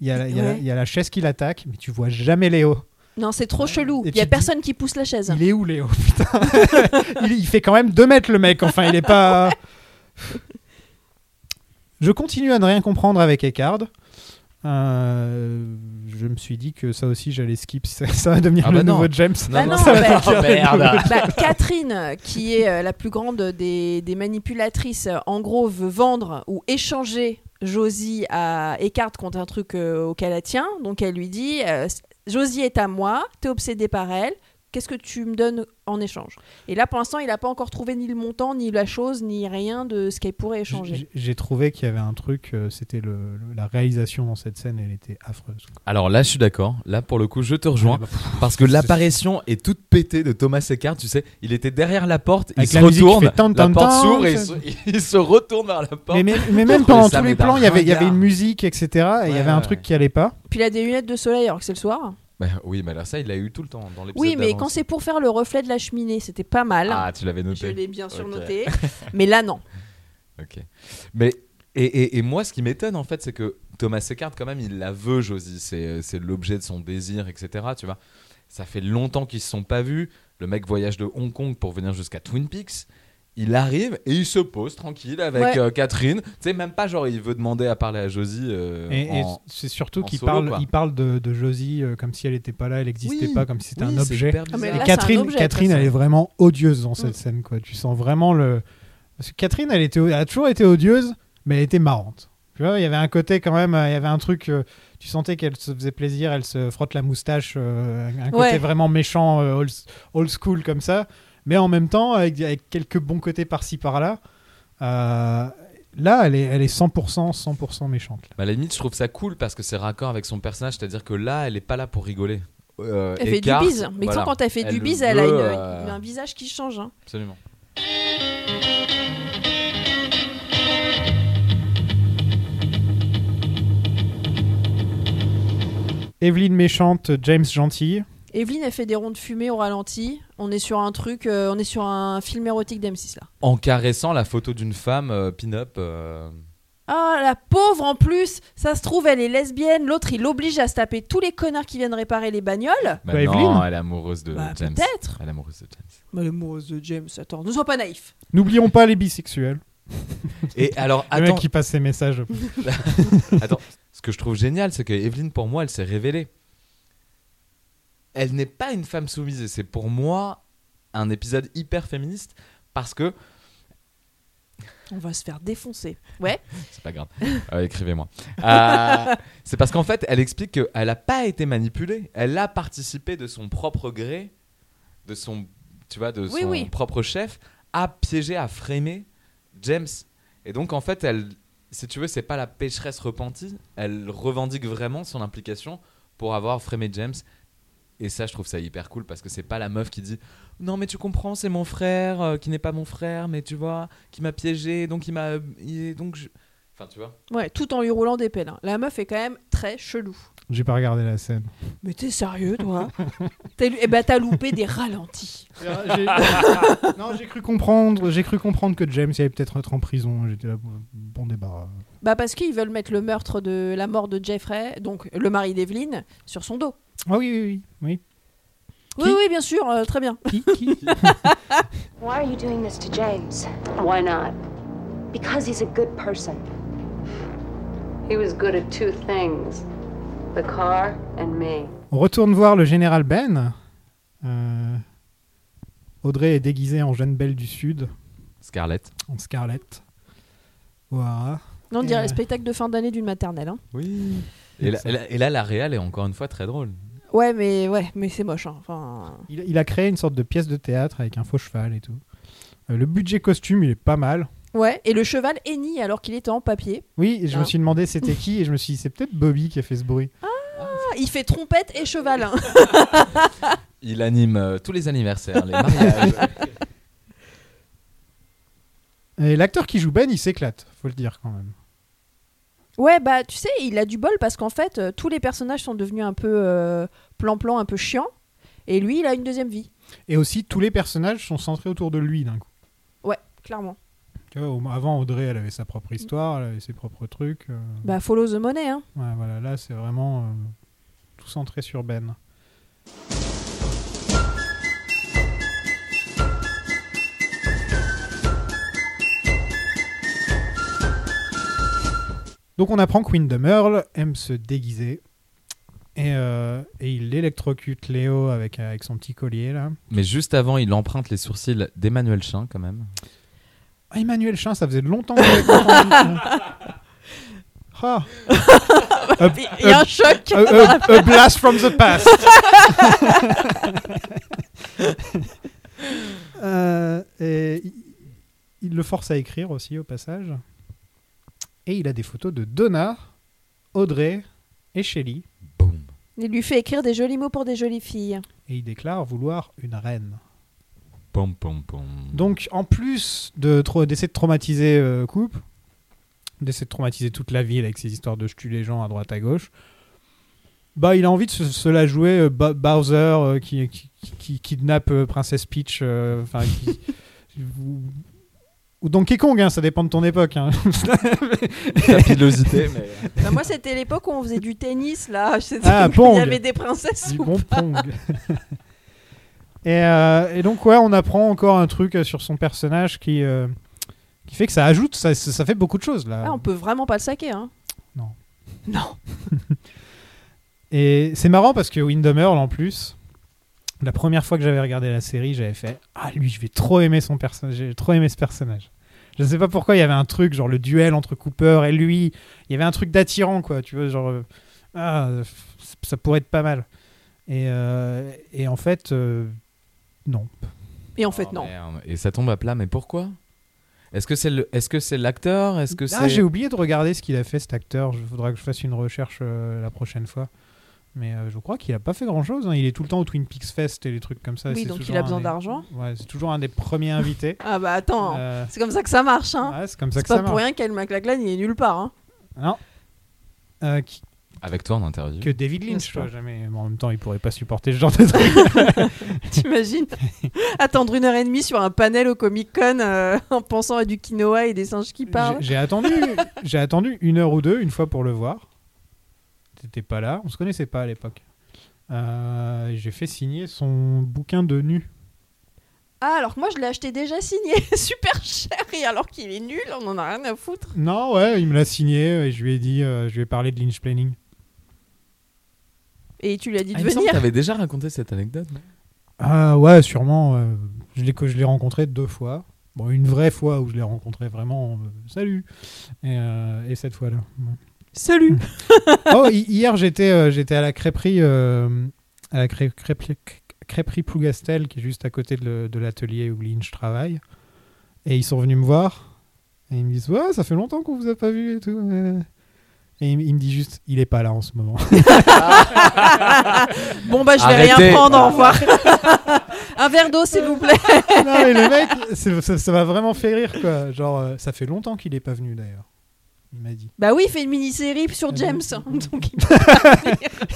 S3: il y, a la- il y a la-
S4: Ouais.
S3: il y a la chaise qui l'attaque, mais tu vois jamais Léo.
S4: Non, c'est trop chelou.
S3: Et
S4: Il y a
S3: tu
S4: personne qui pousse la chaise.
S3: Il est où Léo Putain. *laughs* il, il fait quand même 2 mètres le mec, enfin il est pas... Je continue à ne rien comprendre avec Eckhard. Euh, je me suis dit que ça aussi j'allais skip, ça, ça va devenir
S5: Ah
S3: le
S5: bah non.
S3: nouveau James.
S4: Bah non,
S3: Ça va
S4: bah-
S3: devenir le nouveau
S5: merde.
S4: Bah, Catherine, euh, qui est euh, la plus grande des, des manipulatrices, euh, en gros veut vendre ou échanger Josie à Eckhart contre un truc euh, auquel elle tient. Donc elle lui dit euh, Josie est à moi, t'es obsédée par elle, qu'est-ce que tu me donnes en échange Et là pour l'instant, il n'a pas encore trouvé ni le montant, ni la chose, ni rien de ce qu'elle pourrait échanger.
S3: J- J'ai trouvé qu'il y avait un truc, euh, c'était le- le- la réalisation dans cette scène, elle était affreuse.
S5: Alors là, je suis d'accord. Là, pour le coup, je te rejoins.
S3: Ouais, bah, pff,
S5: Parce que
S3: c'est-
S5: l'apparition est toute pétée de Thomas Eckhart, tu sais, il était derrière la porte, il
S3: Avec
S5: se
S3: la musique qui
S5: retourne,
S3: fait tan,
S5: la
S3: tan,
S5: porte
S3: tan,
S5: s'ouvre et il
S3: ça.
S5: se, *laughs* il se retourne vers la porte.
S3: Mais, mais- mais
S5: *laughs*
S3: même
S5: Je
S3: pendant
S5: trouvais ça,
S3: tous les
S5: mais d'un
S3: plans, il y avait il y avait
S5: ringard.
S3: une musique, etc. Et il y
S5: Ouais,
S3: avait un
S5: ouais,
S3: truc
S5: ouais.
S3: qui allait pas.
S4: Puis il a des lunettes de soleil alors que c'est le soir.
S5: Bah oui, mais là, ça, il l'a eu tout le temps dans l'épisode.
S4: Oui, mais
S5: d'avant.
S4: quand c'est pour faire le reflet de la cheminée, c'était pas mal.
S5: Ah, tu l'avais
S4: Je
S5: noté.
S4: l'ai bien sûr
S5: Ok. *laughs*
S4: noté. mais là, non.
S5: Ok. Mais et, et- et moi, ce qui m'étonne en fait, c'est que Thomas Eckhart, quand même, il la veut, Josie. C'est c'est l'objet de son désir, etc. Tu vois, ça fait longtemps qu'ils se sont pas vus. Le mec voyage de Hong Kong pour venir jusqu'à Twin Peaks. Il arrive et il se pose tranquille avec
S4: Ouais.
S5: euh, Catherine. Tu sais, même pas genre il veut demander à parler à Josie. euh,
S3: Et, et
S5: en-
S3: c'est surtout
S5: en
S3: qu'il
S5: solo,
S3: parle,
S5: quoi.
S3: il parle de, de Josie euh, comme si elle n'était pas là, elle n'existait
S5: Oui,
S3: pas, comme si c'était
S5: oui,
S3: un
S5: c'est
S3: objet.
S5: hyper
S4: Ah, mais
S5: bizarre.
S3: Et
S4: Là, c'est un
S3: Catherine,
S4: objet,
S3: Catherine
S4: de toute
S3: elle est vraiment odieuse dans cette
S4: Mm.
S3: scène. Quoi. Tu sens vraiment le. Parce que Catherine, elle, était, elle a toujours été odieuse, mais elle était marrante. Tu vois, il y avait un côté quand même, euh, il y avait un truc. euh, tu sentais qu'elle se faisait plaisir, elle se frotte la moustache, euh, un côté
S4: Ouais.
S3: vraiment méchant, euh, old, old school comme ça. Mais en même temps, avec, avec quelques bons côtés par-ci par-là. euh, là, elle est, elle est 100%, 100% méchante.
S5: Bah, à la limite, je trouve ça cool parce que c'est raccord avec son personnage, c'est-à-dire que là, elle est pas là pour rigoler. Euh,
S4: Elle fait
S5: Eckhart,
S4: du bise. Mais tu
S5: voilà.
S4: sais, quand elle fait
S5: Elle
S4: du
S5: le
S4: bise, elle a
S5: veut,
S4: une-
S5: euh,
S4: une- un visage qui change. hein.
S5: Absolument.
S3: Evelyne méchante, James gentil.
S4: Evelyne, elle fait des ronds de fumée au ralenti. On est sur un truc, euh, on est sur un film érotique d'M6 là.
S5: en caressant la photo d'une femme euh, pin-up. euh,
S4: Ah, la pauvre en plus Ça se trouve, elle est lesbienne. L'autre, il l'oblige à se taper tous les connards qui viennent réparer les bagnoles.
S5: bah
S3: Bah,
S5: non,
S3: Evelyne.
S5: elle est amoureuse de
S4: Bah,
S5: James.
S4: peut-être.
S5: Elle est amoureuse de
S4: *laughs*
S5: James.
S4: Mais amoureuse de James, attends, ne sois pas naïf.
S3: N'oublions pas les bisexuels.
S5: Et alors,
S3: Le
S5: attends,
S3: mec qui passe ses messages.
S5: attends, ce que je trouve génial, c'est que Evelyne, pour moi, elle s'est révélée. Elle n'est pas une femme soumise, et c'est pour moi un épisode hyper féministe parce que.
S4: On va se faire défoncer. Ouais,
S5: C'est pas grave, Euh, écrivez-moi. Euh, c'est parce qu'en fait, elle explique qu'elle n'a pas été manipulée, elle a participé de son propre gré, de son, tu vois, de
S4: Oui,
S5: son
S4: oui.
S5: propre chef, à piéger, à framer James. Et donc, en fait, elle, si tu veux, c'est pas la pécheresse repentie, elle revendique vraiment son implication pour avoir frémé James. Et ça, je trouve ça hyper cool parce que c'est pas la meuf qui dit non mais tu comprends, c'est mon frère euh, qui n'est pas mon frère, mais tu vois, qui m'a piégé, donc il m'a, il- donc je- enfin tu vois.
S4: ouais, tout en lui roulant des pelles. hein. La meuf est quand même très chelou.
S3: J'ai pas regardé la scène.
S4: Mais t'es sérieux, toi *laughs* T'as lu- Eh ben, t'as loupé des ralentis.
S3: non, j'ai *laughs* cru comprendre. J'ai cru comprendre que James allait peut-être être en prison. hein, J'étais là, bon débarras.
S4: Bah parce qu'ils veulent mettre le meurtre de la mort de Jeffrey, donc le mari d'Evelyne, sur son dos.
S3: Ah oui, oui, oui. oui.
S4: Oui, oui, bien sûr, euh, très bien.
S3: Qui, qui
S11: Why are you doing this to James?
S10: Why not?
S11: Because he's a good person.
S10: He was good at two things the car and me.
S3: On retourne voir le général Ben. Euh, Audrey est déguisée en jeune belle du Sud,
S5: Scarlett.
S3: en Scarlett. Voilà.
S4: Non, on dirait
S3: Euh.
S4: le spectacle de fin d'année d'une maternelle. hein.
S5: Oui. Et là, et là- et là, la réal est encore une fois très drôle.
S4: Ouais, mais ouais, mais c'est moche. hein. Enfin,
S3: Il, il a créé une sorte de pièce de théâtre avec un faux cheval et tout. Euh, le budget costume, il est pas mal.
S4: ouais. Et le cheval hennit alors qu'il était en papier.
S3: Oui, et je me
S4: Ah.
S3: suis demandé c'était qui et je me suis dit c'est peut-être Bobby qui a fait ce bruit.
S4: Ah, il fait trompette et cheval. hein.
S5: Il anime euh, tous les anniversaires, les *laughs* mariages.
S3: Et l'acteur qui joue Ben, il s'éclate, faut le dire quand même.
S4: *laughs* Ouais, bah tu sais, il a du bol parce qu'en fait, euh, tous les personnages sont devenus un peu euh, plan-plan, un peu chiant. Et lui, il a une deuxième vie,
S3: Et aussi tous les personnages sont centrés autour de lui d'un coup.
S4: clairement.
S3: Tu vois, au- avant, Audrey, elle avait sa propre histoire, elle avait ses propres trucs. euh.
S4: Bah, follow the money, hein.
S3: Ouais, voilà, là, c'est vraiment euh, tout centré sur Ben. Donc, on apprend que Windermere aime se déguiser. Et, euh, et il électrocute Léo avec, avec son petit collier, là.
S5: Mais juste avant, il emprunte les sourcils d'Emmanuel Chin, quand même.
S3: Ah, Emmanuel Chin, ça faisait longtemps que j'avais pas entendu ça. *laughs* Ah.
S4: Hop, Il y a un choc.
S3: A, a- a blast from the past. *laughs* Euh, et il, il le force à écrire aussi au passage. Et il a des photos de Donna, Audrey et Shelly.
S4: Il lui fait écrire des jolis mots pour des jolies filles. hein.
S3: Et il déclare vouloir une reine.
S5: Pom, pom, pom.
S3: Donc, en plus de tra- d'essayer de traumatiser euh, Coupe, d'essayer de traumatiser toute la ville avec ses histoires de je tue les gens à droite à gauche, bah il a envie de se, se la jouer euh, Ba- Bowser euh, qui, qui, qui kidnappe euh, Princesse Peach, euh, enfin qui- ou, ou Donkey Kong, hein, ça dépend de ton époque. Hein. *laughs*
S5: Ta *laughs* pilosité, mais-
S4: Bah, moi, c'était l'époque où on faisait du tennis, là. C'était-
S3: Ah,
S4: Il
S3: Pong.
S4: y avait des princesses
S3: Du
S4: ou
S3: bon
S4: pas.
S3: Pong. et, euh, et donc, ouais, on apprend encore un truc euh, sur son personnage qui, euh, qui fait que ça ajoute, ça, ça ça fait beaucoup de choses là.
S4: Ah, on peut vraiment pas le saquer, hein.
S3: Non.
S4: Non.
S3: Et c'est marrant parce que Windham Earl, en plus, la première fois que j'avais regardé la série, j'avais fait Ah, lui, je vais trop aimer son personnage. J'ai trop aimé ce personnage. Je sais pas pourquoi, il y avait un truc, genre le duel entre Cooper et lui. Il y avait un truc d'attirant, quoi. Tu vois, genre. euh, Ah, euh, ça pourrait être pas mal. Et, euh, et en fait, euh, non.
S4: Et en fait, non.
S5: Oh, Ah, Merde. Et ça tombe à plat, mais pourquoi Est-ce que c'est le... Est -ce est l'acteur Est-ce que
S3: Ah,
S5: c'est...
S3: j'ai oublié de regarder ce qu'il a fait, cet acteur. Il faudra que je fasse une recherche euh, la prochaine fois. Mais euh, je crois qu'il a pas fait grand-chose. hein. Il est tout le temps au Twin Peaks Fest et les trucs comme ça.
S4: Oui,
S3: C'est
S4: donc il
S3: toujours
S4: a
S3: un
S4: besoin
S3: des-
S4: d'argent.
S3: Ouais, c'est toujours un des premiers
S4: *laughs*
S3: invités.
S4: Ah bah attends,
S3: Euh,
S4: c'est comme ça que ça marche, hein.
S3: ouais, c'est comme ça que
S4: pas
S3: ça
S4: pour
S3: marche.
S4: rien qu'Elle McLachlan, il est nulle part, hein. *laughs*
S3: Non. Euh, qui-
S5: Avec toi en interview.
S3: que David
S4: Bien
S3: Lynch,
S4: sûr.
S3: toi, jamais. Mais en même temps, il pourrait pas supporter ce genre de
S4: *laughs*
S3: truc.
S4: T'imagines *laughs* Attendre une heure et demie sur un panel au Comic Con euh, en pensant à du quinoa et des singes qui parlent.
S3: J'ai- J'ai attendu, j'ai attendu une heure ou deux, une fois pour le voir. T'étais pas là, on se connaissait pas à l'époque. Euh, j'ai fait signer son bouquin de nu.
S4: Ah, alors que moi je l'ai acheté déjà signé, *laughs* super cher, et alors qu'il est nul, on en a rien à foutre.
S3: Non, ouais, il me l'a signé euh, et je lui ai dit, euh, je lui ai parlé de Lynch Planning.
S4: Et tu lui as dit
S5: Ah,
S4: de
S5: il me semble
S4: venir.
S5: que t'avais déjà raconté cette anecdote. *laughs* non
S3: Ah ouais, sûrement. euh, je l'ai, je l'ai rencontré deux fois. Bon, une vraie fois où je l'ai rencontré vraiment, euh, salut. Et, euh, et cette fois-là. ouais. *laughs*
S4: Salut
S3: oh, hi- hier, j'étais euh, j'étais à la crêperie, euh, à la crê- crêperie, crêperie Plougastel, qui est juste à côté de, le- de l'atelier où Lynch travaille. Et ils sont venus me voir. Et ils me disent Ouais, ça fait longtemps qu'on vous a pas vu et tout. euh. Et il, il me dit juste Il est pas là en ce moment.
S4: *laughs* Bon bah je vais
S5: Arrêtez. Ah.
S4: rien prendre, au revoir. *laughs* Un verre d'eau s'il vous plaît.
S3: non, mais le mec, c'est- ça ça m'a vraiment fait rire, quoi. Genre, euh, ça fait longtemps qu'il est pas venu d'ailleurs. Il m'a dit
S4: Bah oui, il fait une mini-série sur
S3: Euh,
S4: James. hein, *laughs* Donc il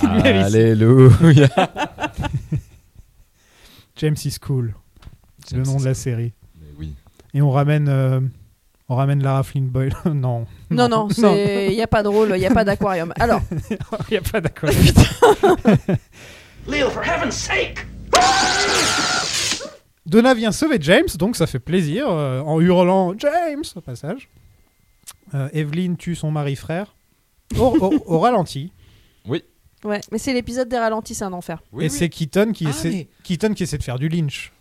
S5: Ah, Alléluia.
S3: James is cool, c'est le nom de la série.
S5: Mais oui.
S3: Et on ramène, euh, on ramène Lara Flynn Boyle. *laughs* non.
S4: Non, non,
S3: *laughs*
S4: il n'y a pas de rôle, il n'y a pas d'aquarium. Alors,
S3: Il n'y a pas
S4: *laughs*
S3: d'accord. *laughs*
S8: Leo, for heaven's sake!
S3: Donna vient sauver James, donc ça fait plaisir, euh, en hurlant James au passage. Euh, Evelyn tue son mari-frère au, au- au ralenti.
S4: ouais, mais c'est l'épisode des ralentis, c'est un enfer.
S5: Oui,
S3: et
S5: oui.
S3: c'est Keaton qui,
S5: Ah,
S3: essaie,
S5: mais-
S3: Keaton qui essaie de faire du lynch.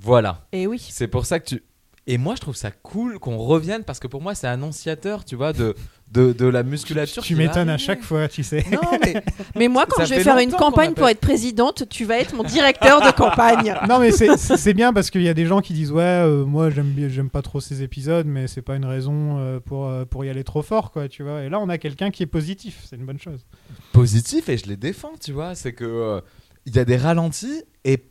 S5: Voilà.
S4: Et Eh oui.
S5: C'est pour ça que tu... Et moi, je trouve ça cool qu'on revienne parce que pour moi, c'est annonciateur, tu vois, de, de, de la musculature.
S3: Tu
S5: qui va
S3: m'étonnes à
S5: arriver.
S3: chaque fois, tu
S5: *laughs*
S3: sais.
S5: Non, mais
S4: Mais moi, quand
S5: Ça
S4: je vais
S5: fait
S4: faire une
S5: longtemps qu'on
S4: campagne
S5: appelle.
S4: pour être présidente, tu vas être mon directeur de
S5: *laughs*
S4: campagne.
S3: Non mais c'est- c'est c'est bien parce qu'il y a des gens qui disent ouais euh, moi j'aime bien- j'aime pas trop ces épisodes mais c'est pas une raison euh, pour euh, pour y aller trop fort quoi tu vois et là on a quelqu'un qui est positif c'est une bonne chose
S5: positif et je les défends, tu vois. C'est que euh, il y a des ralentis et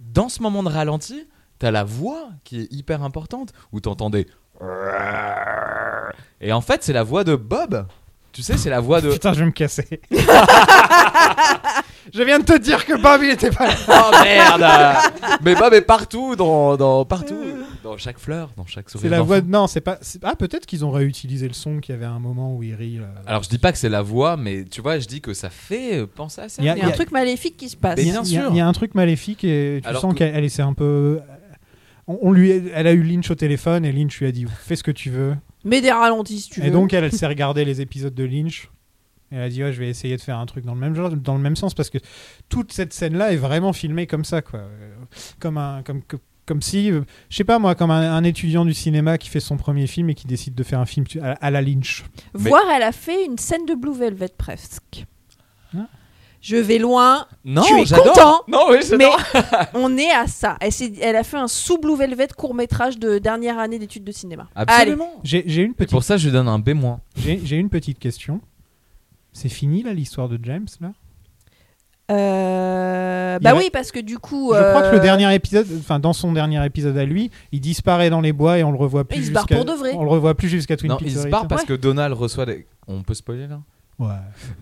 S5: dans ce moment de ralenti, t'as la voix qui est hyper importante où t'entendais et en fait c'est la voix de Bob. Tu sais, c'est la
S3: *laughs*
S5: voix de.
S3: putain je vais me casser je viens de te dire que Bob il était pas là
S5: Oh merde Mais Bob est partout dans, dans partout dans- dans chaque fleur, dans chaque sourire.
S3: C'est la
S5: d'enfant.
S3: voix. de- Non, c'est pas. c'est- Ah, peut-être qu'ils ont réutilisé le son qu'il y avait à un moment où il rit. là.
S5: Alors je dis pas que c'est la voix, mais tu vois, je dis que ça fait euh, penser à ça.
S4: Il y a, un truc maléfique qui se passe.
S5: Mais
S3: Il y a-
S5: bien
S3: il y a-
S5: sûr.
S3: Il y a un truc maléfique et tu
S5: Alors
S3: sens
S5: que-
S3: qu'elle elle essaie un peu. On, on lui, elle a eu Lynch au téléphone et Lynch lui a dit fais ce que tu veux.
S4: Mais des ralentis, si tu
S3: et
S4: veux.
S3: donc elle, elle s'est regardée les épisodes de Lynch. Et elle a dit ouais, je vais essayer de faire un truc dans le même genre, dans le même sens parce que toute cette scène là est vraiment filmée comme ça quoi, Euh, comme un comme que- comme si, euh, je sais pas moi, comme un, un étudiant du cinéma qui fait son premier film et qui décide de faire un film tu- à, à la Lynch.
S4: Voir, elle a fait une scène de Blue Velvet presque.
S5: Ah.
S3: Hein
S4: Je vais loin.
S5: Non,
S4: tu es
S5: j'adore.
S4: content.
S5: Non, oui,
S4: mais
S5: j'adore.
S4: on est à ça. Elle, s'est- elle a fait un sous Blue Velvet court métrage de dernière année d'études de cinéma.
S5: Absolument.
S3: J'ai j'ai une
S5: Et
S3: petite
S5: pour ça, je lui donne un B-.
S3: J'ai j'ai une petite question. C'est fini là l'histoire de James là
S4: Allez. Euh, Bah
S3: Il a-
S4: oui, parce que du coup.
S3: Je crois que le
S4: euh,
S3: dernier épisode, enfin dans son dernier épisode à lui, il disparaît dans les bois et on le revoit plus.
S4: Il se barre
S3: jusqu'à-
S4: pour de vrai.
S3: On le revoit plus jusqu'à Twin
S5: Non,
S3: Peaks.
S5: il se
S3: Origins.
S5: barre parce que Donald reçoit des. On peut spoiler là
S3: Ouais.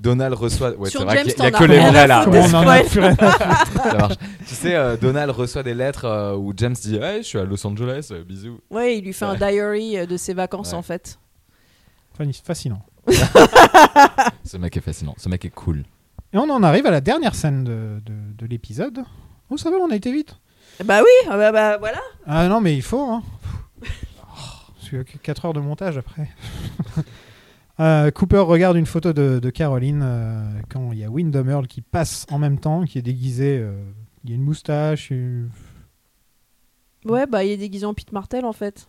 S5: Donald reçoit. Ouais,
S4: Sur
S5: c'est vrai
S4: James,
S5: qu'il y a- il y
S4: t'en
S5: a que
S4: as
S5: les
S4: rien à
S5: vrais là.
S4: foutre
S3: des Comment on en a spoils. plus rien à foutre.
S5: Ça marche. Tu sais, euh, Donald reçoit des lettres euh, où James dit Hey, je suis à Los Angeles, euh, bisous.
S4: Ouais, il lui fait un diary euh, de ses vacances
S5: Ouais.
S4: en fait.
S3: Enfin, fascinant.
S5: Ce mec est fascinant, ce mec est cool.
S3: Et on en arrive à la dernière scène de, de- de l'épisode. Oh ça va, on a été vite.
S4: Bah oui, ah bah, bah voilà.
S3: Ah non mais il faut. Hein. Parce qu'il y a que 4 heures de montage après. *laughs* Euh, Cooper regarde une photo de, de Caroline euh, quand il y a Windham Earl qui passe en même temps, qui est déguisé. euh, il y a une moustache, une-
S4: Ouais, bah il est déguisé en Pete Martel en fait.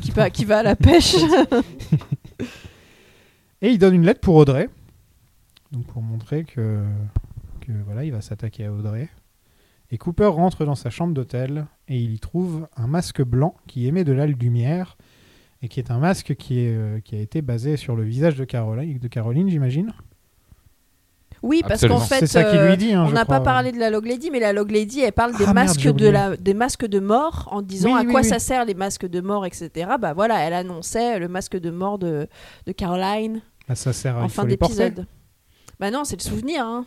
S4: Qui, va- qui va à la pêche. *laughs*
S3: Et il donne une lettre pour Audrey. Donc pour montrer que, que voilà, il va s'attaquer à Audrey. Et Cooper rentre dans sa chambre d'hôtel et il y trouve un masque blanc qui émet de la lumière et qui est un masque qui, est, euh, qui a été basé sur le visage de Caroline, de Caroline j'imagine.
S4: Oui, parce
S3: Absolument.
S4: qu'en fait,
S3: C'est ça qu'il
S4: euh,
S3: lui dit, hein,
S4: on
S3: je
S4: n'a
S3: crois,
S4: pas
S3: ouais.
S4: parlé de la Log Lady, mais la Log Lady, elle parle des,
S3: Ah, merde,
S4: masques
S3: j'ai
S4: de
S3: oublié.
S4: la, des masques de mort en disant
S3: Oui,
S4: à
S3: oui,
S4: quoi
S3: oui.
S4: ça sert les masques de mort, etc. Bah voilà, elle annonçait le masque de mort de, de Caroline
S3: Bah, ça sert
S4: en
S3: il
S4: fin
S3: faut les porter.
S4: d'épisode. Bah non, c'est le souvenir. hein.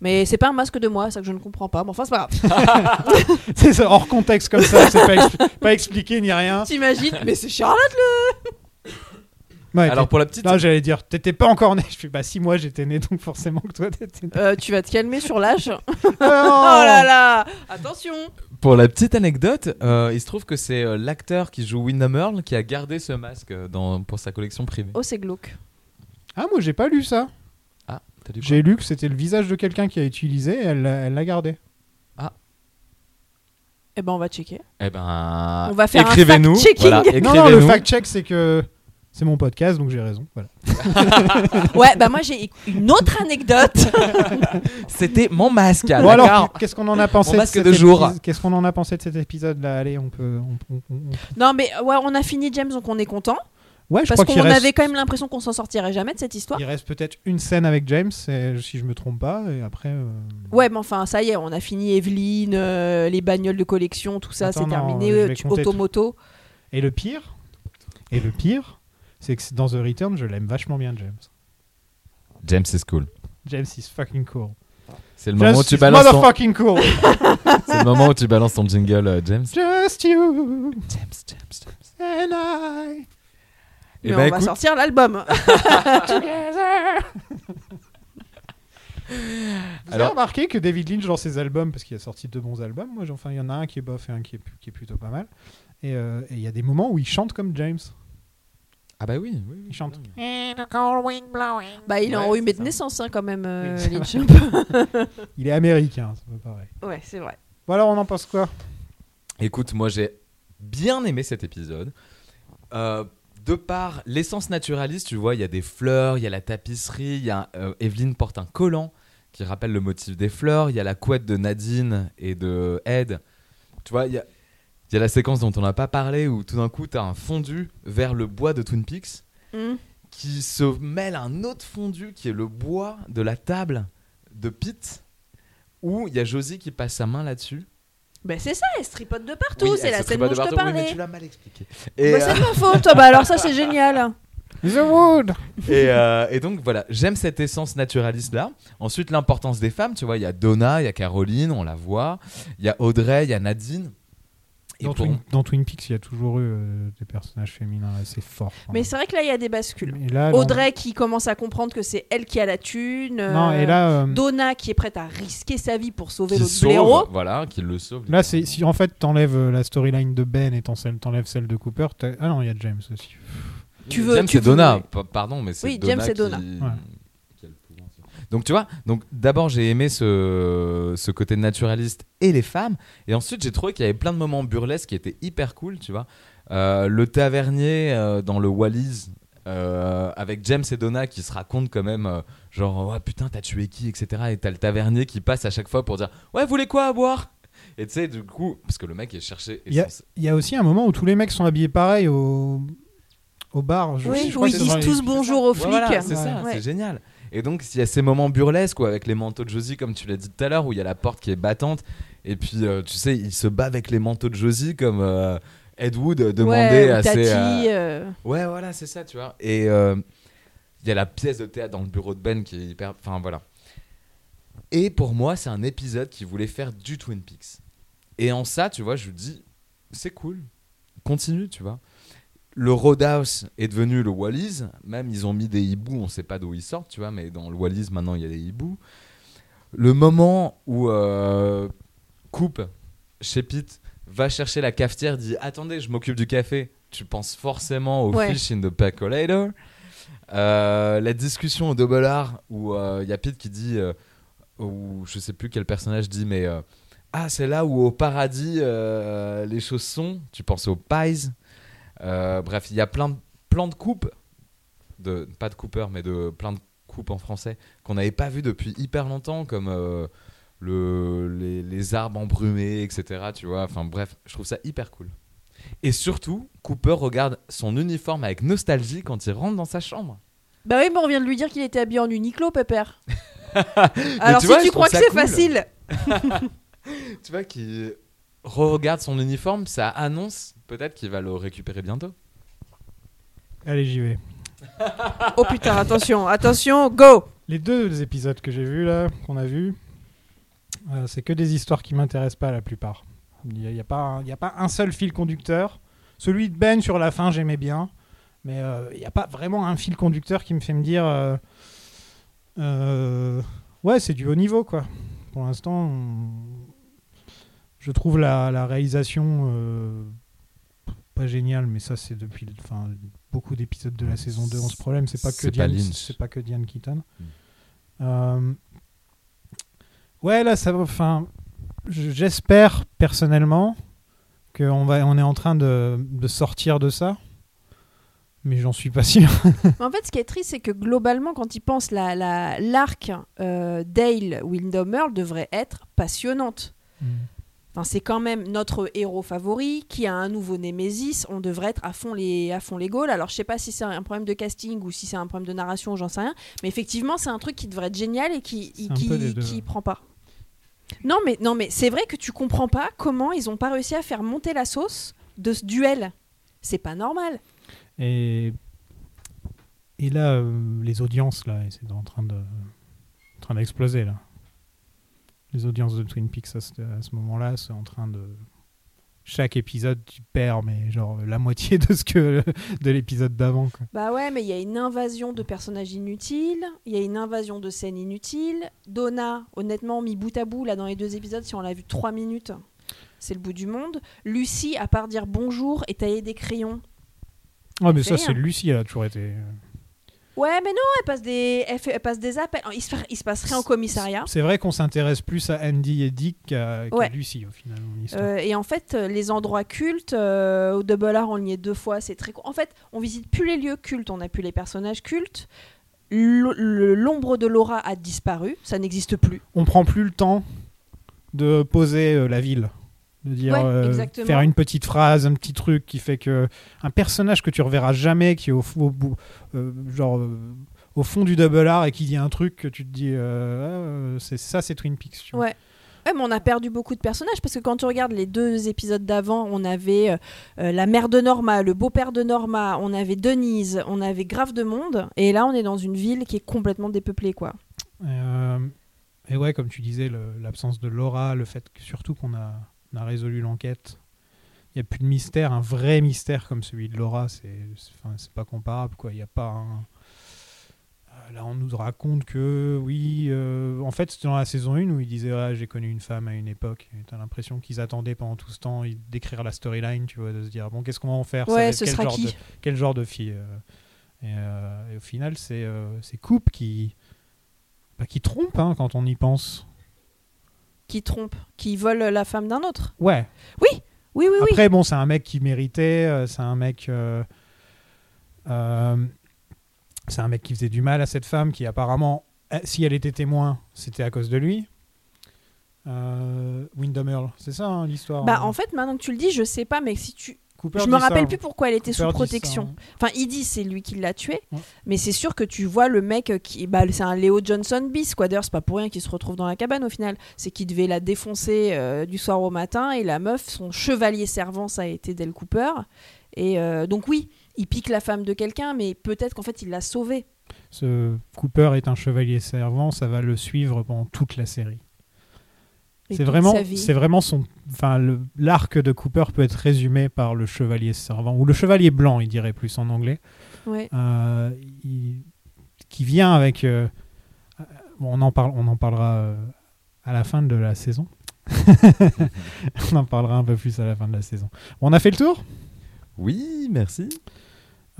S4: Mais c'est pas un masque de moi, ça que je ne comprends pas. Bon, enfin, c'est pas
S3: *laughs*
S4: grave.
S3: *laughs* C'est ça, hors contexte comme ça, c'est pas, expli-
S4: *laughs*
S3: pas expliqué ni rien.
S4: T'imagines Mais c'est Charlotte le
S3: Ouais,
S5: Alors,
S3: t'es-
S5: pour la petite-
S3: Non, j'allais dire, t'étais pas encore né. *laughs* Je suis bah si moi j'étais né, donc forcément que toi t'étais né.
S4: Euh, Tu vas te calmer sur l'âge. *laughs* oh là là Attention
S5: Pour la petite anecdote, euh, il se trouve que c'est euh, l'acteur qui joue Windham Earl qui a gardé ce masque euh, dans, pour sa collection privée.
S4: Oh, c'est glauque.
S3: Ah, moi j'ai pas lu ça.
S5: Ah, t'as du
S3: J'ai lu que c'était le visage de quelqu'un qui a utilisé et elle, l'a- elle l'a gardé.
S4: Eh ben, on va checker. *laughs*
S5: Eh ben,
S4: On va faire un
S5: écrivez-nous.
S4: fact-checking.
S5: Voilà,
S3: non, non, le
S5: écrivez-nous.
S3: fact-check, c'est que c'est mon podcast, donc j'ai raison. Voilà.
S4: ouais, bah moi j'ai une autre anecdote.
S3: *laughs*
S5: C'était mon masque.
S3: Bon, alors,
S5: Ah, d'accord.
S3: qu'est-ce qu'on en a pensé
S5: Mon
S3: de
S5: masque
S3: cet
S5: de jour.
S3: épis- Qu'est-ce qu'on en a pensé de cet épisode-là Allez, on peut. on- on- on- on-
S4: non mais ouais, on a fini James donc on est content.
S3: Ouais, je
S4: Parce
S3: crois qu'il
S4: qu'on
S3: reste-
S4: avait quand même l'impression qu'on s'en sortirait jamais de cette histoire.
S3: Il reste peut-être une scène avec James, et- si je me trompe pas, et après. euh,
S4: Ouais, mais enfin ça y est, on a fini Evelyne, euh, les bagnoles de collection, tout ça,
S3: Attends,
S4: c'est
S3: non,
S4: terminé.
S3: je
S4: euh,
S3: vais
S4: tu-
S3: compter tout.
S4: Automoto.
S3: Et le pire Et le pire, c'est que dans The Return, je l'aime vachement bien, James.
S5: James is cool.
S3: James is fucking cool.
S5: C'est le moment où
S3: James
S5: tu
S3: is
S5: balances ton-
S3: Motherfucking cool.
S5: C'est le moment où tu balances ton jingle, euh, James.
S3: Just you.
S5: James, James, James.
S3: And I.
S4: Mais
S5: Eh ben,
S4: on va
S5: écoute.
S4: sortir l'album.
S3: Vous
S5: Alors-
S3: avez remarqué que David Lynch dans ses albums, parce qu'il a sorti deux bons albums, moi, j'en- enfin il y en a un qui est bof et un qui est, qui est plutôt pas mal. Et euh, et il y a des moments où il chante comme James.
S5: Ah bah oui, oui,
S3: Il chante.
S4: bah il est
S5: Ouais,
S4: enrhumé
S5: c'est
S4: de
S5: ça.
S4: naissance hein, quand même, euh,
S3: Oui, c'est
S5: *laughs*
S4: Lynch.
S3: Il est américain, c'est pas pareil.
S4: ouais, c'est vrai.
S3: Bon alors on en pense quoi
S5: Écoute, moi j'ai bien aimé cet épisode. Euh, de par l'essence naturaliste, tu vois, il y a des fleurs, il y a la tapisserie, il y a euh, Evelyne porte un collant qui rappelle le motif des fleurs, il y a la couette de Nadine et de Ed. Tu vois, il y a, il y a la séquence dont on n'a pas parlé où tout d'un coup, tu as un fondu vers le bois de Twin Peaks
S4: Hmm.
S5: qui se mêle à un autre fondu qui est le bois de la table de Pete où il y a Josie qui passe sa main là-dessus.
S4: Bah c'est ça, elle se tripote de partout,
S5: Oui,
S4: c'est
S5: elle
S4: la
S5: se
S4: scène
S5: tripote
S4: dont
S5: de
S4: je te
S5: partout. Oui, mais
S4: parlais.
S5: tu l'as mal expliqué. Et,
S4: Bah, c'est de
S5: euh,
S4: ma faute. Bah alors ça
S5: *laughs*
S4: c'est génial.
S3: The Wood
S5: et, euh, et donc voilà, j'aime cette essence naturaliste là. Ensuite, l'importance des femmes, tu vois, il y a Donna, il y a Caroline, on la voit, il y a Audrey, il y a Nadine. Et
S3: Dans,
S5: pour-
S3: Twin, dans Twin Peaks, il y a toujours eu euh, des personnages féminins assez forts. quand
S4: Mais c'est vrai que là, il y a des bascules.
S3: Et là, dans-
S4: Audrey qui commence à comprendre que c'est elle qui a la thune. euh,
S3: Non, et là, euh,
S4: Donna qui est prête à risquer sa vie pour sauver
S5: hmm. Qui
S4: l'autre
S5: sauve, hein.
S4: blaireau.
S5: voilà, qui le sauve.
S3: Là, c'est si en fait t'enlèves euh, la storyline de Ben et t'en- t'enlèves celle de Cooper. t'as- Ah non, il y a James aussi.
S4: Tu veux-
S5: James
S4: tu
S5: et
S4: veux-
S5: Donna, pa- pardon, mais c'est
S4: Oui,
S5: Donna
S4: James et
S5: qui-
S4: Donna.
S3: Ouais.
S5: Donc tu vois, donc d'abord j'ai aimé ce, ce côté naturaliste et les femmes, et ensuite j'ai trouvé qu'il y avait plein de moments burlesques qui étaient hyper cool, tu vois. Euh, le tavernier euh, dans le Wallis. euh, avec James et Donna qui se racontent quand même euh, genre ouais putain t'as tué qui etc et t'as le tavernier qui passe à chaque fois pour dire ouais vous voulez quoi à boire et tu sais du coup parce que le mec est cherché
S3: Il y, a- il y a aussi un moment où tous les mecs sont habillés pareil au, au bar. je-
S4: Oui,
S3: je
S4: où
S3: crois que
S4: ils
S3: c'est
S4: disent
S3: dans les-
S4: tous bonjour aux flics.
S5: Voilà, c'est ça,
S4: Ouais.
S5: c'est génial. Et donc, il y a ces moments burlesques ou avec les manteaux de Josie, comme tu l'as dit tout à l'heure, où il y a la porte qui est battante. Et puis, euh, tu sais, il se bat avec les manteaux de Josie, comme euh, Ed Wood euh, demandait
S4: Ouais, ou
S5: à
S4: Tati,
S5: ses. euh,
S4: euh,
S5: Ouais, voilà, c'est ça, tu vois. Et euh, il y a la pièce de théâtre dans le bureau de Ben qui est hyper. Enfin, voilà. Et pour moi, c'est un épisode qui voulait faire du Twin Peaks. Et en ça, tu vois, je lui dis, c'est cool, continue, tu vois. Le Roadhouse est devenu le Wallis. Même, ils ont mis des hiboux, on sait pas d'où ils sortent, tu vois, mais dans le Wallis, maintenant, il y a des hiboux. Le moment où euh, Coupe, chez Pete, va chercher la cafetière, dit Attendez, je m'occupe du café. Tu penses forcément au
S2: Ouais.
S5: fish in the percolator. Euh, la discussion au double R où euh, il y a Pete qui dit, euh, ou je sais plus quel personnage dit, mais euh, Ah, c'est là où au paradis euh, les choses sont. Tu penses aux pies. Euh, bref, il y a plein de, plein de coupes, de, pas de Cooper, mais de plein de coupes en français qu'on n'avait pas vu depuis hyper longtemps, comme euh, le, les, les arbres embrumés, etc. Tu vois, enfin bref, je trouve ça hyper cool. Et surtout, Cooper regarde son uniforme avec nostalgie quand il rentre dans sa chambre.
S4: Bah oui, mais on vient de lui dire qu'il était habillé en Uniqlo, Pépère.
S5: Mais
S4: Alors si
S5: vois,
S4: tu
S5: je trouve
S4: crois que
S5: ça
S4: c'est
S5: cool.
S4: facile.
S5: tu vois, qu'il regarde son uniforme, ça annonce peut-être qu'il va le récupérer bientôt.
S3: Allez, j'y vais.
S4: Oh putain, attention, attention, go
S3: Les deux épisodes que j'ai vus là, qu'on a vus, euh, c'est que des histoires qui m'intéressent pas la plupart. Il n'y a, il y a pas un- il y a pas un seul fil conducteur. Celui de Ben sur la fin, j'aimais bien. Mais euh, il n'y a pas vraiment un fil conducteur qui me fait me dire. euh, euh, ouais, c'est du haut niveau quoi. Pour l'instant, on- je trouve la, la réalisation euh, pas géniale, mais ça, c'est depuis le- enfin, beaucoup d'épisodes de la saison 2 ont ce problème. C'est pas, que
S5: C'est pas
S3: Diane-
S5: Lynch. Hmm.
S3: c'est pas que Diane Keaton. Euh, ouais, là, ça va. Enfin, je- j'espère personnellement qu'on va- on est en train de, de sortir de ça, mais j'en suis pas sûr.
S4: Mais en fait, ce qui est triste, c'est que globalement, quand ils pensent la, la- l'arc euh, Dale Windomer devrait être passionnante. Enfin, c'est quand même notre héros favori qui a un nouveau Némésis. On devrait être à fond les, à fond les Gaules. Alors, je sais pas si c'est un problème de casting ou si c'est un problème de narration, j'en sais rien. Mais effectivement, c'est un truc qui devrait être génial et qui,
S3: un
S4: qui,
S3: peu les deux.
S4: qui prend pas. Non, mais, non, mais c'est vrai que tu comprends pas comment ils ont pas réussi à faire monter la sauce de ce duel. C'est pas normal.
S3: Et, et là, euh, les audiences, là, et c'est en train de en train d'exploser là. Les audiences de Twin Peaks à ce, à ce moment-là, c'est en train de chaque épisode tu perds mais genre la moitié de ce que de l'épisode d'avant quoi.
S4: Bah ouais, mais il y a une invasion de personnages inutiles, il y a une invasion de scènes inutiles. Donna, honnêtement, mis bout à bout, là, dans les deux épisodes, si on l'a vu trois minutes, c'est le bout du monde. Lucie, à part dire bonjour et tailler des crayons.
S3: Ah mais
S4: fait
S3: ça c'est
S4: rien.
S3: Lucie elle a toujours été euh,
S4: Ouais, mais non, elle passe des, elle fait- elle passe des appels. Il se, il se passe rien au commissariat.
S3: C'est vrai qu'on s'intéresse plus à Andy et Dick qu'à qu'à
S4: Ouais.
S3: Lucie au final. dans l'histoire.
S4: Euh, et en fait, euh, les endroits cultes, euh, au Double R, on y est deux fois, c'est très court. En fait, on visite plus les lieux cultes, on n'a plus les personnages cultes. L'o- le- L'ombre de Laura a disparu, ça n'existe plus.
S3: On prend plus le temps de poser euh, la ville, de dire
S4: Ouais,
S3: euh,
S4: exactement.
S3: faire une petite phrase, un petit truc qui fait que un personnage que tu reverras jamais, qui est au, fou- au bout, euh, genre euh, au fond du double R et qui dit un truc que tu te dis, euh, Ah, euh, c'est ça, c'est Twin Peaks. tu vois.
S4: Ouais. Ouais, mais on a perdu beaucoup de personnages parce que quand tu regardes les deux épisodes d'avant, on avait euh, euh, la mère de Norma, le beau-père de Norma, on avait Denise, on avait grave de monde, et là on est dans une ville qui est complètement dépeuplée, quoi.
S3: Et, euh, et ouais, comme tu disais, le- l'absence de Laura, le fait que surtout qu'on a, on a résolu l'enquête, il n'y a plus de mystère, un vrai mystère comme celui de Laura, c'est c'est- enfin, c'est pas comparable quoi. Il n'y a pas un- Euh, Là, on nous raconte que oui, euh, en fait, c'était dans la saison 1 où il disait ah, j'ai connu une femme à une époque. Et T'as l'impression qu'ils attendaient pendant tout ce temps ils- d'écrire la storyline, tu vois, de se dire bon, qu'est-ce qu'on va en faire ça
S12: Ouais,
S3: va être
S12: ce
S3: quel
S12: sera
S3: genre
S12: qui
S3: de- Quel genre de fille euh, et, euh, et au final, c'est euh, c'est Coupe qui, bah, qui trompe hein, quand on y pense.
S4: Qui trompe, qui vole la femme d'un autre.
S3: Ouais.
S4: Oui, oui, Ah oui, oui.
S3: Après, bon, c'est un mec qui méritait, euh, c'est un mec. euh, euh, c'est un mec qui faisait du mal à cette femme qui, apparemment, eh, si elle était témoin, c'était à cause de lui. Euh, Windham Earl, c'est ça hein, l'histoire
S4: Bah,
S3: hein.
S4: en fait, maintenant que tu le dis, je sais pas, mais si tu.
S3: Cooper
S4: je
S3: dit
S4: me rappelle
S3: ça. hein.
S4: plus pourquoi elle était
S3: Cooper
S4: sous
S3: dit ça,
S4: protection.
S3: hein.
S4: Enfin, il dit c'est lui qui l'a tué,
S3: Ouais.
S4: mais c'est sûr que tu vois le mec qui. Bah, c'est un Léo Johnson bis, quoi. D'ailleurs, c'est pas pour rien qu'il se retrouve dans la cabane au final. C'est qu'il devait la défoncer euh, du soir au matin et la meuf, son chevalier servant, ça a été Del Cooper. Et euh, donc, oui, il pique la femme de quelqu'un, mais peut-être qu'en fait, il l'a sauvée.
S3: Ce Cooper est un chevalier servant, ça va le suivre pendant toute la série.
S4: Et
S3: C'est
S4: toute
S3: vraiment,
S4: sa vie.
S3: c'est vraiment son, enfin le- l'arc de Cooper peut être résumé par le chevalier servant ou le chevalier blanc, il dirait plus en anglais,
S4: Ouais.
S3: Euh, il- qui vient avec. euh, euh, bon, on en parle, on en parlera euh, à la fin de la saison. *laughs* on en parlera un peu plus à la fin de la saison. Bon, on a fait le tour.
S5: Oui, merci.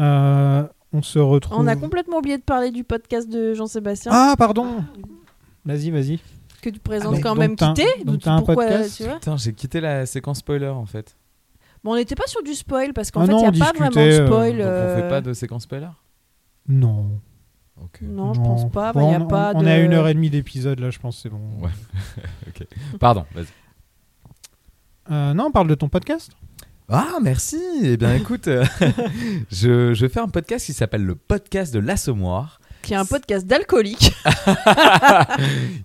S3: Euh, on se retrouve.
S4: On a hein. complètement oublié de parler du podcast de Jean-Sébastien.
S3: Ah, pardon. Vas-y, vas-y.
S4: Que tu présentes
S3: Ah,
S4: quand
S3: donc
S4: même
S3: t'as un-
S4: quitté.
S3: donc
S4: donc
S3: t'as un
S4: pourquoi,
S3: podcast
S4: tu vois
S5: Putain, j'ai quitté la séquence spoiler en fait.
S4: Bon, on n'était pas sur du spoil parce qu'en
S3: Ah
S4: fait,
S3: non,
S4: il
S3: on
S4: n'y a pas
S3: discutait,
S4: vraiment de
S3: euh,
S4: spoil.
S5: Donc on fait
S4: euh,
S5: pas de séquence spoiler
S3: Non.
S4: Non, je pense pas. bah,
S3: Bon,
S4: y a
S3: on,
S4: pas
S3: on
S4: de-
S3: est à une heure et demie d'épisode là, je pense, c'est bon.
S5: Ouais. ok. *laughs* Pardon, vas-y.
S3: Euh, non, on parle de ton podcast.
S5: Ah, merci
S3: *laughs*
S5: Eh bien, écoute, euh, *laughs* je, je fais un podcast qui s'appelle le podcast de l'Assommoir.
S4: Qui est un podcast d'alcoolique.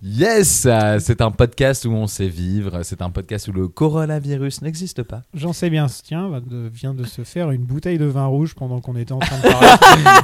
S5: Yes euh, C'est un podcast où on sait vivre, c'est un podcast où le coronavirus n'existe pas.
S3: *laughs* J'en sais bien, tiens, va de- vient de se faire une bouteille de vin rouge pendant qu'on était en
S5: *laughs*
S3: train de parler.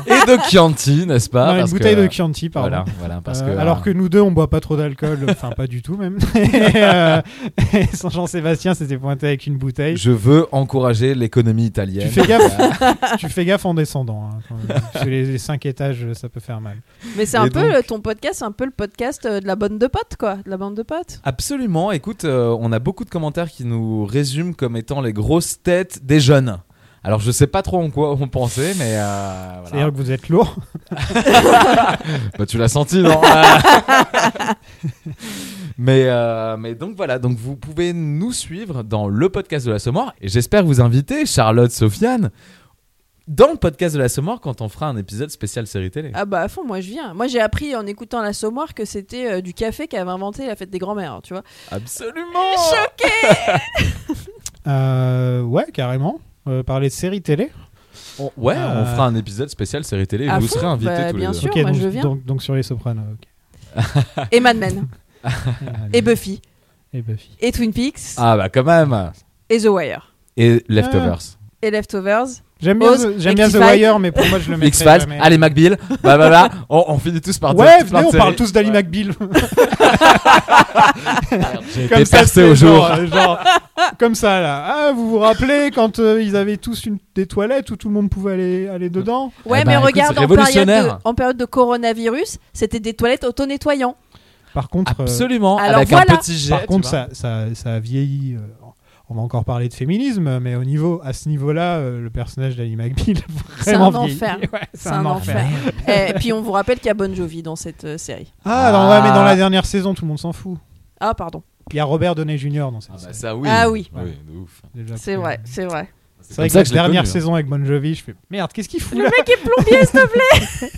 S5: Et de Chianti, n'est-ce pas
S3: Non,
S5: Parce
S3: Une bouteille
S5: que-
S3: de Chianti, pardon.
S5: Voilà, voilà, parce
S3: Euh,
S5: que,
S3: alors
S5: euh,
S3: que nous deux, on boit pas trop d'alcool, *laughs* enfin pas du tout même. Et, euh, *laughs* et son Jean-Sébastien s'était pointé avec une bouteille.
S5: Je veux encourager l'économie italienne.
S3: Tu fais gaffe, *laughs* tu fais gaffe en descendant. hein, quand même. Parce que les, les cinq étages, ça peut faire mal.
S4: *laughs* Mais c'est un peu le- ton podcast, c'est un peu le podcast euh, de la bande de potes, quoi. De la bande de potes.
S5: Absolument. Écoute, euh, on a beaucoup de commentaires qui nous résument comme étant les grosses têtes des jeunes. Alors, je sais pas trop en quoi on pensait, mais. euh, voilà.
S3: C'est-à-dire que vous êtes lourd.
S5: Bah, tu l'as
S4: *laughs*
S5: senti, non *laughs* mais, euh, mais donc voilà, donc vous pouvez nous suivre dans le podcast de la Sommore et j'espère vous inviter, Charlotte, Sofiane, dans le podcast de la Sommore quand on fera un épisode spécial série télé.
S4: Ah bah à fond, moi je viens. Moi j'ai appris en écoutant la sommoire que c'était euh, du café qu'avait inventé la fête des grands-mères, hein, tu vois.
S5: Absolument
S3: Euh, ouais, carrément. Euh, parler de séries télé.
S5: On- ouais,
S3: Euh,
S5: on fera un épisode spécial série télé et
S4: à
S5: vous
S4: fond,
S5: serez invités
S4: bah,
S5: tous
S4: bien
S5: les deux.
S4: sûr.
S3: Ok,
S4: moi,
S3: donc,
S4: je viens.
S3: donc- donc sur les Sopranos. ok.
S4: Et Mad Men. et Buffy.
S3: Et Buffy.
S4: Et Twin Peaks.
S5: Ah bah quand même
S4: Et The Wire.
S5: Et Leftovers.
S4: Et Leftovers.
S3: J'aime bien,
S4: Oz,
S3: The- j'aime bien The
S4: Rectify.
S3: Wire, mais pour moi, je le mets
S5: X-Files, allez McBeal, bah bah bah, on, on finit tous par
S3: Ouais,
S5: dire
S3: venez, on parle tous d'Ali *laughs* McBeal.
S5: J'ai
S3: Comme
S5: été
S3: ça,
S5: percé
S3: c'est
S5: au jour.
S3: genre, euh, genre, comme ça, là. Ah, vous vous rappelez quand euh, ils avaient tous une, des toilettes où tout le monde pouvait aller, aller dedans
S4: Ouais, mais
S5: Eh ben, écoute,
S4: regarde,
S5: c'est
S4: en, période de,
S5: révolutionnaire.
S4: en période de coronavirus, c'était des toilettes auto-nettoyant.
S3: Par contre, euh,
S5: Absolument,
S4: Alors
S5: avec
S4: voilà.
S5: un petit jet.
S3: par
S5: tu
S3: contre
S5: vois.
S3: ça, ça, ça a vieilli. euh, on va encore parler de féminisme, mais au niveau, à ce niveau-là, euh, le personnage d'Ali McBeal a
S4: C'est
S3: vraiment
S4: un
S3: vieilli.
S4: enfer.
S3: *laughs* Ouais,
S4: c'est un, enfer. Et puis on vous rappelle qu'il y a Bon Jovi dans cette euh, série.
S3: Ah, alors, ouais, mais dans la dernière saison, tout le monde s'en fout.
S4: Ah, pardon.
S3: Il y a Robert Downey Jr. dans cette
S5: Ah bah
S3: série.
S5: ça oui.
S4: Ah oui.
S5: Oui, de ouf.
S3: Déjà,
S4: C'est
S3: euh,
S4: vrai, c'est vrai.
S3: C'est vrai
S5: comme
S3: que
S5: ça
S3: la
S5: que je l'ai
S3: dernière
S5: connu, hein.
S3: saison avec Bon Jovi, je fais merde, qu'est-ce qu'il fout
S4: Le
S3: là
S4: mec est plombier, s'il te plaît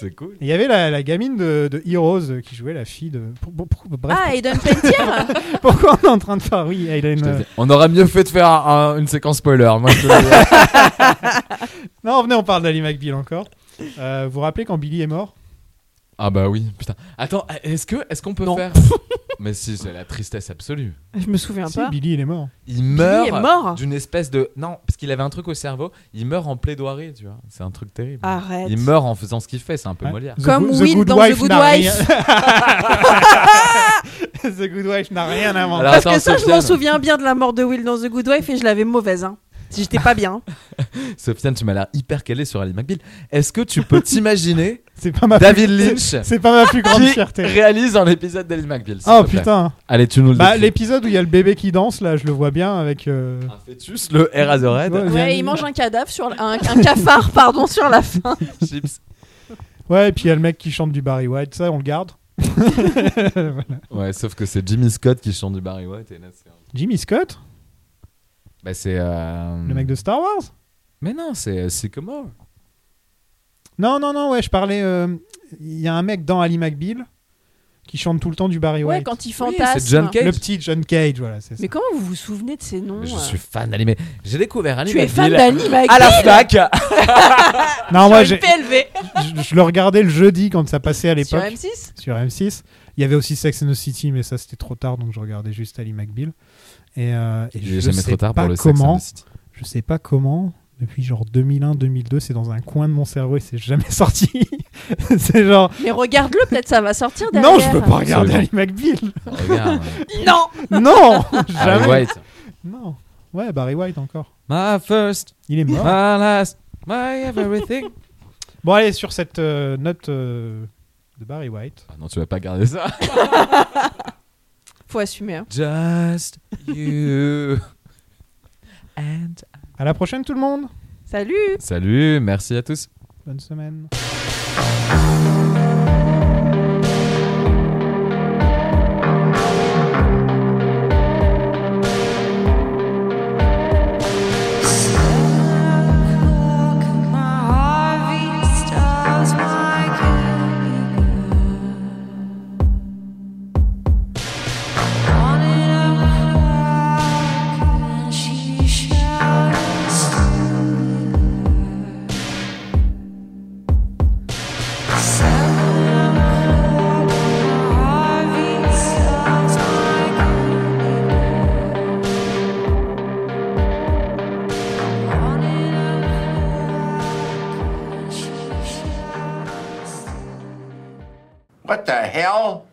S5: C'est cool.
S3: Il y avait la, la gamine de, de Heroes euh, qui jouait la fille de. pour- pour- pour- bref,
S4: Ah, Aiden Pentier
S3: *laughs* pourquoi on est en train de faire Oui, Aileen,
S5: Je te
S3: euh,
S5: dis, On aurait mieux fait de faire un- un- une séquence spoiler. Moi, je te le
S3: *laughs*
S5: dis.
S3: Non, venez, on parle d'Ali McBeal encore. Euh, vous vous rappelez quand Billy est mort
S5: *laughs* ah bah oui, putain. Attends, est-ce que est-ce qu'on peut faire Mais si, c'est la tristesse absolue.
S4: *laughs* Je me souviens
S3: Si,
S4: pas.
S3: Billy, il est mort.
S5: Il meurt,
S4: est mort
S5: d'une espèce de. Non, parce qu'il avait un truc au cerveau. Il meurt en plaidoirie, tu vois. C'est un truc terrible.
S4: Arrête.
S5: Il meurt en faisant ce qu'il fait, c'est un peu
S3: Ouais.
S5: Molière.
S3: The
S4: Comme
S3: Good- The
S4: Will
S3: Good
S4: dans The
S3: Wife
S4: Good
S3: n'a
S4: Wife.
S3: rien- *laughs* The Good Wife n'a rien inventé.
S5: Alors,
S4: Parce
S5: attends,
S4: que ça, je
S5: Sofiane.
S4: m'en souviens bien de la mort de Will dans The Good Wife et je l'avais mauvaise. Hein. Si j'étais pas bien.
S5: Sofiane, tu m'as l'air hyper calé sur Ali McBeal. Est-ce que tu peux t'imaginer
S3: C'est pas ma
S5: David
S3: plus-
S5: Lynch
S3: C'est pas ma plus *laughs* grande
S5: qui
S3: fierté.
S5: réalise un épisode d'Ali McBeal s'il
S3: Oh
S5: te plaît.
S3: putain.
S5: Allez, tu nous le
S3: Bah
S5: décris.
S3: l'épisode où il y a le bébé qui danse là, je le vois bien avec. euh,
S5: Un fœtus, le Air Azorhead,
S3: Ouais.
S4: *laughs* Ouais, il mange un cadavre sur la- un, un cafard, *laughs* pardon, sur la fin.
S5: chips.
S3: Ouais et puis il y a le mec qui chante du Barry White, ça on le garde.
S5: Ouais, sauf que c'est Jimmy Scott qui chante du Barry White. Et là, c'est... un-
S3: Jimmy Scott,
S5: Bah, c'est. euh,
S3: le mec de Star Wars.
S5: Mais non, c'est euh, Sycamore.
S3: Non non non ouais, je parlais. euh, Il y a un mec dans Ali McBeal qui chante tout le temps du Barry
S4: Ouais,
S3: White.
S4: quand il
S5: Oui,
S4: fantasme.
S5: c'est John Cage.
S3: Le petit John Cage, voilà, c'est ça.
S4: Mais comment vous vous souvenez de ces noms
S5: Mais Je
S4: euh
S5: suis fan d'animé. J'ai découvert Ali
S4: Tu es fan
S5: McBeal
S4: d'Annie McBeal
S5: à la Fnac.
S3: Non, moi,
S4: sur une
S3: j'ai-
S4: PLV
S3: je, je le regardais le jeudi quand ça passait à
S4: sur
S3: l'époque.
S4: M6
S3: sur M6. Il y avait aussi Sex and the City, mais ça c'était trop tard, donc je regardais juste Ali McBeal. Et, euh, et
S5: Il est
S3: je
S5: jamais
S3: sais
S5: trop tard
S3: pas
S5: pour le sexe.
S3: comment,
S5: and the City.
S3: Je sais pas comment, depuis genre 2001-2002, c'est dans un coin de mon cerveau et c'est jamais *laughs* sorti. c'est genre,
S4: Mais regarde-le, peut-être ça va sortir derrière.
S3: non, je peux pas regarder Ali
S5: Absolument.
S3: McBeal.
S5: Regarde. euh,
S4: Non
S3: Non,
S5: Barry
S3: jamais.
S5: White.
S3: Non. Ouais, Barry White encore.
S5: My first,
S3: Il est
S5: my
S3: mort.
S5: last, my everything.
S3: Bon, allez, sur cette euh, note euh, de Barry White.
S5: Ah non, tu vas pas garder ça.
S4: Faut assumer. hein.
S5: Just you and
S3: À la prochaine, tout le monde.
S4: Salut
S5: Salut, merci à tous.
S3: Bonne semaine.
S8: What the hell?